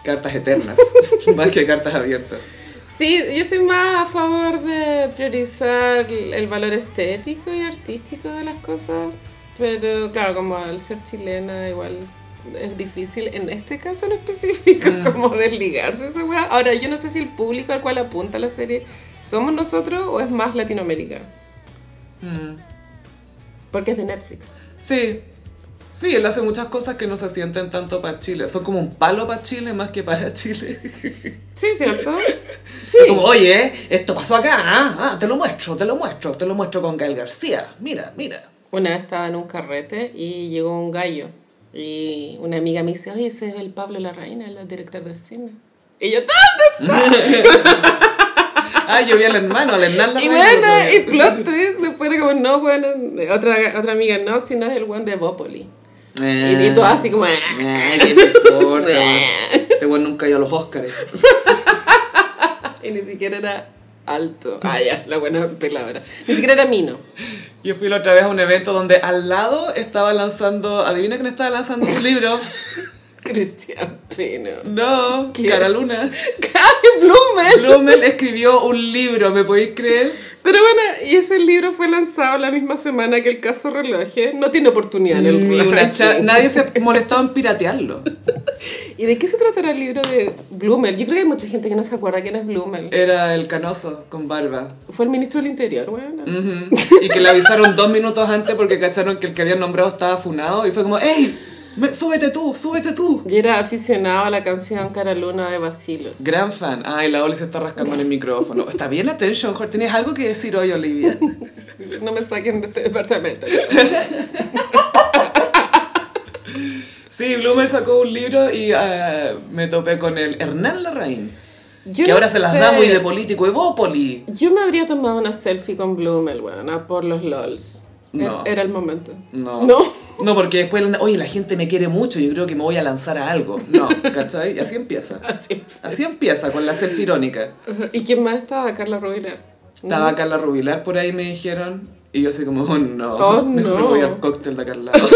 Speaker 1: Cartas eternas, más que cartas abiertas.
Speaker 2: Sí, yo estoy más a favor de priorizar el valor estético y artístico de las cosas. Pero claro, como al ser chilena, igual es difícil en este caso en específico como desligarse esa weá. Ahora, yo no sé si el público al cual apunta la serie somos nosotros o es más Latinoamérica. Mm. Porque es de Netflix.
Speaker 1: Sí. Sí, él hace muchas cosas que no se sienten tanto para Chile. Son como un palo para Chile más que para Chile.
Speaker 2: Sí, ¿cierto? Sí.
Speaker 1: Fue Como, oye, esto pasó acá, ah, ah, te lo muestro, te lo muestro, te lo muestro con Gael García. Mira, mira.
Speaker 2: Una vez estaba en un carrete y llegó un gallo. Y una amiga me dice, oye, ese es el Pablo Larraín, el director de cine. Y yo, ¿dónde está?
Speaker 1: Ah, yo vi al hermano, al Hernán
Speaker 2: Y
Speaker 1: Larraín,
Speaker 2: bueno,
Speaker 1: lo
Speaker 2: y
Speaker 1: vi.
Speaker 2: plot twist, después era como, no, bueno, otra, otra amiga, no, si no es el one de Bópoli. Y, y todo así como, "Ah".
Speaker 1: Ah, Eh, ¿qué te importa, weón? Este weón nunca ha ido a los Óscares.
Speaker 2: y ni siquiera era alto. Ah, ya, la buena peladora. Ni siquiera era mino.
Speaker 1: Yo fui la otra vez a un evento donde al lado estaba lanzando, adivina quién estaba lanzando un libro.
Speaker 2: Cristian Pino.
Speaker 1: No,
Speaker 2: ¿Quién?
Speaker 1: Cara Luna.
Speaker 2: ¡Ay, Blumen!
Speaker 1: Blumel escribió un libro, ¿me podéis creer?
Speaker 2: Pero bueno, y ese libro fue lanzado la misma semana que el caso relojes. No tiene oportunidad en el
Speaker 1: Ni una
Speaker 2: ranking.
Speaker 1: cha- Nadie se molestaba en piratearlo.
Speaker 2: ¿Y de qué se tratará el libro de Blumel? Yo creo que hay mucha gente que no se acuerda quién es Blumel.
Speaker 1: Era el canoso con barba.
Speaker 2: Fue el ministro del Interior, bueno.
Speaker 1: Ujú. Y que le avisaron dos minutos antes porque cacharon que el que habían nombrado estaba funado y fue como, ¡Ey! me- ¡Súbete tú! ¡Súbete tú!
Speaker 2: Y era aficionado a la canción Cara Luna de Basilos.
Speaker 1: Gran fan. Ay, la Oli se está rascando en el micrófono. Está bien, attention, Jorge. ¿Tienes algo que decir hoy, Olivia?
Speaker 2: No me saquen de este departamento.
Speaker 1: Sí, Bloomer sacó un libro y ah, me topé con el Hernán Larraín.
Speaker 2: Yo
Speaker 1: que
Speaker 2: no
Speaker 1: ahora se las
Speaker 2: sé.
Speaker 1: da muy de político Evópoli.
Speaker 2: Yo me habría tomado una selfie con Blumel, bueno, por los LOLs. E-
Speaker 1: No.
Speaker 2: Era el momento.
Speaker 1: No.
Speaker 2: No.
Speaker 1: No, porque después, anda, oye, la gente me quiere mucho, yo creo que me voy a lanzar a algo. No, ¿cachai? Y así empieza.
Speaker 2: Así.
Speaker 1: Así empieza, con la selfie irónica.
Speaker 2: ¿Y quién más estaba? Carla Rubilar. Mm.
Speaker 1: Estaba Carla Rubilar por ahí, me dijeron. Y yo así como, oh no,
Speaker 2: Oh,
Speaker 1: mejor
Speaker 2: no.
Speaker 1: voy al cóctel de acá al lado.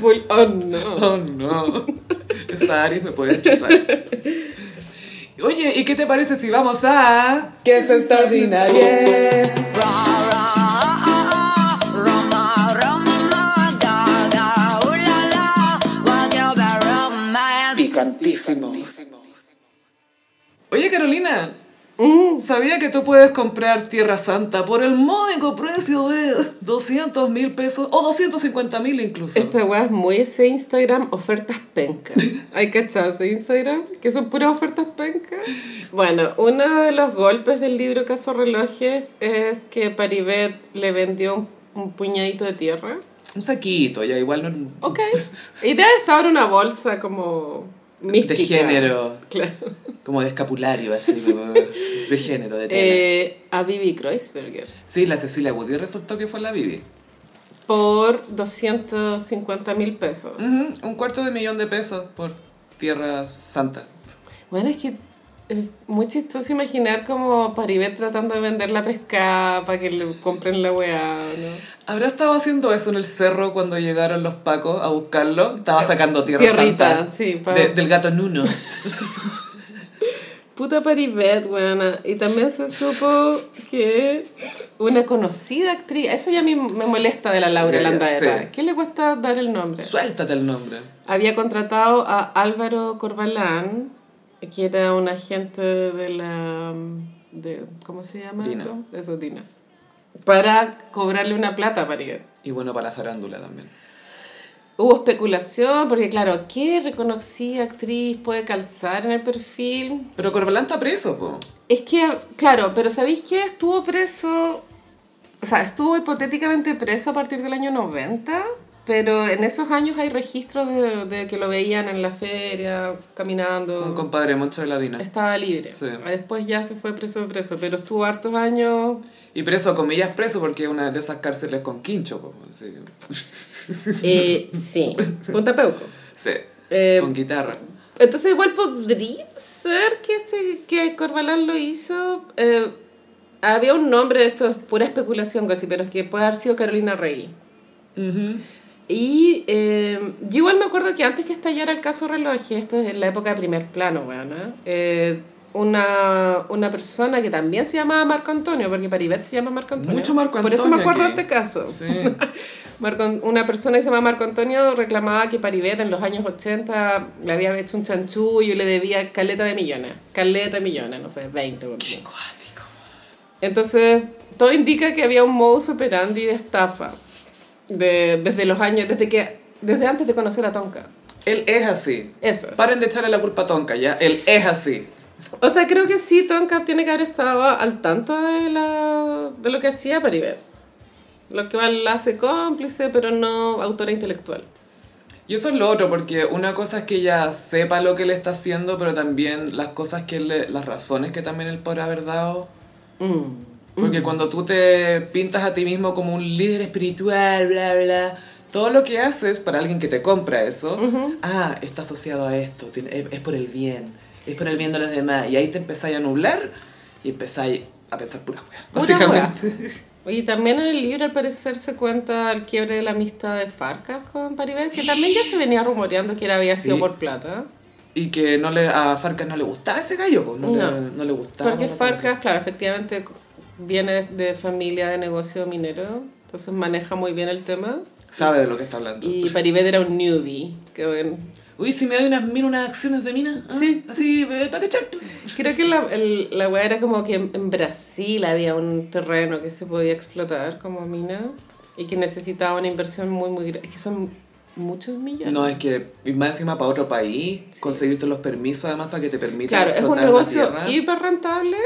Speaker 2: Full. Oh no.
Speaker 1: oh no, esa Aries me puede destrozar. Oye, ¿y qué te parece si vamos a...? ¿Qué es extraordinario? Picantísimo. Oye, Carolina,
Speaker 2: Mm.
Speaker 1: ¿sabía que tú puedes comprar Tierra Santa por el módico precio de 200 mil pesos o 250 mil incluso?
Speaker 2: Esta weá es muy ese Instagram, ofertas pencas. ¿Hay cachado ese Instagram? Que son puras ofertas pencas. Bueno, uno de los golpes del libro Caso Relojes es que Paribet le vendió un, un puñadito de tierra.
Speaker 1: Un saquito, ya igual no...
Speaker 2: Ok. Y debe estar en una bolsa como mística.
Speaker 1: De género,
Speaker 2: Claro.
Speaker 1: como de escapulario, así como de género, de tela.
Speaker 2: Eh, a Bibi Kreuzberger
Speaker 1: Sí, la Cecilia Gutiérrez resultó que fue la Bibi.
Speaker 2: por 250 mil pesos.
Speaker 1: Ujú, Un cuarto de millón de pesos por Tierra Santa.
Speaker 2: Bueno, es que es muy chistoso imaginar como Paribet tratando de vender la pesca para que le compren la weá, ¿no?
Speaker 1: ¿Habrá estado haciendo eso en el cerro cuando llegaron los pacos a buscarlo? Estaba sacando Tierra
Speaker 2: Eh, Tierrita,
Speaker 1: Santa.
Speaker 2: sí, pa-
Speaker 1: de- del gato Nuno.
Speaker 2: Puta Paribet, weona. Y también se supo que una conocida actriz, eso ya a mí me molesta de la Laura
Speaker 1: Ya, ya,
Speaker 2: Landaeta.
Speaker 1: sí.
Speaker 2: ¿Qué le cuesta dar el nombre?
Speaker 1: Suéltate el nombre.
Speaker 2: Había contratado a Álvaro Corbalán, que era un agente de la... De, ¿Cómo se llama
Speaker 1: Dina.
Speaker 2: eso? Eso, Dina. Para cobrarle una plata a Paribet.
Speaker 1: Y bueno, para la farándula también.
Speaker 2: Hubo especulación, porque claro, ¿qué reconocida actriz puede calzar en el perfil?
Speaker 1: Pero Corbalán está preso, po.
Speaker 2: Es que, claro, pero ¿sabéis qué? Estuvo preso, o sea, estuvo hipotéticamente preso a partir del año 90, pero en esos años hay registros de, de que lo veían en la feria,
Speaker 1: Un
Speaker 2: caminando.
Speaker 1: compadre mucho de la Dina.
Speaker 2: Estaba libre.
Speaker 1: Sí.
Speaker 2: Después ya se fue preso preso, pero estuvo hartos años.
Speaker 1: Y preso, comillas, preso, porque es una de esas cárceles con quincho, po. Sí.
Speaker 2: Eh, sí, Punta Peuco.
Speaker 1: Sí.
Speaker 2: Eh,
Speaker 1: Con guitarra.
Speaker 2: Entonces igual podría ser que, este, que Corbalán lo hizo. eh, había un nombre, esto es pura especulación casi, pero es que puede haber sido Carolina Rey. Y eh, yo igual me acuerdo que antes que estallara el caso reloj, y esto es en la época de primer plano, weón, ¿eh? Eh, una, una persona que también se llamaba Marco Antonio, porque Paribet se llama Marco Antonio.
Speaker 1: Mucho Marco
Speaker 2: Por eso me
Speaker 1: Antonio
Speaker 2: acuerdo de
Speaker 1: aquí.
Speaker 2: este caso.
Speaker 1: Sí.
Speaker 2: Marco, una persona que se llama Marco Antonio reclamaba que Paribet en los años 80 le había hecho un chanchullo y le debía caleta de millones. Caleta de millones, no sé, 20 o algo.
Speaker 1: Qué cuático.
Speaker 2: Entonces, todo indica que había un modus operandi de estafa de, desde los años, desde que desde antes de conocer a Tonka.
Speaker 1: Él es así.
Speaker 2: Eso es.
Speaker 1: Paren de echarle la culpa a Tonka, ¿ya? Él es así.
Speaker 2: O sea, creo que sí, Tonka tiene que haber estado al tanto de, la, de lo que hacía Paribet. Lo que la hace cómplice, pero no autora intelectual.
Speaker 1: Y eso es lo otro, porque una cosa es que ella sepa lo que le está haciendo, pero también las cosas que él le- las razones que también él podrá haber dado.
Speaker 2: Mm.
Speaker 1: Porque cuando tú te pintas a ti mismo como un líder espiritual, bla, bla, todo lo que haces para alguien que te compra eso, ah, está asociado a esto, tiene- es, es por el bien, es por el bien de los demás. Y ahí te empezáis a nublar y empezáis a pensar puras weas.
Speaker 2: Pura wea.
Speaker 1: básicamente.
Speaker 2: Oye, también en el libro al parecer se cuenta el quiebre de la amistad de Farcas con Paribet, que también ya se venía rumoreando que era había
Speaker 1: Sí.
Speaker 2: sido por plata.
Speaker 1: Y que no le, a Farcas no le gustaba ese gallo, po, no,
Speaker 2: No.
Speaker 1: Le, no le gustaba.
Speaker 2: Porque
Speaker 1: no le-
Speaker 2: Farcas, claro, efectivamente viene de familia de negocio minero, entonces maneja muy bien el tema.
Speaker 1: Sabe de lo que está hablando.
Speaker 2: Y Paribet era un newbie, que bueno,
Speaker 1: Uy, si me doy unas mil, unas acciones de mina. ah,
Speaker 2: Sí.
Speaker 1: Así, eh, para cachar.
Speaker 2: Creo que la, el- la weá era como que en, en Brasil había un terreno que se podía explotar como mina y que necesitaba una inversión muy, muy grande. Es que son muchos millones.
Speaker 1: No, es que, y más encima para otro país, conseguiste los permisos además para que te permitan
Speaker 2: Claro, es un
Speaker 1: explotar la
Speaker 2: negocio
Speaker 1: tierra.
Speaker 2: hiper rentable,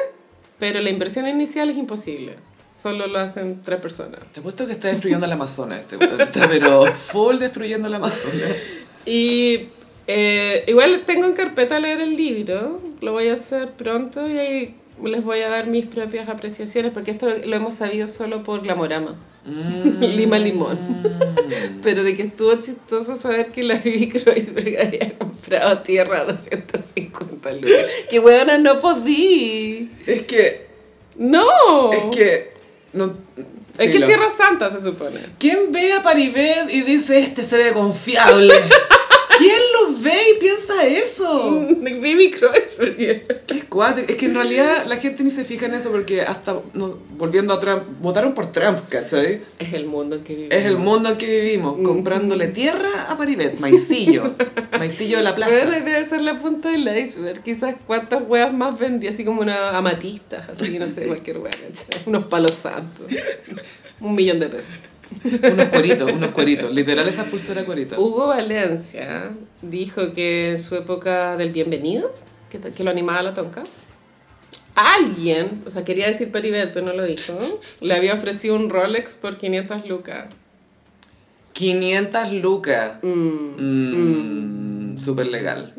Speaker 2: pero la inversión inicial es imposible. Solo lo hacen tres personas.
Speaker 1: Te apuesto que está destruyendo el Amazonas este, weón. Está, pero full destruyendo el Amazonas.
Speaker 2: Y eh, igual tengo en carpeta leer el libro, lo voy a hacer pronto y ahí les voy a dar mis propias apreciaciones, porque esto lo hemos sabido solo por Glamorama.
Speaker 1: Mm.
Speaker 2: Lima Limón. Pero de que estuvo chistoso saber que la Vivi Kreuzberg había comprado tierra a 250 lucas. ¡Qué huevona, no podí!
Speaker 1: Es que,
Speaker 2: ¡No!
Speaker 1: es que, no,
Speaker 2: Oh. Es que
Speaker 1: filo.
Speaker 2: es Tierra Santa, se supone.
Speaker 1: ¿Quién ve a Paribet y dice, este se ve confiable? ¿Quién lo ve y piensa eso?
Speaker 2: Vivi Kreuzberg.
Speaker 1: Qué cuático. Es que en realidad la gente ni se fija en eso porque hasta, no, volviendo a Trump, votaron por Trump, ¿cachai?
Speaker 2: Es el mundo en que vivimos.
Speaker 1: Es el mundo en que vivimos, comprándole tierra a Paribet, maicillo, maicillo de la
Speaker 2: Pero
Speaker 1: plaza.
Speaker 2: debe ser la punta del iceberg. Quizás cuántas huevas más vendí, así como una amatista, así, no sé, cualquier hueá, ¿cachai? Unos palos santos. Un millón de pesos.
Speaker 1: Unos cueritos, unos cueritos, literal esa pulsera cuerita.
Speaker 2: Hugo Valencia dijo que en su época del Bienvenidos, que, que lo animaba la tonca, alguien, o sea, quería decir Peribet, pero no lo dijo, le había ofrecido un Rolex por 500 lucas.
Speaker 1: 500 lucas. Mm, Súper legal.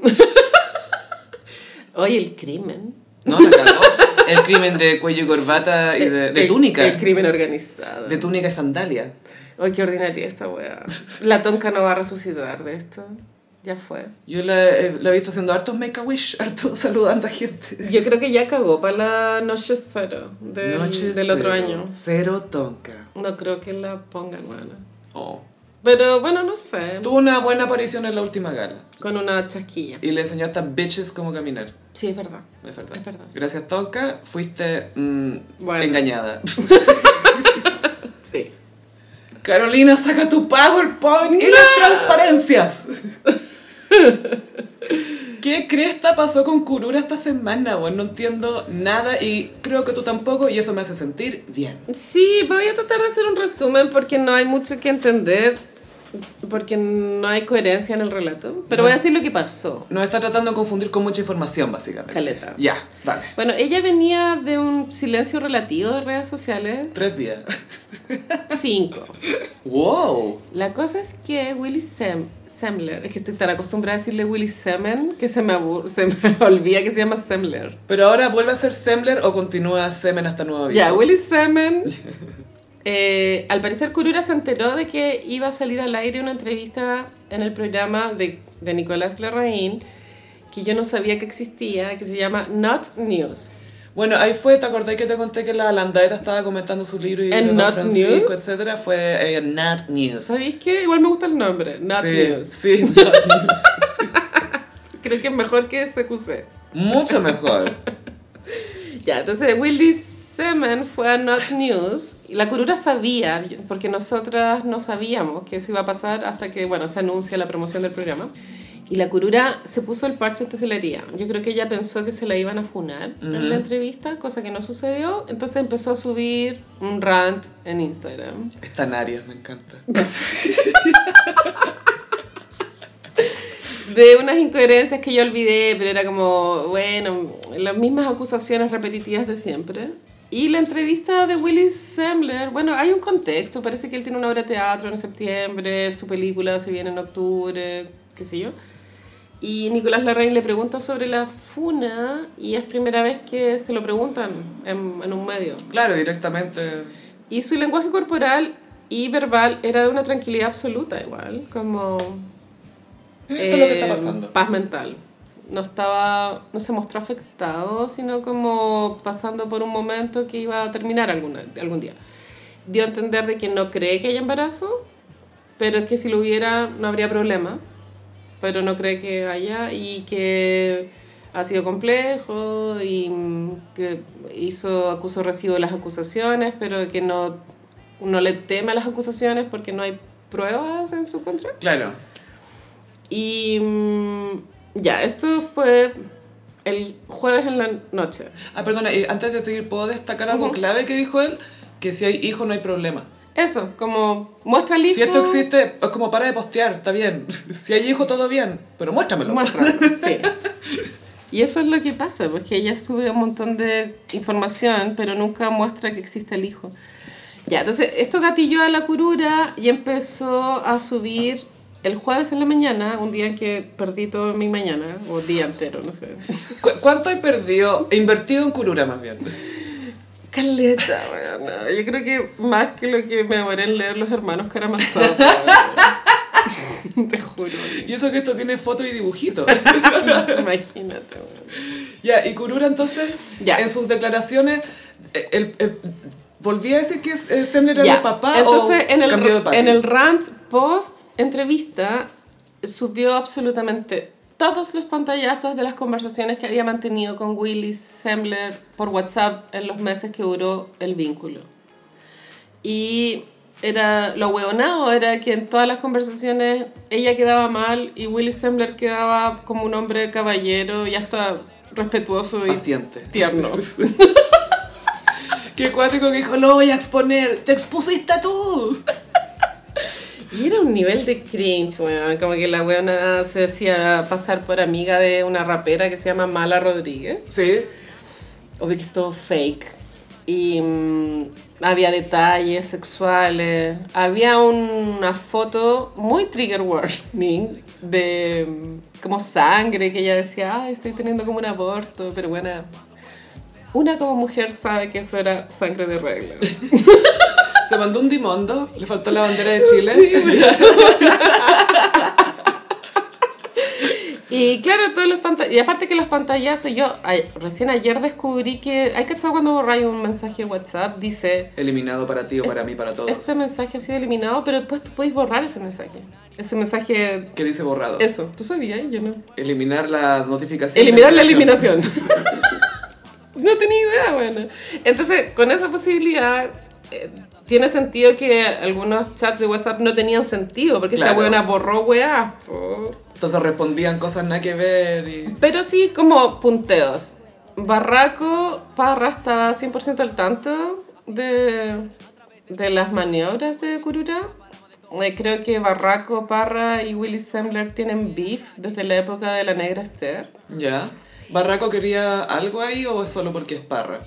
Speaker 2: Oye, el crimen.
Speaker 1: No, la cagó. El crimen de cuello y corbata y de, de
Speaker 2: El-
Speaker 1: túnica.
Speaker 2: El crimen organizado.
Speaker 1: De túnica y sandalia.
Speaker 2: Ay, qué ordinaria esta wea. La tonca no va a resucitar de esto. Ya fue.
Speaker 1: Yo la, eh, la he visto haciendo hartos make-a-wish, hartos saludando a gente.
Speaker 2: Yo creo que ya cagó para la noche cero del,
Speaker 1: Noche
Speaker 2: del otro
Speaker 1: cero,
Speaker 2: año.
Speaker 1: Cero tonca.
Speaker 2: No creo que la pongan, buena.
Speaker 1: Oh.
Speaker 2: Pero bueno, no sé.
Speaker 1: Tuvo una buena aparición en la última gala.
Speaker 2: Con una chasquilla.
Speaker 1: Y le enseñó a estas bitches cómo caminar.
Speaker 2: Sí, es verdad.
Speaker 1: Es verdad.
Speaker 2: Es verdad.
Speaker 1: Gracias, Tonka. Fuiste mm,
Speaker 2: Bueno.
Speaker 1: engañada.
Speaker 2: Sí.
Speaker 1: Carolina, saca tu PowerPoint y las transparencias. ¿Qué cresta pasó con Kurura esta semana? Bueno, no entiendo nada y creo que tú tampoco y eso me hace sentir bien.
Speaker 2: Sí, voy a tratar de hacer un resumen porque no hay mucho que entender. porque no hay coherencia en el relato. Pero voy a decir lo que pasó.
Speaker 1: Nos está tratando de confundir con mucha información, básicamente.
Speaker 2: Caleta.
Speaker 1: Ya, dale.
Speaker 2: Bueno, ella venía de un silencio relativo de redes sociales.
Speaker 1: Tres días.
Speaker 2: Cinco.
Speaker 1: ¡Wow!
Speaker 2: La cosa es que Willy Sem Semler, es que estoy tan acostumbrada a decirle Willy Semen que se me, abur- se me olvida que se llama Semler.
Speaker 1: Pero ahora vuelve a ser Semler o continúa Semen hasta nuevo
Speaker 2: Ya,
Speaker 1: aviso.
Speaker 2: Willy Semen. eh, al parecer, Kurura se enteró de que iba a salir al aire una entrevista en el programa de, de Nicolás Larraín que yo no sabía que existía, que se llama Not News.
Speaker 1: Bueno, ahí fue, ¿te acordás que te conté que la Landaeta estaba comentando su libro y
Speaker 2: En
Speaker 1: Don
Speaker 2: Not
Speaker 1: Francisco,
Speaker 2: News?
Speaker 1: etcétera? Fue eh, Not News.
Speaker 2: ¿Sabéis qué? Igual me gusta el nombre, Not
Speaker 1: sí,
Speaker 2: News.
Speaker 1: Sí, Not News.
Speaker 2: Creo que es mejor que CQC.
Speaker 1: Mucho mejor.
Speaker 2: Ya, entonces Willy Semen fue a Not News. Y la curura sabía, porque nosotras no sabíamos que eso iba a pasar hasta que, bueno, se anuncia la promoción del programa. Y la curura se puso el parche antes de la herida. Yo creo que ella pensó que se la iban a funar en la entrevista, cosa que no sucedió. Entonces empezó a subir un rant en Instagram.
Speaker 1: Están Aries, me encanta.
Speaker 2: de unas incoherencias que yo olvidé, pero era como, bueno, las mismas acusaciones repetitivas de siempre. Y la entrevista de Willy Sembler, bueno, hay un contexto, parece que él tiene una obra de teatro en septiembre, su película se viene en octubre, qué sé yo. Y Nicolás Larraín le pregunta sobre la funa y es primera vez que se lo preguntan en, en un medio.
Speaker 1: Claro, directamente.
Speaker 2: Y su lenguaje corporal y verbal era de una tranquilidad absoluta igual, como
Speaker 1: Esto es lo que está
Speaker 2: eh,
Speaker 1: pasando.
Speaker 2: Paz mental. No estaba, no se mostró afectado, sino como pasando por un momento que iba a terminar alguna, algún día. Dio a entender de que no cree que haya embarazo, pero es que si lo hubiera no habría problema, pero no cree que haya y que ha sido complejo y mm, que hizo acusó recibo de las acusaciones, pero que no, no le teme a las acusaciones porque no hay pruebas en su contra.
Speaker 1: Claro.
Speaker 2: Y mm, ya, esto fue el jueves en la noche.
Speaker 1: Ah, perdona, y antes de seguir, ¿puedo destacar algo clave que dijo él? Que si hay hijo no hay problema.
Speaker 2: Eso, como muestra el hijo.
Speaker 1: Si esto existe, es como para de postear, está bien. Si hay hijo, todo bien, pero muéstramelo.
Speaker 2: Muestra, sí. Y eso es lo que pasa, porque ella sube un montón de información, pero nunca muestra que existe el hijo. Ya, entonces esto gatilló a la curura y empezó a subir el jueves en la mañana, un día en que perdí todo mi mañana, o día entero, no sé.
Speaker 1: ¿Cu- ¿Cuánto he perdido? He invertido en curura, más bien.
Speaker 2: Caleta, weón. Yo creo que más que lo que me demoré en leer Los Hermanos Karamazov. weón. Te juro. weón.
Speaker 1: Y eso que esto tiene foto y dibujito.
Speaker 2: Imagínate, weón.
Speaker 1: Ya, y Kurura entonces,
Speaker 2: Ya.
Speaker 1: en sus declaraciones, eh, el, el- volvía a decir que eh, Semler era
Speaker 2: Ya,
Speaker 1: el papá
Speaker 2: Entonces,
Speaker 1: o
Speaker 2: en,
Speaker 1: cambió de
Speaker 2: el,
Speaker 1: padre.
Speaker 2: en el rant post entrevista subió absolutamente todos los pantallazos de las conversaciones que había mantenido con Willy Sembler por WhatsApp en los meses que duró el vínculo. Y era lo hueonado era que en todas las conversaciones ella quedaba mal y Willy Sembler quedaba como un hombre caballero y hasta respetuoso y
Speaker 1: Paciente.
Speaker 2: tierno.
Speaker 1: Qué cuático que dijo, lo voy a exponer, te expusiste tú.
Speaker 2: Y era un nivel de cringe, weón. Como que la weona se hacía pasar por amiga de una rapera que se llama Mala Rodríguez.
Speaker 1: Sí.
Speaker 2: Obvio que es todo fake. Y mm, había detalles sexuales. Había un- una foto muy trigger warning de mm, como sangre que ella decía, ay, estoy teniendo como un aborto, pero bueno. Una como mujer sabe que eso era sangre de regla.
Speaker 1: Se mandó un dimondo, le faltó la bandera de Chile.
Speaker 2: Y claro, todos los pantallazos. Y aparte que los pantallazos, yo ay- recién ayer descubrí que. ¿Hay cachado cuando borráis un mensaje de WhatsApp? Dice.
Speaker 1: Eliminado para ti o para mí, para todos.
Speaker 2: Este mensaje ha sido eliminado, pero después tú podéis borrar ese mensaje. Ese mensaje.
Speaker 1: ¿Qué dice borrado?
Speaker 2: Eso, tú sabías, yo no.
Speaker 1: Eliminar la notificación.
Speaker 2: Eliminar
Speaker 1: de
Speaker 2: la eliminación. no tenía idea, bueno. Entonces, con esa posibilidad, eh, tiene sentido que algunos chats de WhatsApp no tenían sentido, porque
Speaker 1: Claro.
Speaker 2: esta weona borró weá. po.
Speaker 1: Entonces respondían cosas nada que ver y...
Speaker 2: Pero sí como punteos. Barraco, Parra estaba 100% al tanto de, de las maniobras de Kurura. eh, creo que Barraco, Parra y Willy Sembler tienen beef desde la época de la Negra Esther.
Speaker 1: Ya. ¿Barraco quería algo ahí o es solo porque es Parra?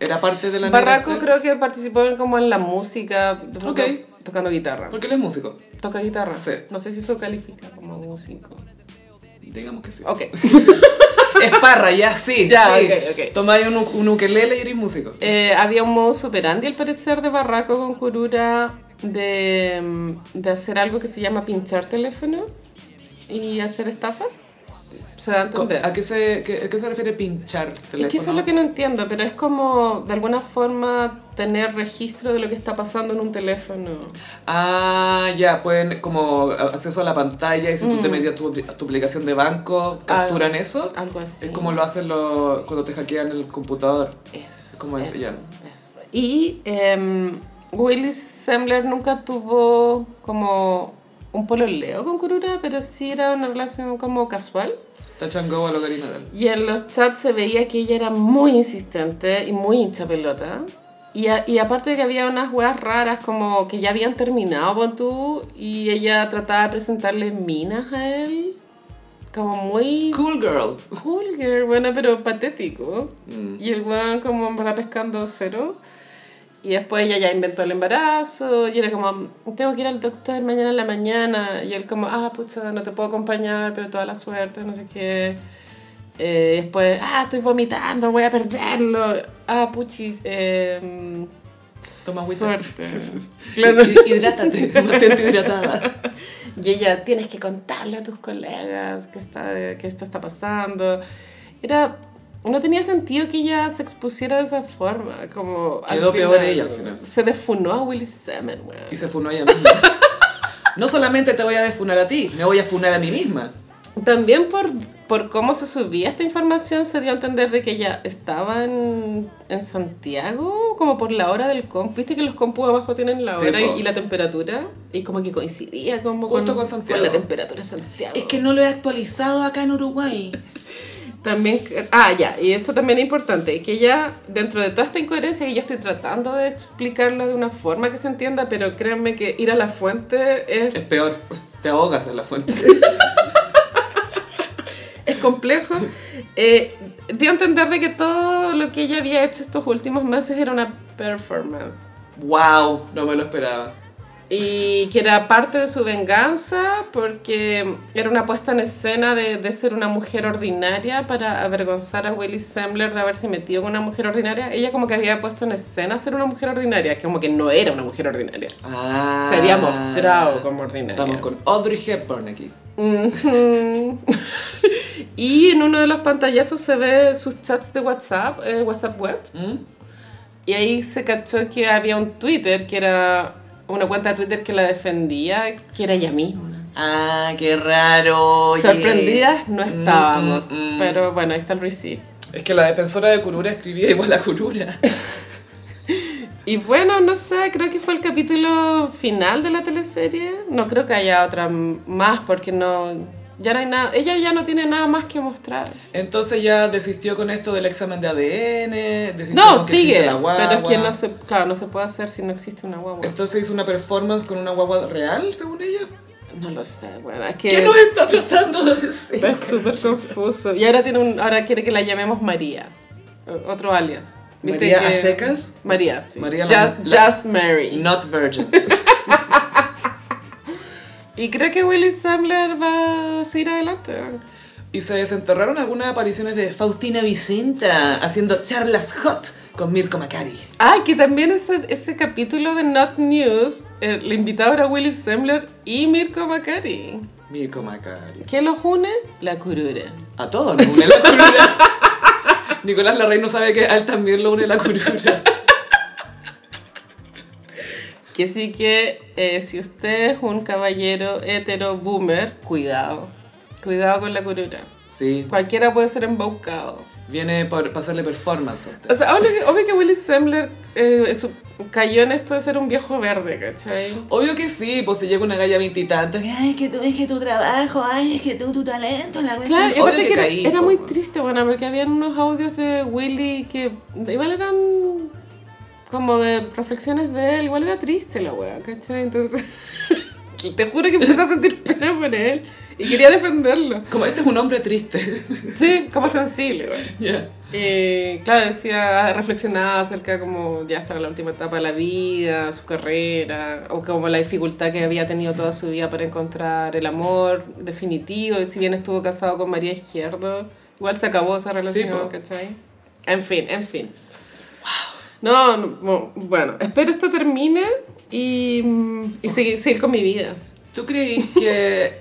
Speaker 1: ¿Era parte de la Negra
Speaker 2: Barraco
Speaker 1: Esther?
Speaker 2: creo que participó en- como en la música, de pronto
Speaker 1: Ok.
Speaker 2: tocando guitarra.
Speaker 1: Porque él es músico.
Speaker 2: Toca guitarra.
Speaker 1: Sí.
Speaker 2: No sé si eso califica como músico.
Speaker 1: Digamos que sí.
Speaker 2: Ok.
Speaker 1: Es Parra, ya sí.
Speaker 2: Ya,
Speaker 1: sí.
Speaker 2: ok, ok.
Speaker 1: Tomáis un, un ukelele y eres músico.
Speaker 2: Eh, había un modo superandi al parecer de Barraco con Curura de, mm, de hacer algo que se llama pinchar teléfono y hacer estafas. Se da a
Speaker 1: Co-
Speaker 2: entender.
Speaker 1: ¿A qué se, qué- a qué se refiere pinchar teléfono?
Speaker 2: Es que eso es lo que no entiendo, pero es como de alguna forma tener registro de lo que está pasando en un teléfono.
Speaker 1: Ah, ya, pueden como a- acceso a la pantalla y si tú te metes a tu, apli- a tu aplicación de banco, capturan eso.
Speaker 2: Mm. Algo Ah, así.
Speaker 1: Es como lo hacen los- cuando te hackean el computador.
Speaker 2: Eso.
Speaker 1: Como es, ya.
Speaker 2: eso. Y em, Willy Sembler nunca tuvo como un pololeo con Kurura, pero sí era una relación como casual.
Speaker 1: Tachan Go a Logarina de él.
Speaker 2: Y en los chats se veía que ella era muy insistente y muy hincha pelota. Y, a- y aparte de que había unas weas raras como que ya habían terminado con tú y ella trataba de presentarle minas a él. Como muy
Speaker 1: Cool Girl.
Speaker 2: vulgar, bueno, pero patético.
Speaker 1: Mm.
Speaker 2: Y el weón como en verdad pescando cero. Y después ella ya inventó el embarazo y era como, tengo que ir al doctor mañana en la mañana. Y él como, ah, pucha, no te puedo acompañar, pero toda la suerte, no sé qué. Eh, después, ah, estoy vomitando, voy a perderlo. Ah, puchis, eh,
Speaker 1: Toma agüita.
Speaker 2: suerte.
Speaker 1: Hi- Hidrátate, mantente hidratada.
Speaker 2: Y ella, tienes que contarle a tus colegas que, está, que esto está pasando. Era... No tenía sentido que ella se expusiera de esa forma, como... al
Speaker 1: Quedó peor ella al final.
Speaker 2: Se defunó a Willy Semen, weón.
Speaker 1: Y se funó ella misma. No solamente te voy a defunar a ti, me voy a funar a mí misma.
Speaker 2: También por, por cómo se subía esta información se dio a entender de que ella estaba en, en Santiago, como por la hora del comp. Viste que los compus abajo tienen la
Speaker 1: Sí,
Speaker 2: hora y,
Speaker 1: po.
Speaker 2: y la temperatura, y como que coincidía como
Speaker 1: Justo con
Speaker 2: con,
Speaker 1: Santiago.
Speaker 2: la temperatura de Santiago.
Speaker 1: no lo he actualizado acá en Uruguay.
Speaker 2: También, ah, ya, y esto también es importante, que ella, dentro de toda esta incoherencia, que yo estoy tratando de explicarla de una forma que se entienda, pero créanme que ir a la fuente es,
Speaker 1: Es peor, te ahogas en la fuente.
Speaker 2: es complejo. Eh, dio a entender de que todo lo que ella había hecho estos últimos meses era una performance.
Speaker 1: Wow, no me lo esperaba.
Speaker 2: Y que era parte de su venganza porque era una puesta en escena de, de ser una mujer ordinaria para avergonzar a Willy Sembler de haberse metido con una mujer ordinaria. Ella como que había puesto en escena ser una mujer ordinaria, que como que no era una mujer ordinaria.
Speaker 1: Ah,
Speaker 2: Se había mostrado como ordinaria.
Speaker 1: Estamos con Audrey Hepburn aquí.
Speaker 2: Ujú. y en uno de los pantallazos se ve sus chats de WhatsApp, eh, WhatsApp web.
Speaker 1: ¿Mm?
Speaker 2: Y ahí se cachó que había un Twitter que era una cuenta de Twitter que la defendía, que era ella misma.
Speaker 1: Ah, qué raro. oye.
Speaker 2: Sorprendidas no estábamos,
Speaker 1: Mm, mm, mm.
Speaker 2: pero bueno, ahí está el receive.
Speaker 1: Es que la defensora de Kurura escribía igual a Kurura.
Speaker 2: Y bueno, no sé, creo que fue el capítulo final de la teleserie. No creo que haya otra m- más porque no ya no hay nada, ella ya no tiene nada más que mostrar.
Speaker 1: Entonces ya desistió con esto del examen de ADN. desistió
Speaker 2: No,
Speaker 1: con que existe
Speaker 2: sigue,
Speaker 1: la guagua.
Speaker 2: pero es que no se, claro, no se puede hacer si no existe una guagua.
Speaker 1: Entonces hizo una performance con una guagua real, según ella.
Speaker 2: No lo sé, bueno, es
Speaker 1: ¿Qué
Speaker 2: que
Speaker 1: nos está tratando de decir?
Speaker 2: es súper confuso. Y ahora tiene un ahora quiere que la llamemos María, o- otro alias.
Speaker 1: ¿María a secas?
Speaker 2: María, sí.
Speaker 1: María la-
Speaker 2: just,
Speaker 1: la-
Speaker 2: just Mary.
Speaker 1: Not virgin.
Speaker 2: Y creo que Willy Sandler va a seguir adelante.
Speaker 1: Y se desenterraron algunas apariciones de Faustina Vicenta haciendo charlas hot con Mirko Macari.
Speaker 2: Ay, Ah, que también ese, ese capítulo de Not News, el invitado era Willy Sandler y Mirko Macari.
Speaker 1: Mirko Macari.
Speaker 2: ¿Qué los une? La curura.
Speaker 1: A todos nos une la curura. Nicolás Larrey no sabe que a él también lo une la curura.
Speaker 2: Que sí que eh, si usted es un caballero hetero boomer, cuidado. Cuidado con la curura.
Speaker 1: Sí,
Speaker 2: Cualquiera puede ser embaucado.
Speaker 1: viene por pasarle performance. a usted.
Speaker 2: O sea, obvio que, obvio que Willy Sandler eh, su- cayó en esto de ser un viejo verde, ¿cachai?
Speaker 1: Obvio que sí, pues si llega una galla veintitantos,
Speaker 3: Ay, es que tú, es que tu trabajo, ay, es que tú, tu talento, la cuestión.
Speaker 2: Claro, y
Speaker 1: Obvio
Speaker 2: aparte
Speaker 1: que
Speaker 2: que era,
Speaker 1: caí,
Speaker 2: era
Speaker 1: po,
Speaker 2: muy
Speaker 1: weón.
Speaker 2: triste, bueno, porque habían unos audios de Willy que igual eran como de reflexiones de él, igual era triste la wea, ¿cachai? Entonces, te juro que empecé a sentir pena por él y quería defenderlo.
Speaker 1: Como este es un hombre triste.
Speaker 2: Sí, como sensible, güey.
Speaker 1: Ya.
Speaker 2: Eh, claro, decía, reflexionaba acerca como ya estaba en la última etapa de la vida, su carrera, o como la dificultad que había tenido toda su vida para encontrar el amor definitivo, y si bien estuvo casado con María Izquierdo, igual se acabó esa relación,
Speaker 1: po.
Speaker 2: ¿cachai? En fin, en fin. No, no, mo- bueno, espero esto termine y, mm, y seguir, seguir con mi vida.
Speaker 1: ¿Tú creís que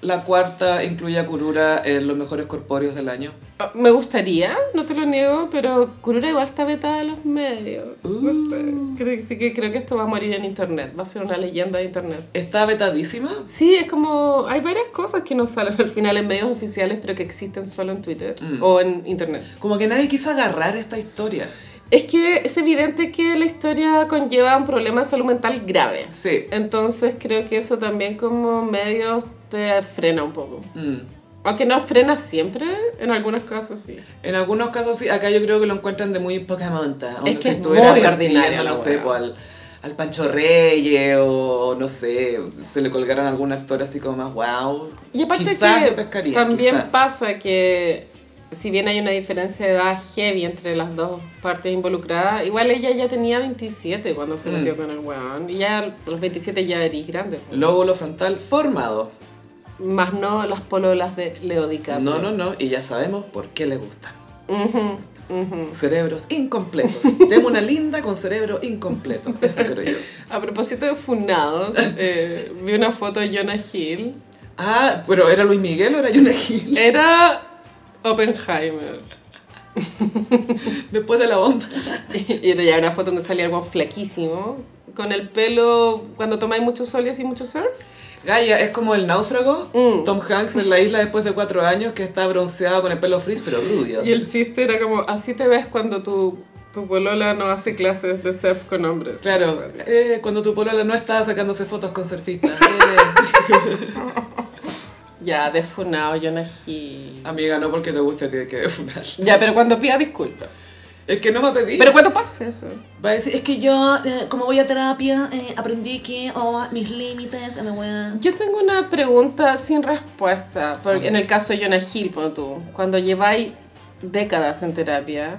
Speaker 1: la cuarta incluye a Kurura en los mejores corpóreos del año?
Speaker 2: Ah, Me gustaría, no te lo niego, pero Kurura igual está vetada de los medios. No sé. Creo, que- sí que creo que esto va a morir en internet. Va a ser una leyenda de internet.
Speaker 1: ¿Está vetadísima?
Speaker 2: Sí, es como. Hay varias cosas que no salen al final en medios oficiales, pero que existen solo en Twitter o en internet.
Speaker 1: Como que nadie quiso agarrar esta historia.
Speaker 2: Es que es evidente que la historia conlleva un problema de salud mental grave.
Speaker 1: Sí.
Speaker 2: Entonces creo que eso también, como medios, te frena un poco.
Speaker 1: Mm.
Speaker 2: Aunque no frena siempre, en algunos casos sí.
Speaker 1: En algunos casos sí, acá yo creo que lo encuentran de muy poca monta.
Speaker 2: Es que es
Speaker 1: estuviera
Speaker 2: muy
Speaker 1: persiguiendo,
Speaker 2: ordinaria la
Speaker 1: no sé,
Speaker 2: wea.
Speaker 1: po, al, al Pancho Reyes o no sé, se le colgaran a algún actor así como más wow.
Speaker 2: Y aparte
Speaker 1: Quizás
Speaker 2: que
Speaker 1: lo pescaría,
Speaker 2: también
Speaker 1: quizás.
Speaker 2: pasa que si bien hay una diferencia de edad heavy entre las dos partes involucradas, igual ella ya tenía 27 cuando se
Speaker 1: Mm.
Speaker 2: metió con el weón. Y ya a los 27 ya eres grande. po.
Speaker 1: Lóbulo frontal formado.
Speaker 2: Más no las pololas de Leo DiCaprio.
Speaker 1: No, no, no, y ya sabemos por qué le gusta.
Speaker 2: pues. Ujú, ujú.
Speaker 1: Cerebros incompletos. Tengo una linda con cerebro incompleto. Eso creo yo.
Speaker 2: A propósito de funados, eh, vi una foto de Jonah Hill.
Speaker 1: Ah, pero ¿era Luis Miguel o era Jonah Hill?
Speaker 2: Era Oppenheimer.
Speaker 1: Después de la bomba.
Speaker 2: Y era ya una foto donde salía algo flaquísimo. Con el pelo, cuando tomáis mucho sol y así mucho surf.
Speaker 1: Gaia es como el náufrago.
Speaker 2: Mm.
Speaker 1: Tom Hanks en la isla después de cuatro años que está bronceado con el pelo frizz pero rubio.
Speaker 2: Y el chiste era como, así te ves cuando tu, tu polola no hace clases de surf con hombres.
Speaker 1: Claro,
Speaker 2: Así.
Speaker 1: eh, cuando tu polola no está sacándose fotos con surfistas. eh.
Speaker 2: Ya, defunado, Jonah Hill.
Speaker 1: Amiga, no porque te guste tienes que funar.
Speaker 2: Ya, pero cuando pida disculpas.
Speaker 1: Es que no me pedí.
Speaker 2: Pero cuando pase eso.
Speaker 1: Va a decir,
Speaker 3: Es que yo, eh, como voy a terapia, eh, aprendí que oh, mis límites, la weá.
Speaker 2: Yo tengo una pregunta sin respuesta. Porque en el caso de Jonah Hill, pon tú, cuando lleváis décadas en terapia,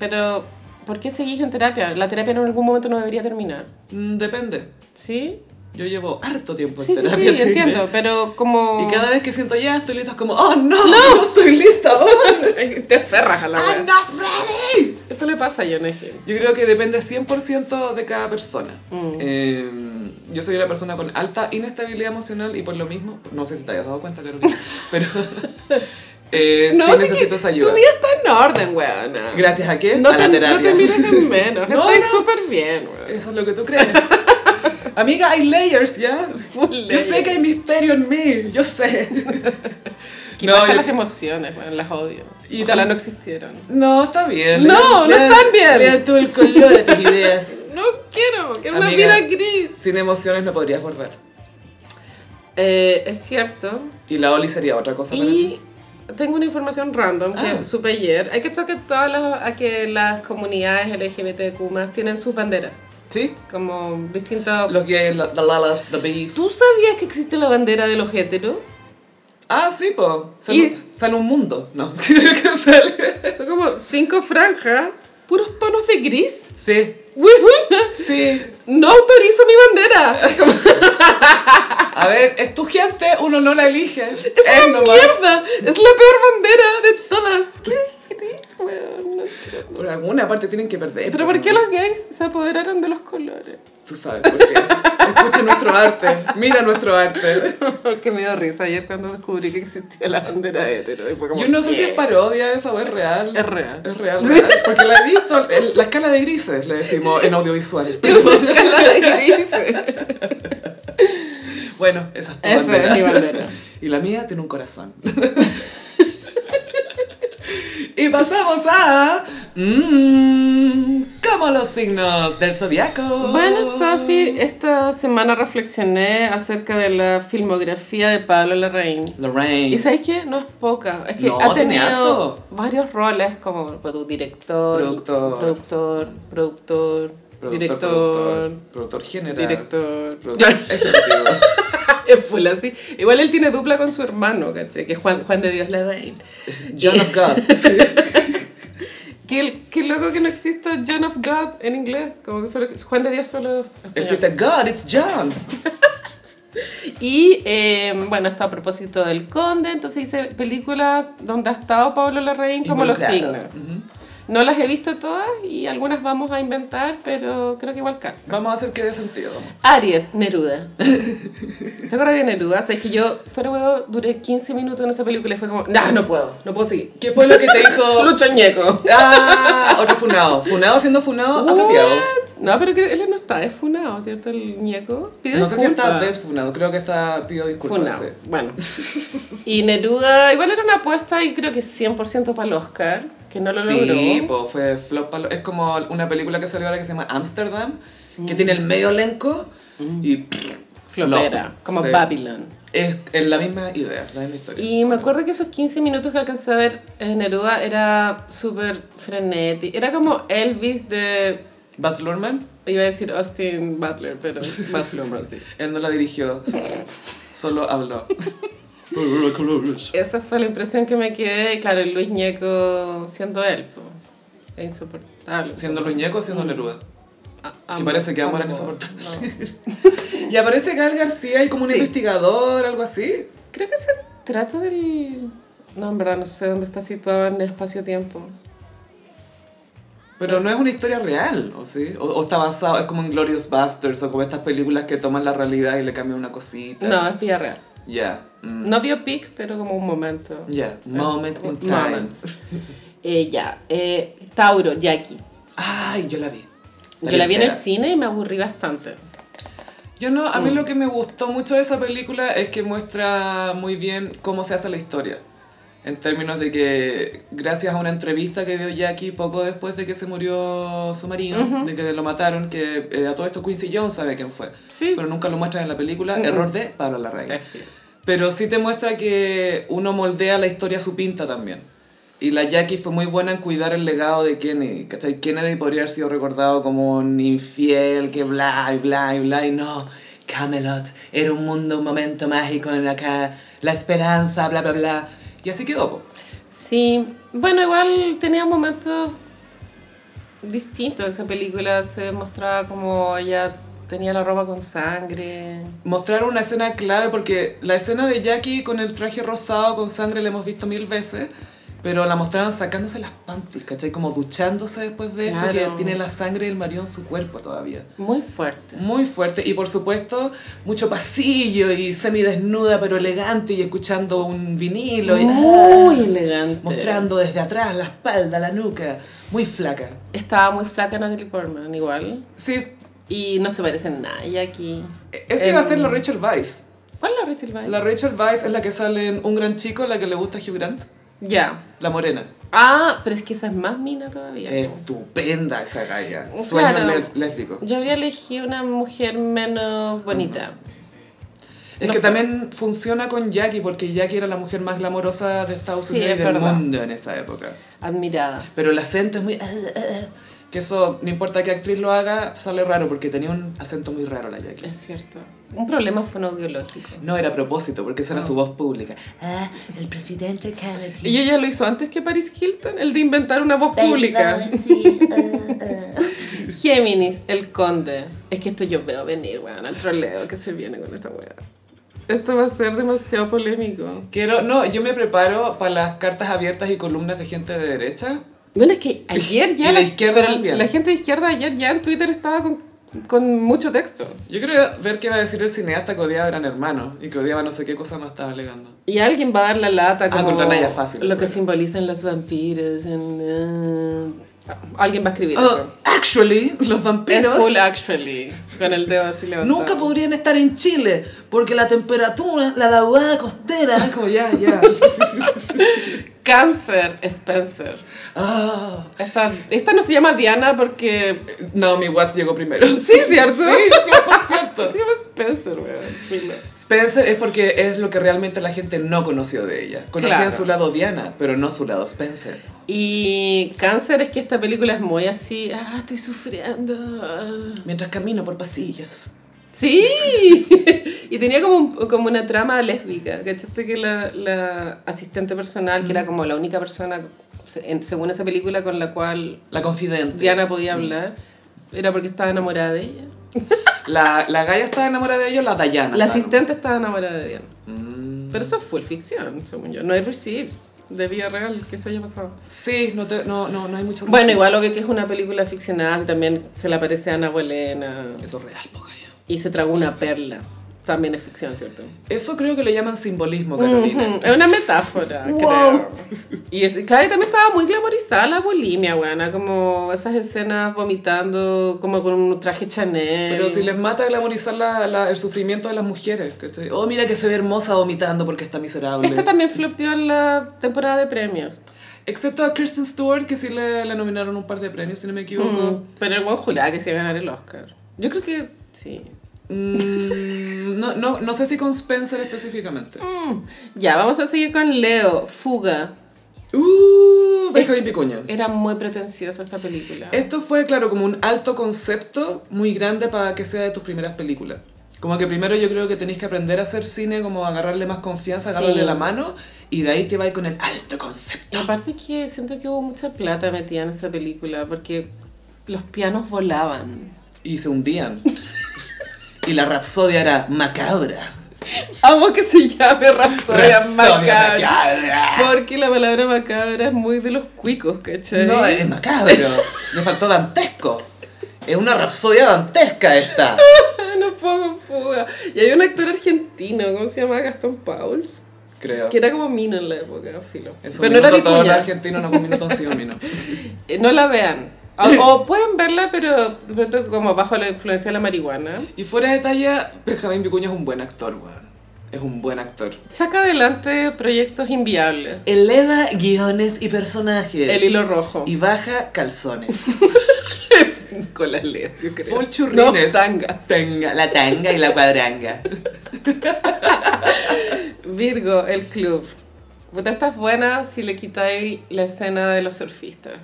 Speaker 2: pero ¿por qué seguís en terapia? La terapia en algún momento no debería terminar.
Speaker 1: mm, depende.
Speaker 2: ¿Sí?
Speaker 1: Yo llevo harto tiempo en
Speaker 2: Sí, sí, sí,
Speaker 1: terapia. te diré.
Speaker 2: entiendo, pero como...
Speaker 1: Y cada vez que siento ya, estoy lista, es como, oh no, no, estoy lista. oh".
Speaker 2: Te aferras a la wea.
Speaker 3: I'm not ready!
Speaker 2: Eso le pasa a Jonah Hill.
Speaker 1: Yo creo que depende 100% de cada persona.
Speaker 2: Mm.
Speaker 1: Eh, yo soy una persona con alta inestabilidad emocional y por lo mismo, no sé si te hayas dado cuenta, Carolina, pero eh,
Speaker 2: No,
Speaker 1: sí
Speaker 2: sé
Speaker 1: necesito
Speaker 2: que
Speaker 1: esa ayuda.
Speaker 2: tu vida está en orden, weón.
Speaker 1: ¿Gracias a qué?
Speaker 2: No,
Speaker 1: a la
Speaker 2: te, no
Speaker 1: terapia.
Speaker 2: te mires en menos,
Speaker 1: No,
Speaker 2: estás
Speaker 1: no.
Speaker 2: súper bien, weón.
Speaker 1: Eso es lo que tú crees. Amiga, hay layers, ¿ya?
Speaker 2: Full
Speaker 1: Yo sé que hay misterio en mí, yo sé.
Speaker 2: Que
Speaker 1: No,
Speaker 2: baja
Speaker 1: yo-
Speaker 2: las emociones, weón, las odio.
Speaker 1: Y
Speaker 2: Y Ojalá
Speaker 1: tam-
Speaker 2: no existieron.
Speaker 1: No, está bien.
Speaker 2: No, no están bien.
Speaker 1: Le da todo el color a tus ideas.
Speaker 2: No quiero, quiero
Speaker 1: Amiga.
Speaker 2: una vida gris.
Speaker 1: Sin emociones no podrías bordar.
Speaker 2: Eh, es cierto.
Speaker 1: Y la Oli sería otra cosa. para ti.
Speaker 2: Y tengo una información random que
Speaker 1: Ah.
Speaker 2: supe ayer. Hay que echar que todas las, a que las comunidades LGBTQ más tienen sus banderas.
Speaker 1: ¿Sí?
Speaker 2: Como distintos...
Speaker 1: Los gays, la- the lalas, the bees.
Speaker 2: ¿Tú sabías que existe la bandera de los héteros?
Speaker 1: Ah, sí, po. Sale,
Speaker 2: Y-
Speaker 1: sale un mundo, ¿no? Creo que sale.
Speaker 2: Son como cinco franjas, puros tonos de gris.
Speaker 1: Sí,
Speaker 2: Huevona,
Speaker 1: sí.
Speaker 2: No autorizo mi bandera. Como,
Speaker 1: A ver, es tu gente, uno no la elige.
Speaker 2: Es
Speaker 1: Eh,
Speaker 2: una
Speaker 1: nomás.
Speaker 2: mierda. Es la peor bandera de todas. ¿Qué gris, weón? No quiero.
Speaker 1: Por alguna parte tienen que perder.
Speaker 2: Pero
Speaker 1: po,
Speaker 2: ¿por qué
Speaker 1: ¿no?
Speaker 2: los gays se apoderaron de los colores?
Speaker 1: Tú sabes por qué. Escucha nuestro arte. Mira nuestro arte.
Speaker 2: que me dio risa ayer cuando descubrí que existía la bandera hetero. Y fue como,
Speaker 1: Yo no sé si
Speaker 2: ¿qué?
Speaker 1: es parodia eso o es real.
Speaker 2: Es real.
Speaker 1: Es real, real. Porque la he visto, el- la escala de grises, le decimos en audiovisual. Pero,
Speaker 2: Escala de grises.
Speaker 1: bueno, esa es tu
Speaker 2: Esa
Speaker 1: bandera.
Speaker 2: es mi bandera.
Speaker 1: Y la mía tiene un corazón. y pasamos a... Mmm, como los signos del zodiaco.
Speaker 2: Bueno, Sofi, esta semana reflexioné acerca de la filmografía de Pablo Larraín.
Speaker 1: Lorraine.
Speaker 2: Y sabéis que no es poca, es que
Speaker 1: No,
Speaker 2: ha
Speaker 1: tiene
Speaker 2: tenido
Speaker 1: harto.
Speaker 2: varios roles como pues, director,
Speaker 1: Productor.
Speaker 2: productor, productor,
Speaker 1: Productor,
Speaker 2: Director.
Speaker 1: productor, productor general.
Speaker 2: Director.
Speaker 1: Productor ejecutivo.
Speaker 2: Es full así. Igual él tiene dupla con su hermano, ¿cachai? Que es Juan, Juan de Dios Larraín.
Speaker 1: John of God. Sí.
Speaker 2: Que el- que loco que no exista John of God en inglés. Como que solo, Juan de Dios solo. español.
Speaker 1: Existe God, it's John.
Speaker 2: Y eh, bueno, esto a propósito del Conde, entonces hice películas donde ha estado Pablo Larraín como los
Speaker 1: Involucrado.
Speaker 2: signos. No las he visto todas y algunas vamos a inventar, pero creo que igual calza.
Speaker 1: Vamos a hacer que dé sentido.
Speaker 2: Aries, Neruda. ¿Te acuerdas de Neruda? O sea, es que yo, fuera huevo, duré 15 minutos en esa película y fue como, nah, no puedo, no puedo seguir.
Speaker 1: ¿Qué fue lo que te hizo?
Speaker 2: Lucho Ñeco.
Speaker 1: ah, otro funado. Funado siendo funado apropiado.
Speaker 2: What? No, pero que él no está defunado, ¿cierto? El Ñeco. Pide
Speaker 1: No sé si
Speaker 2: disculpas.
Speaker 1: está desfunado, creo que está pido disculpas.
Speaker 2: Funado.
Speaker 1: sí.
Speaker 2: Bueno. Y Neruda, igual era una apuesta y creo que 100% para el Oscar, que no lo
Speaker 1: Sí,
Speaker 2: logró.
Speaker 1: po, fue flop. palo- Es como una película que salió ahora que se llama Amsterdam,
Speaker 2: Mm.
Speaker 1: que tiene el medio elenco y
Speaker 2: Flopera,
Speaker 1: flop.
Speaker 2: como
Speaker 1: Sí.
Speaker 2: Babylon.
Speaker 1: Es, es la misma idea, la misma historia.
Speaker 2: Y me acuerdo que esos 15 minutos que alcancé a ver en Neruda era súper frenético. Era como Elvis de.
Speaker 1: Baz Luhrmann,
Speaker 2: Iba a decir Austin Butler, pero Baz Luhrmann, sí.
Speaker 1: él no la dirigió, solo habló.
Speaker 2: Esa fue la impresión que me quedé. y Claro, el Luis Ñeco siendo él, po. es insoportable.
Speaker 1: siendo Luñeco, siendo Neruda.
Speaker 2: A-
Speaker 1: que parece que
Speaker 2: ambos,
Speaker 1: amor era
Speaker 2: ambos.
Speaker 1: insoportable.
Speaker 2: No.
Speaker 1: Y aparece Gael García y como un
Speaker 2: Sí.
Speaker 1: investigador, algo así.
Speaker 2: Creo que se trata del... No, en verdad, no sé dónde está situado en el espacio-tiempo.
Speaker 1: Pero no es una historia real, ¿o sí? O, o está basado, es como en Glorious Busters o como estas películas que toman la realidad y le cambian una cosita.
Speaker 2: No, es Villarreal.
Speaker 1: Ya. mm,
Speaker 2: No biopic, pero como un momento.
Speaker 1: Ya, moment in time.
Speaker 2: Eh, Moment. Eh, ya. Eh, Tauro, Jackie.
Speaker 1: Ay, yo la vi.
Speaker 2: Yo la vi en el
Speaker 1: entera.
Speaker 2: cine Mm. y me aburrí bastante.
Speaker 1: Yo no, a mí lo que me gustó mucho de esa película es que muestra muy bien cómo se hace la historia. En términos de que, gracias a una entrevista que dio Jackie poco después de que se murió su marido, de que lo mataron, que eh, a todo esto Quincy Jones sabe quién fue.
Speaker 2: Sí.
Speaker 1: Pero nunca lo muestran en la película. Error de Pablo Larraín.
Speaker 2: Así es.
Speaker 1: Pero sí te muestra que uno moldea la historia a su pinta también. Y la Jackie fue muy buena en cuidar el legado de Kennedy, ¿cachai? Kennedy podría haber sido recordado como un infiel, que bla, y bla, y bla, y no. Camelot era un mundo, un momento mágico en acá, la esperanza, bla, bla, bla. Y así quedó, po.
Speaker 2: Sí. Bueno, igual tenía momentos distintos. Esa película se mostraba como ella tenía la ropa con sangre.
Speaker 1: Mostrar una escena clave porque la escena de Jackie con el traje rosado, con sangre, la hemos visto mil veces. Pero la mostraban sacándose las panties, ¿cachai? Como duchándose después de esto,
Speaker 2: Claro.
Speaker 1: que tiene la sangre del marido en su cuerpo todavía.
Speaker 2: Muy fuerte.
Speaker 1: Muy fuerte y por supuesto mucho pasillo y semidesnuda pero elegante y escuchando un vinilo y
Speaker 2: Muy elegante.
Speaker 1: mostrando desde atrás la espalda, la nuca, muy flaca.
Speaker 2: Estaba muy flaca Natalie Portman, igual.
Speaker 1: Sí,
Speaker 2: Y no se parece en nada a Jackie.
Speaker 1: esa iba E-, a
Speaker 2: Em,
Speaker 1: ser la Rachel Weisz.
Speaker 2: ¿Cuál es la Rachel Weisz?
Speaker 1: La Rachel Weisz es la que sale en Un Gran Chico, la que le gusta a Hugh Grant,
Speaker 2: Ya.
Speaker 1: la morena.
Speaker 2: Ah, pero es que esa es más mina todavía.
Speaker 1: Eh. Estupenda esa galla.
Speaker 2: Claro.
Speaker 1: Sueño lés- lésbico.
Speaker 2: Yo habría elegido una mujer menos bonita.
Speaker 1: Es
Speaker 2: No
Speaker 1: que
Speaker 2: sé.
Speaker 1: también funciona con Jackie porque Jackie era la mujer más glamorosa de Estados
Speaker 2: Sí,
Speaker 1: Unidos
Speaker 2: es
Speaker 1: y del
Speaker 2: verdad.
Speaker 1: mundo en esa época.
Speaker 2: Admirada.
Speaker 1: Pero el acento es muy... eh, Que eso, no importa qué actriz lo haga, sale raro porque tenía un acento muy raro la Jackie.
Speaker 2: Es cierto. Un problema fonoaudiológico.
Speaker 1: No, era a propósito, porque esa era su voz pública.
Speaker 3: Ah, el presidente Kennedy.
Speaker 2: Y ella lo hizo antes que Paris Hilton, el de inventar una voz pública.
Speaker 3: Baby, sí, ah, ah.
Speaker 2: Géminis, el conde. Es que esto yo veo venir, weón, al troleo que se viene con esta weá. Esto va a ser demasiado polémico.
Speaker 1: Quiero, no, yo me preparo para las cartas abiertas y columnas de gente de derecha.
Speaker 2: Bueno, es que ayer ya
Speaker 1: Y la
Speaker 2: la,
Speaker 1: izquierda
Speaker 2: pero
Speaker 1: también.
Speaker 2: la gente de izquierda ayer ya en Twitter estaba con, con mucho texto.
Speaker 1: Yo quiero ver qué va a decir el cineasta que odiaba a Gran Hermano y que odiaba no sé qué cosa más estaba alegando.
Speaker 2: Y alguien va a dar la lata
Speaker 1: Ah,
Speaker 2: como
Speaker 1: con Rana ya fácil,
Speaker 2: lo que
Speaker 1: sí.
Speaker 2: simbolizan los vampiros. en, ah, alguien va a escribir
Speaker 1: Oh,
Speaker 2: eso.
Speaker 1: actually, los
Speaker 2: Es
Speaker 1: vampiros
Speaker 2: full actually, con el dedo así levantado.
Speaker 3: Nunca podrían estar en Chile porque la temperatura, la vaguada costera.
Speaker 1: Ah, como ya, ya.
Speaker 2: Cáncer, Spencer.
Speaker 1: Ah.
Speaker 2: Esta, esta no se llama Diana porque
Speaker 1: No, mi Watts llegó primero.
Speaker 2: Sí, ¿cierto?
Speaker 1: Sí, 100%. Exacto.
Speaker 2: Se llama Spencer, weón. Filo.
Speaker 1: Spencer es porque es lo que realmente la gente no conoció de ella. Conocían
Speaker 2: Claro.
Speaker 1: su lado Diana, pero no su lado Spencer.
Speaker 2: Y Cáncer es que esta película es muy así, ah, estoy sufriendo. ah.
Speaker 1: Mientras camino por pasillos.
Speaker 2: Sí, y tenía como, un- como una trama lésbica, ¿cachaste? Que la, la asistente personal, que era como la única persona, se- en- según esa película, con la cual
Speaker 1: La confidente.
Speaker 2: Diana podía hablar, era porque estaba enamorada de ella.
Speaker 1: La, la Gaia estaba enamorada de ellos, la Dayana.
Speaker 2: La
Speaker 1: estaba
Speaker 2: asistente estaba enamorada de Diana.
Speaker 1: Mm.
Speaker 2: Pero eso fue ficción, según yo. No hay receipts de vida real, que eso haya pasado.
Speaker 1: Sí, no, te- no, no, no hay mucho
Speaker 2: Bueno,
Speaker 1: ruido.
Speaker 2: igual obvio que es una película ficcionada, también se le aparece a Ana Bolena
Speaker 1: Eso es real, po, Gaia.
Speaker 2: y se tragó una perla. También es ficción, ¿cierto?
Speaker 1: Eso creo que le llaman simbolismo, Catalina.
Speaker 2: Ujú, Es una metáfora, creo. Y es, claro, y también estaba muy glamorizada la bulimia, weona, como esas escenas vomitando, como con un traje Chanel.
Speaker 1: Pero si les mata glamorizar la, la- el sufrimiento de las mujeres. Que estoy- oh, mira que se ve hermosa vomitando porque está miserable.
Speaker 2: Esta también flopeó en la temporada de premios.
Speaker 1: Excepto a Kristen Stewart, que sí le, le nominaron un par de premios, si no me equivoco.
Speaker 2: Mm, Pero el buen juraba que se iba a ganar el Oscar. Yo creo que sí.
Speaker 1: Mm, no, no, no sé si con Spencer específicamente.
Speaker 2: Mm, Ya, vamos a seguir con Leo, Fuga.
Speaker 1: Uh, Benjamín Picuña.
Speaker 2: Era muy pretenciosa esta película.
Speaker 1: Esto fue, claro, como un alto concepto muy grande para que sea de tus primeras películas. Como que primero yo creo que tenés que aprender a hacer cine, como agarrarle más confianza, agarrarle
Speaker 2: Sí.
Speaker 1: la mano, y de ahí te vas con el alto concepto.
Speaker 2: Y aparte que siento que hubo mucha plata metida en esa película porque los pianos volaban.
Speaker 1: Y se hundían. y la rapsodia era macabra.
Speaker 2: Amo que se llame Rapsodia Macabra.
Speaker 1: macabra.
Speaker 2: Porque la palabra macabra es muy de los cuicos, ¿cachai?
Speaker 1: No, es macabro. Le faltó dantesco. Es una rapsodia dantesca esta.
Speaker 2: no puedo con fuga. Y hay un actor argentino, ¿cómo se llama? Gastón Pauls.
Speaker 1: Creo.
Speaker 2: Que era como Mina en la época, filo.
Speaker 1: Es un
Speaker 2: Pero no era
Speaker 1: minuto todo el
Speaker 2: vicuña.
Speaker 1: argentino en algún minuto ha sido mino.
Speaker 2: Eh, No la vean. O, o pueden verla, pero de pronto como bajo la influencia de la marihuana.
Speaker 1: Y fuera de talla, Benjamín Vicuña es un buen actor, weón. Es un buen actor.
Speaker 2: Saca adelante proyectos inviables.
Speaker 1: Eleva guiones y personajes.
Speaker 2: El hilo rojo.
Speaker 1: Y baja calzones.
Speaker 2: Con las les, yo creo.
Speaker 1: Full churrines.
Speaker 2: No, tangas.
Speaker 1: Tanga- la tanga y la cuadranga.
Speaker 2: Virgo, el club. Puta, esta es buena si le quitáis la escena de los surfistas.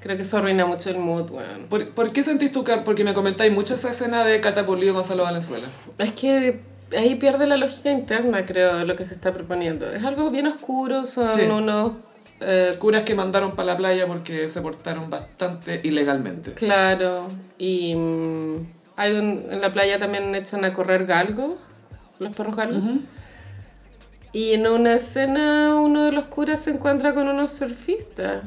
Speaker 2: Creo que eso arruina mucho el mood, weón.
Speaker 1: ¿Por, por qué sentís tu car? Porque me comentáis mucho esa escena de Catapulio Gonzalo Valenzuela.
Speaker 2: Es que ahí pierde la lógica interna, creo, lo que se está proponiendo. Es algo bien oscuro, son
Speaker 1: Sí.
Speaker 2: unos... eh,
Speaker 1: Curas que mandaron para la playa porque se portaron bastante ilegalmente.
Speaker 2: claro, y mm, hay un, en la playa también echan a correr galgos, los perros galgos. Y en una escena uno de los curas se encuentra con unos surfistas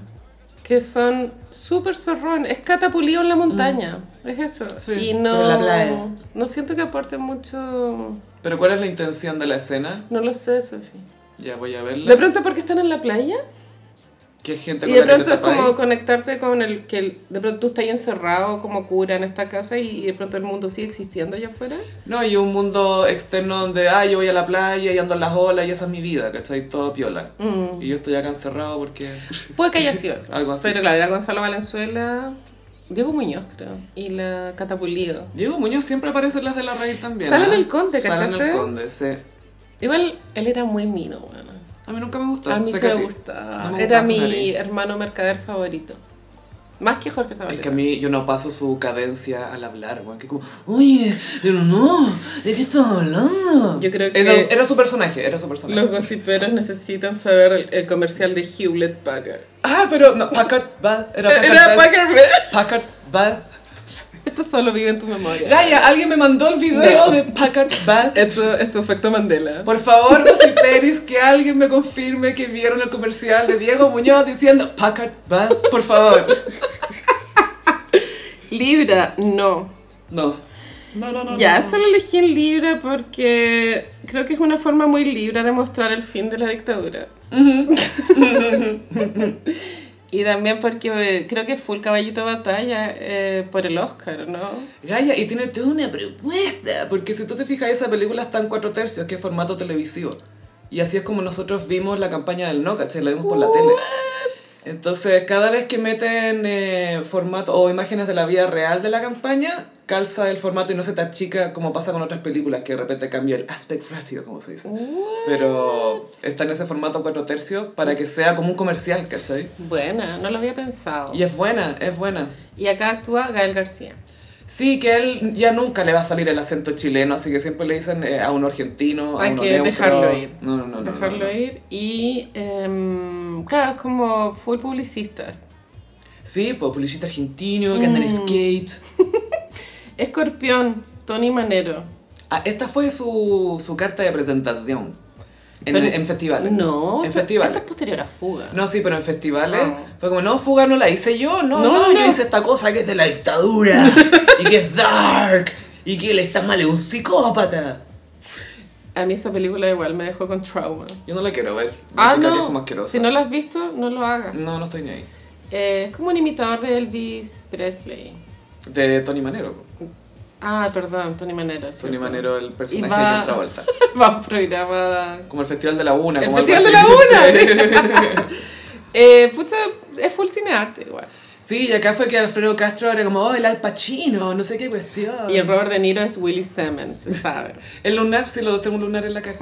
Speaker 2: que son súper zorrones. Es catapulío en la montaña, es eso.
Speaker 1: Sí,
Speaker 2: y
Speaker 1: pero en la
Speaker 2: no,
Speaker 1: playa.
Speaker 2: no siento que aporte mucho...
Speaker 1: Pero ¿cuál es la intención de la escena?
Speaker 2: No lo sé, Sofía.
Speaker 1: Ya voy a
Speaker 2: De
Speaker 1: verla.
Speaker 2: pronto porque están en la playa
Speaker 1: ¿Qué gente
Speaker 2: y
Speaker 1: con la que
Speaker 2: de
Speaker 1: te
Speaker 2: pronto es
Speaker 1: tapáis?
Speaker 2: como conectarte con el que el- de pronto tú estás ahí encerrado como cura en esta casa y, y de pronto el mundo sigue existiendo allá afuera.
Speaker 1: No, y un mundo externo donde, ah, yo voy a la playa y ando en las olas y esa es mi vida, ¿cachai? Todo piola.
Speaker 2: Mm.
Speaker 1: Y yo estoy acá encerrado porque...
Speaker 2: Puede que haya sido eso.
Speaker 1: Algo así.
Speaker 2: Pero claro, era Gonzalo Valenzuela, Diego Muñoz creo, y la Catapulido.
Speaker 1: Diego Muñoz siempre aparece en las de la raíz también.
Speaker 2: Sale en
Speaker 1: ¿ah?
Speaker 2: El Conde,
Speaker 1: Sale en
Speaker 2: ¿cachaste?
Speaker 1: el conde, sí.
Speaker 2: Igual él era muy mino, bueno.
Speaker 1: A mí nunca me gustó.
Speaker 2: A mí
Speaker 1: sé
Speaker 2: se
Speaker 1: que
Speaker 2: me
Speaker 1: ti.
Speaker 2: gustaba.
Speaker 1: No me
Speaker 2: era
Speaker 1: gustaba su
Speaker 2: mi
Speaker 1: nariz.
Speaker 2: hermano mercader favorito. Más que Jorge
Speaker 1: Es
Speaker 2: Zabaleta.
Speaker 1: que a mí yo no paso su cadencia al hablar, weón. Que como, oye, pero no, ¿de qué estás hablando?
Speaker 2: Yo creo
Speaker 1: Era,
Speaker 2: que-
Speaker 1: era su personaje, era su personaje.
Speaker 2: Los gossiperos necesitan saber el, el comercial de Hewlett Packard.
Speaker 1: Ah, pero no, Packard Bad. Era Packard
Speaker 2: Eh, Era
Speaker 1: Bad.
Speaker 2: Packard.
Speaker 1: Packard Bad.
Speaker 2: Esto solo vive en tu memoria.
Speaker 1: Gaia, alguien me mandó el video
Speaker 2: No.
Speaker 1: de Packard Bad.
Speaker 2: Esto es tu efecto Mandela.
Speaker 1: Por favor, Rosy Peris, que alguien me confirme que vieron el comercial de Diego Muñoz diciendo Packard Bad, por favor.
Speaker 2: Libra, no.
Speaker 1: No. No, no, no.
Speaker 2: Ya,
Speaker 1: no.
Speaker 2: esto lo elegí en Libra porque creo que es una forma muy libra de mostrar el fin de la dictadura. y también porque eh, creo que fue el caballito de batalla eh, por el Oscar, ¿no?
Speaker 1: Gaia, y tiene toda una propuesta, porque si tú te fijas, esa película está en cuatro tercios, que es formato televisivo. Y así es como nosotros vimos la campaña del No, ¿cachai? La vimos por la tele. Entonces, cada vez que meten eh, formato o imágenes de la vida real de la campaña, calza el formato y no se te achica como pasa con otras películas, que de repente cambia el aspect ratio, como se dice. Pero está en ese formato 4 tercios para que sea como un comercial, ¿cachai?
Speaker 2: Buena, no lo había pensado.
Speaker 1: Y es buena, es buena.
Speaker 2: Y acá actúa Gael García.
Speaker 1: Sí, que él ya nunca le va a salir el acento chileno, así que siempre le dicen eh, a un argentino, a
Speaker 2: Hay
Speaker 1: un
Speaker 2: que dejarlo ir.
Speaker 1: No, no, no. no,
Speaker 2: Dejarlo
Speaker 1: no.
Speaker 2: ir. Y em, claro, es como full publicista.
Speaker 1: Sí, pues publicista argentino, que anda en
Speaker 2: Mm.
Speaker 1: skate.
Speaker 2: Escorpión, Tony Manero.
Speaker 1: Ah, esta fue su, su carta de presentación. En,
Speaker 2: Pero-
Speaker 1: en festivales.
Speaker 2: No,
Speaker 1: En
Speaker 2: esto,
Speaker 1: festivales.
Speaker 2: esto es posterior a Fuga.
Speaker 1: No, sí, pero en festivales
Speaker 2: Ah.
Speaker 1: fue como, no, fuga no la hice yo, no,
Speaker 2: No,
Speaker 1: no,
Speaker 2: no, no.
Speaker 1: yo hice esta cosa que es de la dictadura y que es dark y que él está mal, es un psicópata.
Speaker 2: A mí esa película igual me dejó con trauma.
Speaker 1: Yo no la quiero ver.
Speaker 2: Ah,
Speaker 1: encuentro que es como
Speaker 2: no.
Speaker 1: asquerosa.
Speaker 2: si no lo has visto, no lo hagas.
Speaker 1: No, no estoy ni ahí.
Speaker 2: Eh, es como un imitador de Elvis Presley.
Speaker 1: De Tony Manero.
Speaker 2: Ah, perdón, Tony Manero. es
Speaker 1: Tony
Speaker 2: cierto.
Speaker 1: Manero, el personaje
Speaker 2: Y va-
Speaker 1: de John Travolta.
Speaker 2: Va a un programa.
Speaker 1: Como el Festival de la Una.
Speaker 2: El
Speaker 1: como algo
Speaker 2: Festival de
Speaker 1: así.
Speaker 2: la Una, Eh, pucha, es full cinearte igual.
Speaker 1: Sí, y acá fue que Alfredo Castro era como, oh, el Al Pacino, no sé qué cuestión.
Speaker 2: Y el Robert De Niro es Willy Simmons, se sabe.
Speaker 1: El lunar, sí, lo tengo un lunar en la cara.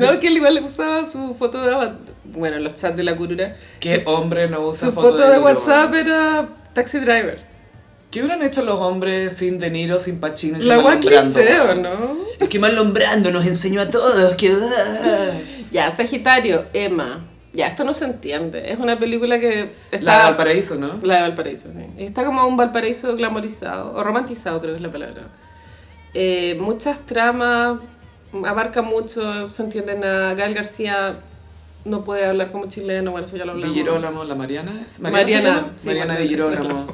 Speaker 2: No, que él igual le usaba su foto de... avat- Bueno, en los chats de la curura.
Speaker 1: ¿Qué hombre no
Speaker 2: Su,
Speaker 1: usa
Speaker 2: su foto de
Speaker 1: Niro?
Speaker 2: WhatsApp era Taxi Driver.
Speaker 1: ¿Qué hubieran hecho los hombres sin De Niro, sin Pacino y
Speaker 2: La
Speaker 1: sin
Speaker 2: guay
Speaker 1: Marlon Brando?
Speaker 2: cliché, ¿o no?
Speaker 1: Es que Marlon Brando nos enseñó a todos que...
Speaker 3: eh,
Speaker 2: Ya, Sagitario, Emma. Ya, esto no se entiende. Es una película que
Speaker 1: La de
Speaker 2: está...
Speaker 1: Valparaíso, ¿no?
Speaker 2: La de Valparaíso, sí. Está como un Valparaíso glamorizado, o romantizado creo que es la palabra. Eh, muchas tramas, abarca mucho, no se entiende nada. Gael García no puede hablar como chileno, bueno, eso ya lo
Speaker 1: Di
Speaker 2: hablamos.
Speaker 1: Girolamo, la Mariana. ¿es?
Speaker 2: Mariana,
Speaker 1: se llama?
Speaker 2: sí,
Speaker 1: Mariana Di
Speaker 2: Mariana.
Speaker 1: Girolamo.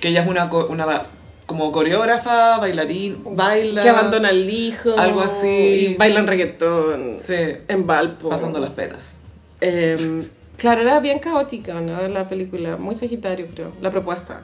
Speaker 1: Que ella es una, co- una como coreógrafa, bailarín, baila...
Speaker 2: Que abandona al hijo.
Speaker 1: Algo así.
Speaker 2: Y bailan reggaetón.
Speaker 1: Sí,
Speaker 2: En Valpo.
Speaker 1: pasando las penas.
Speaker 2: Eh, claro, era bien caótica, ¿no? La película, muy Sagitario, creo, la propuesta.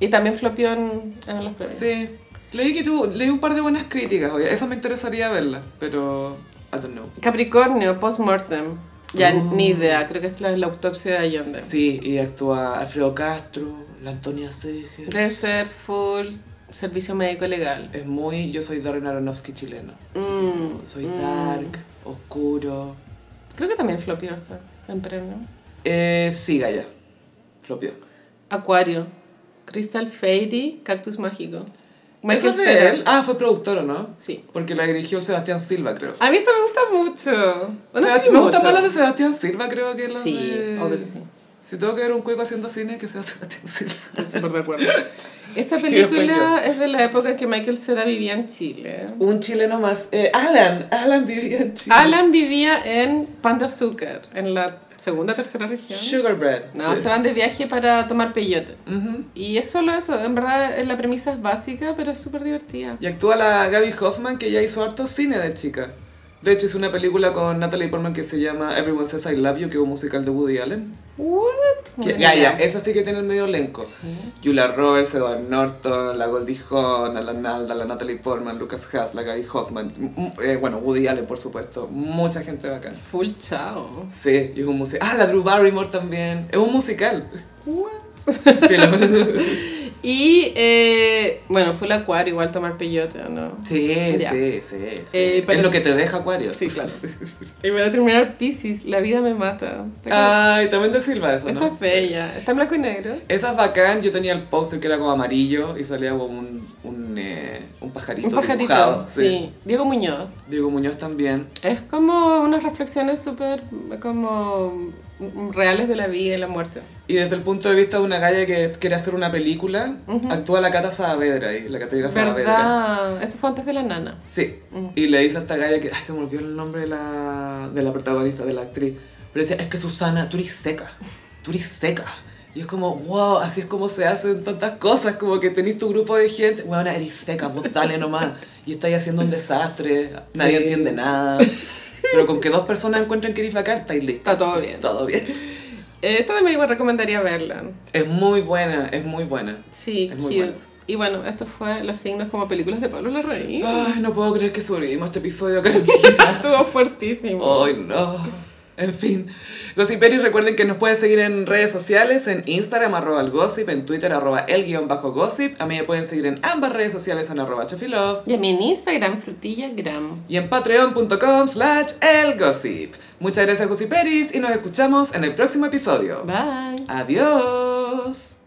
Speaker 2: Y también flopió en, en los premios.
Speaker 1: Sí. Leí que tú, leí un par de buenas críticas, oye, esa me interesaría verla, pero... I don't know.
Speaker 2: Capricornio, post-mortem. Ya,
Speaker 1: Uh.
Speaker 2: ni idea, creo que esta es la autopsia de Allende.
Speaker 1: Sí, y actúa Alfredo Castro, la Antonia Seger.
Speaker 2: Debe ser full servicio médico legal.
Speaker 1: Es muy, yo soy Darren Aronofsky chileno.
Speaker 2: Mm,
Speaker 1: Soy
Speaker 2: mm.
Speaker 1: dark, oscuro.
Speaker 2: Creo que también flopió esta en premio.
Speaker 1: Eh, sí, Gaya. Flopio.
Speaker 2: Acuario, Crystal Fairy, Cactus Mágico. Michael
Speaker 1: ¿Eso es de
Speaker 2: Cera.
Speaker 1: él? Ah, fue productor, ¿no?
Speaker 2: Sí. Ah,
Speaker 1: Porque la dirigió el Sebastián Silva, creo.
Speaker 2: A mí esta me gusta mucho. No
Speaker 1: O sea,
Speaker 2: sé si
Speaker 1: me gusta
Speaker 2: mucho.
Speaker 1: más la de Sebastián Silva, creo que la
Speaker 2: pues, Sí,
Speaker 1: de...
Speaker 2: obvio que sí.
Speaker 1: Si tengo que ver un cueco haciendo cine, que sea Sebastián Silva.
Speaker 2: Estoy súper de acuerdo. Esta
Speaker 1: después
Speaker 2: película es de la época en que Michael Cera vivía en Chile.
Speaker 1: Un chileno más. eh, Alan, Alan vivía en Chile.
Speaker 2: Alan vivía en Pan de Azúcar, en la segunda tercera región.
Speaker 1: Sugar Bread.
Speaker 2: No,
Speaker 1: sí.
Speaker 2: se van de viaje para tomar peyote.
Speaker 1: Ujú.
Speaker 2: Y es solo eso, en verdad eh, la premisa es básica, pero es súper divertida.
Speaker 1: Y actúa la Gaby Hoffman, que ya hizo harto cine de chica. De hecho, hizo una película con Natalie Portman que se llama Everyone Says I Love You, que es un musical de Woody Allen.
Speaker 2: What?
Speaker 1: Que-
Speaker 2: Buena
Speaker 1: Gaia,
Speaker 2: idea.
Speaker 1: eso sí que tiene el medio elenco. Julia Roberts, Edward Norton, la Goldie Hawn, la Nalda, la Natalie Portman, Lucas Haas, la Gaby Hoffman. m- m- eh, bueno, Woody Allen, por supuesto. Mucha gente bacana.
Speaker 2: Full chao.
Speaker 1: Sí, y es un musical. Ah, la Drew Barrymore también. Es un musical.
Speaker 2: What?
Speaker 1: Sí, lo-
Speaker 2: Y eh, bueno, fue el acuario igual tomar peyote, ¿no?
Speaker 1: sí,
Speaker 2: Ya.
Speaker 1: sí, sí, sí.
Speaker 2: Eh, pero-
Speaker 1: Es lo que te deja Acuario.
Speaker 2: Sí, claro. Y para terminar, Pisces, la vida me mata. Está
Speaker 1: Ay, también te silba eso,
Speaker 2: como-
Speaker 1: ¿no?
Speaker 2: está bella, está en blanco y negro.
Speaker 1: Esa es bacán, yo tenía el póster que era como amarillo y salía como un, un, eh, un pajarito.
Speaker 2: Un pajarito,
Speaker 1: dibujado,
Speaker 2: sí. Diego Muñoz.
Speaker 1: Diego Muñoz también.
Speaker 2: Es como unas reflexiones súper como mm, reales de la vida y la muerte.
Speaker 1: Y desde el punto de vista de una galla que quiere hacer una película, actúa la Cata Saavedra ahí, la Caterina Saavedra.
Speaker 2: ¿Verdad? Esto fue antes de la nana.
Speaker 1: Sí. Y le dice a esta galla que ay, se me olvidó el nombre de la, de la protagonista, de la actriz. Pero decía, es que Susana, tú eres seca. Tú eres seca. Y es como, wow, así es como se hacen tantas cosas, como que tenés tu grupo de gente, weón, eres seca, vos dale nomás. Y estáis haciendo un desastre, nadie
Speaker 2: Sí.
Speaker 1: entiende nada. Pero con que dos personas encuentren que eres bacán, estáis listos.
Speaker 2: Está todo bien.
Speaker 1: Todo bien.
Speaker 2: Eh, esta también igual recomendaría verla.
Speaker 1: Es muy buena, es muy buena.
Speaker 2: Sí,
Speaker 1: Es muy
Speaker 2: cute.
Speaker 1: buena.
Speaker 2: Y bueno, esto fue Los signos como películas de Pablo Larraín.
Speaker 1: Ay, no puedo creer que sobrevivimos a este episodio, Carolina.
Speaker 2: Estuvo fuertísimo.
Speaker 1: Ay, no. En fin, Gossiperis, recuerden que nos pueden seguir en redes sociales, en Instagram, arroba el gossip, en Twitter, arroba el guión bajo gossip. A mí me pueden seguir en ambas redes sociales, en arroba chafilove.
Speaker 2: Y a mí en Instagram, frutillagram.
Speaker 1: Y en patreon.com slash el gossip. Muchas gracias, Gossiperis, y nos escuchamos en el próximo episodio.
Speaker 2: Bye.
Speaker 1: Adiós.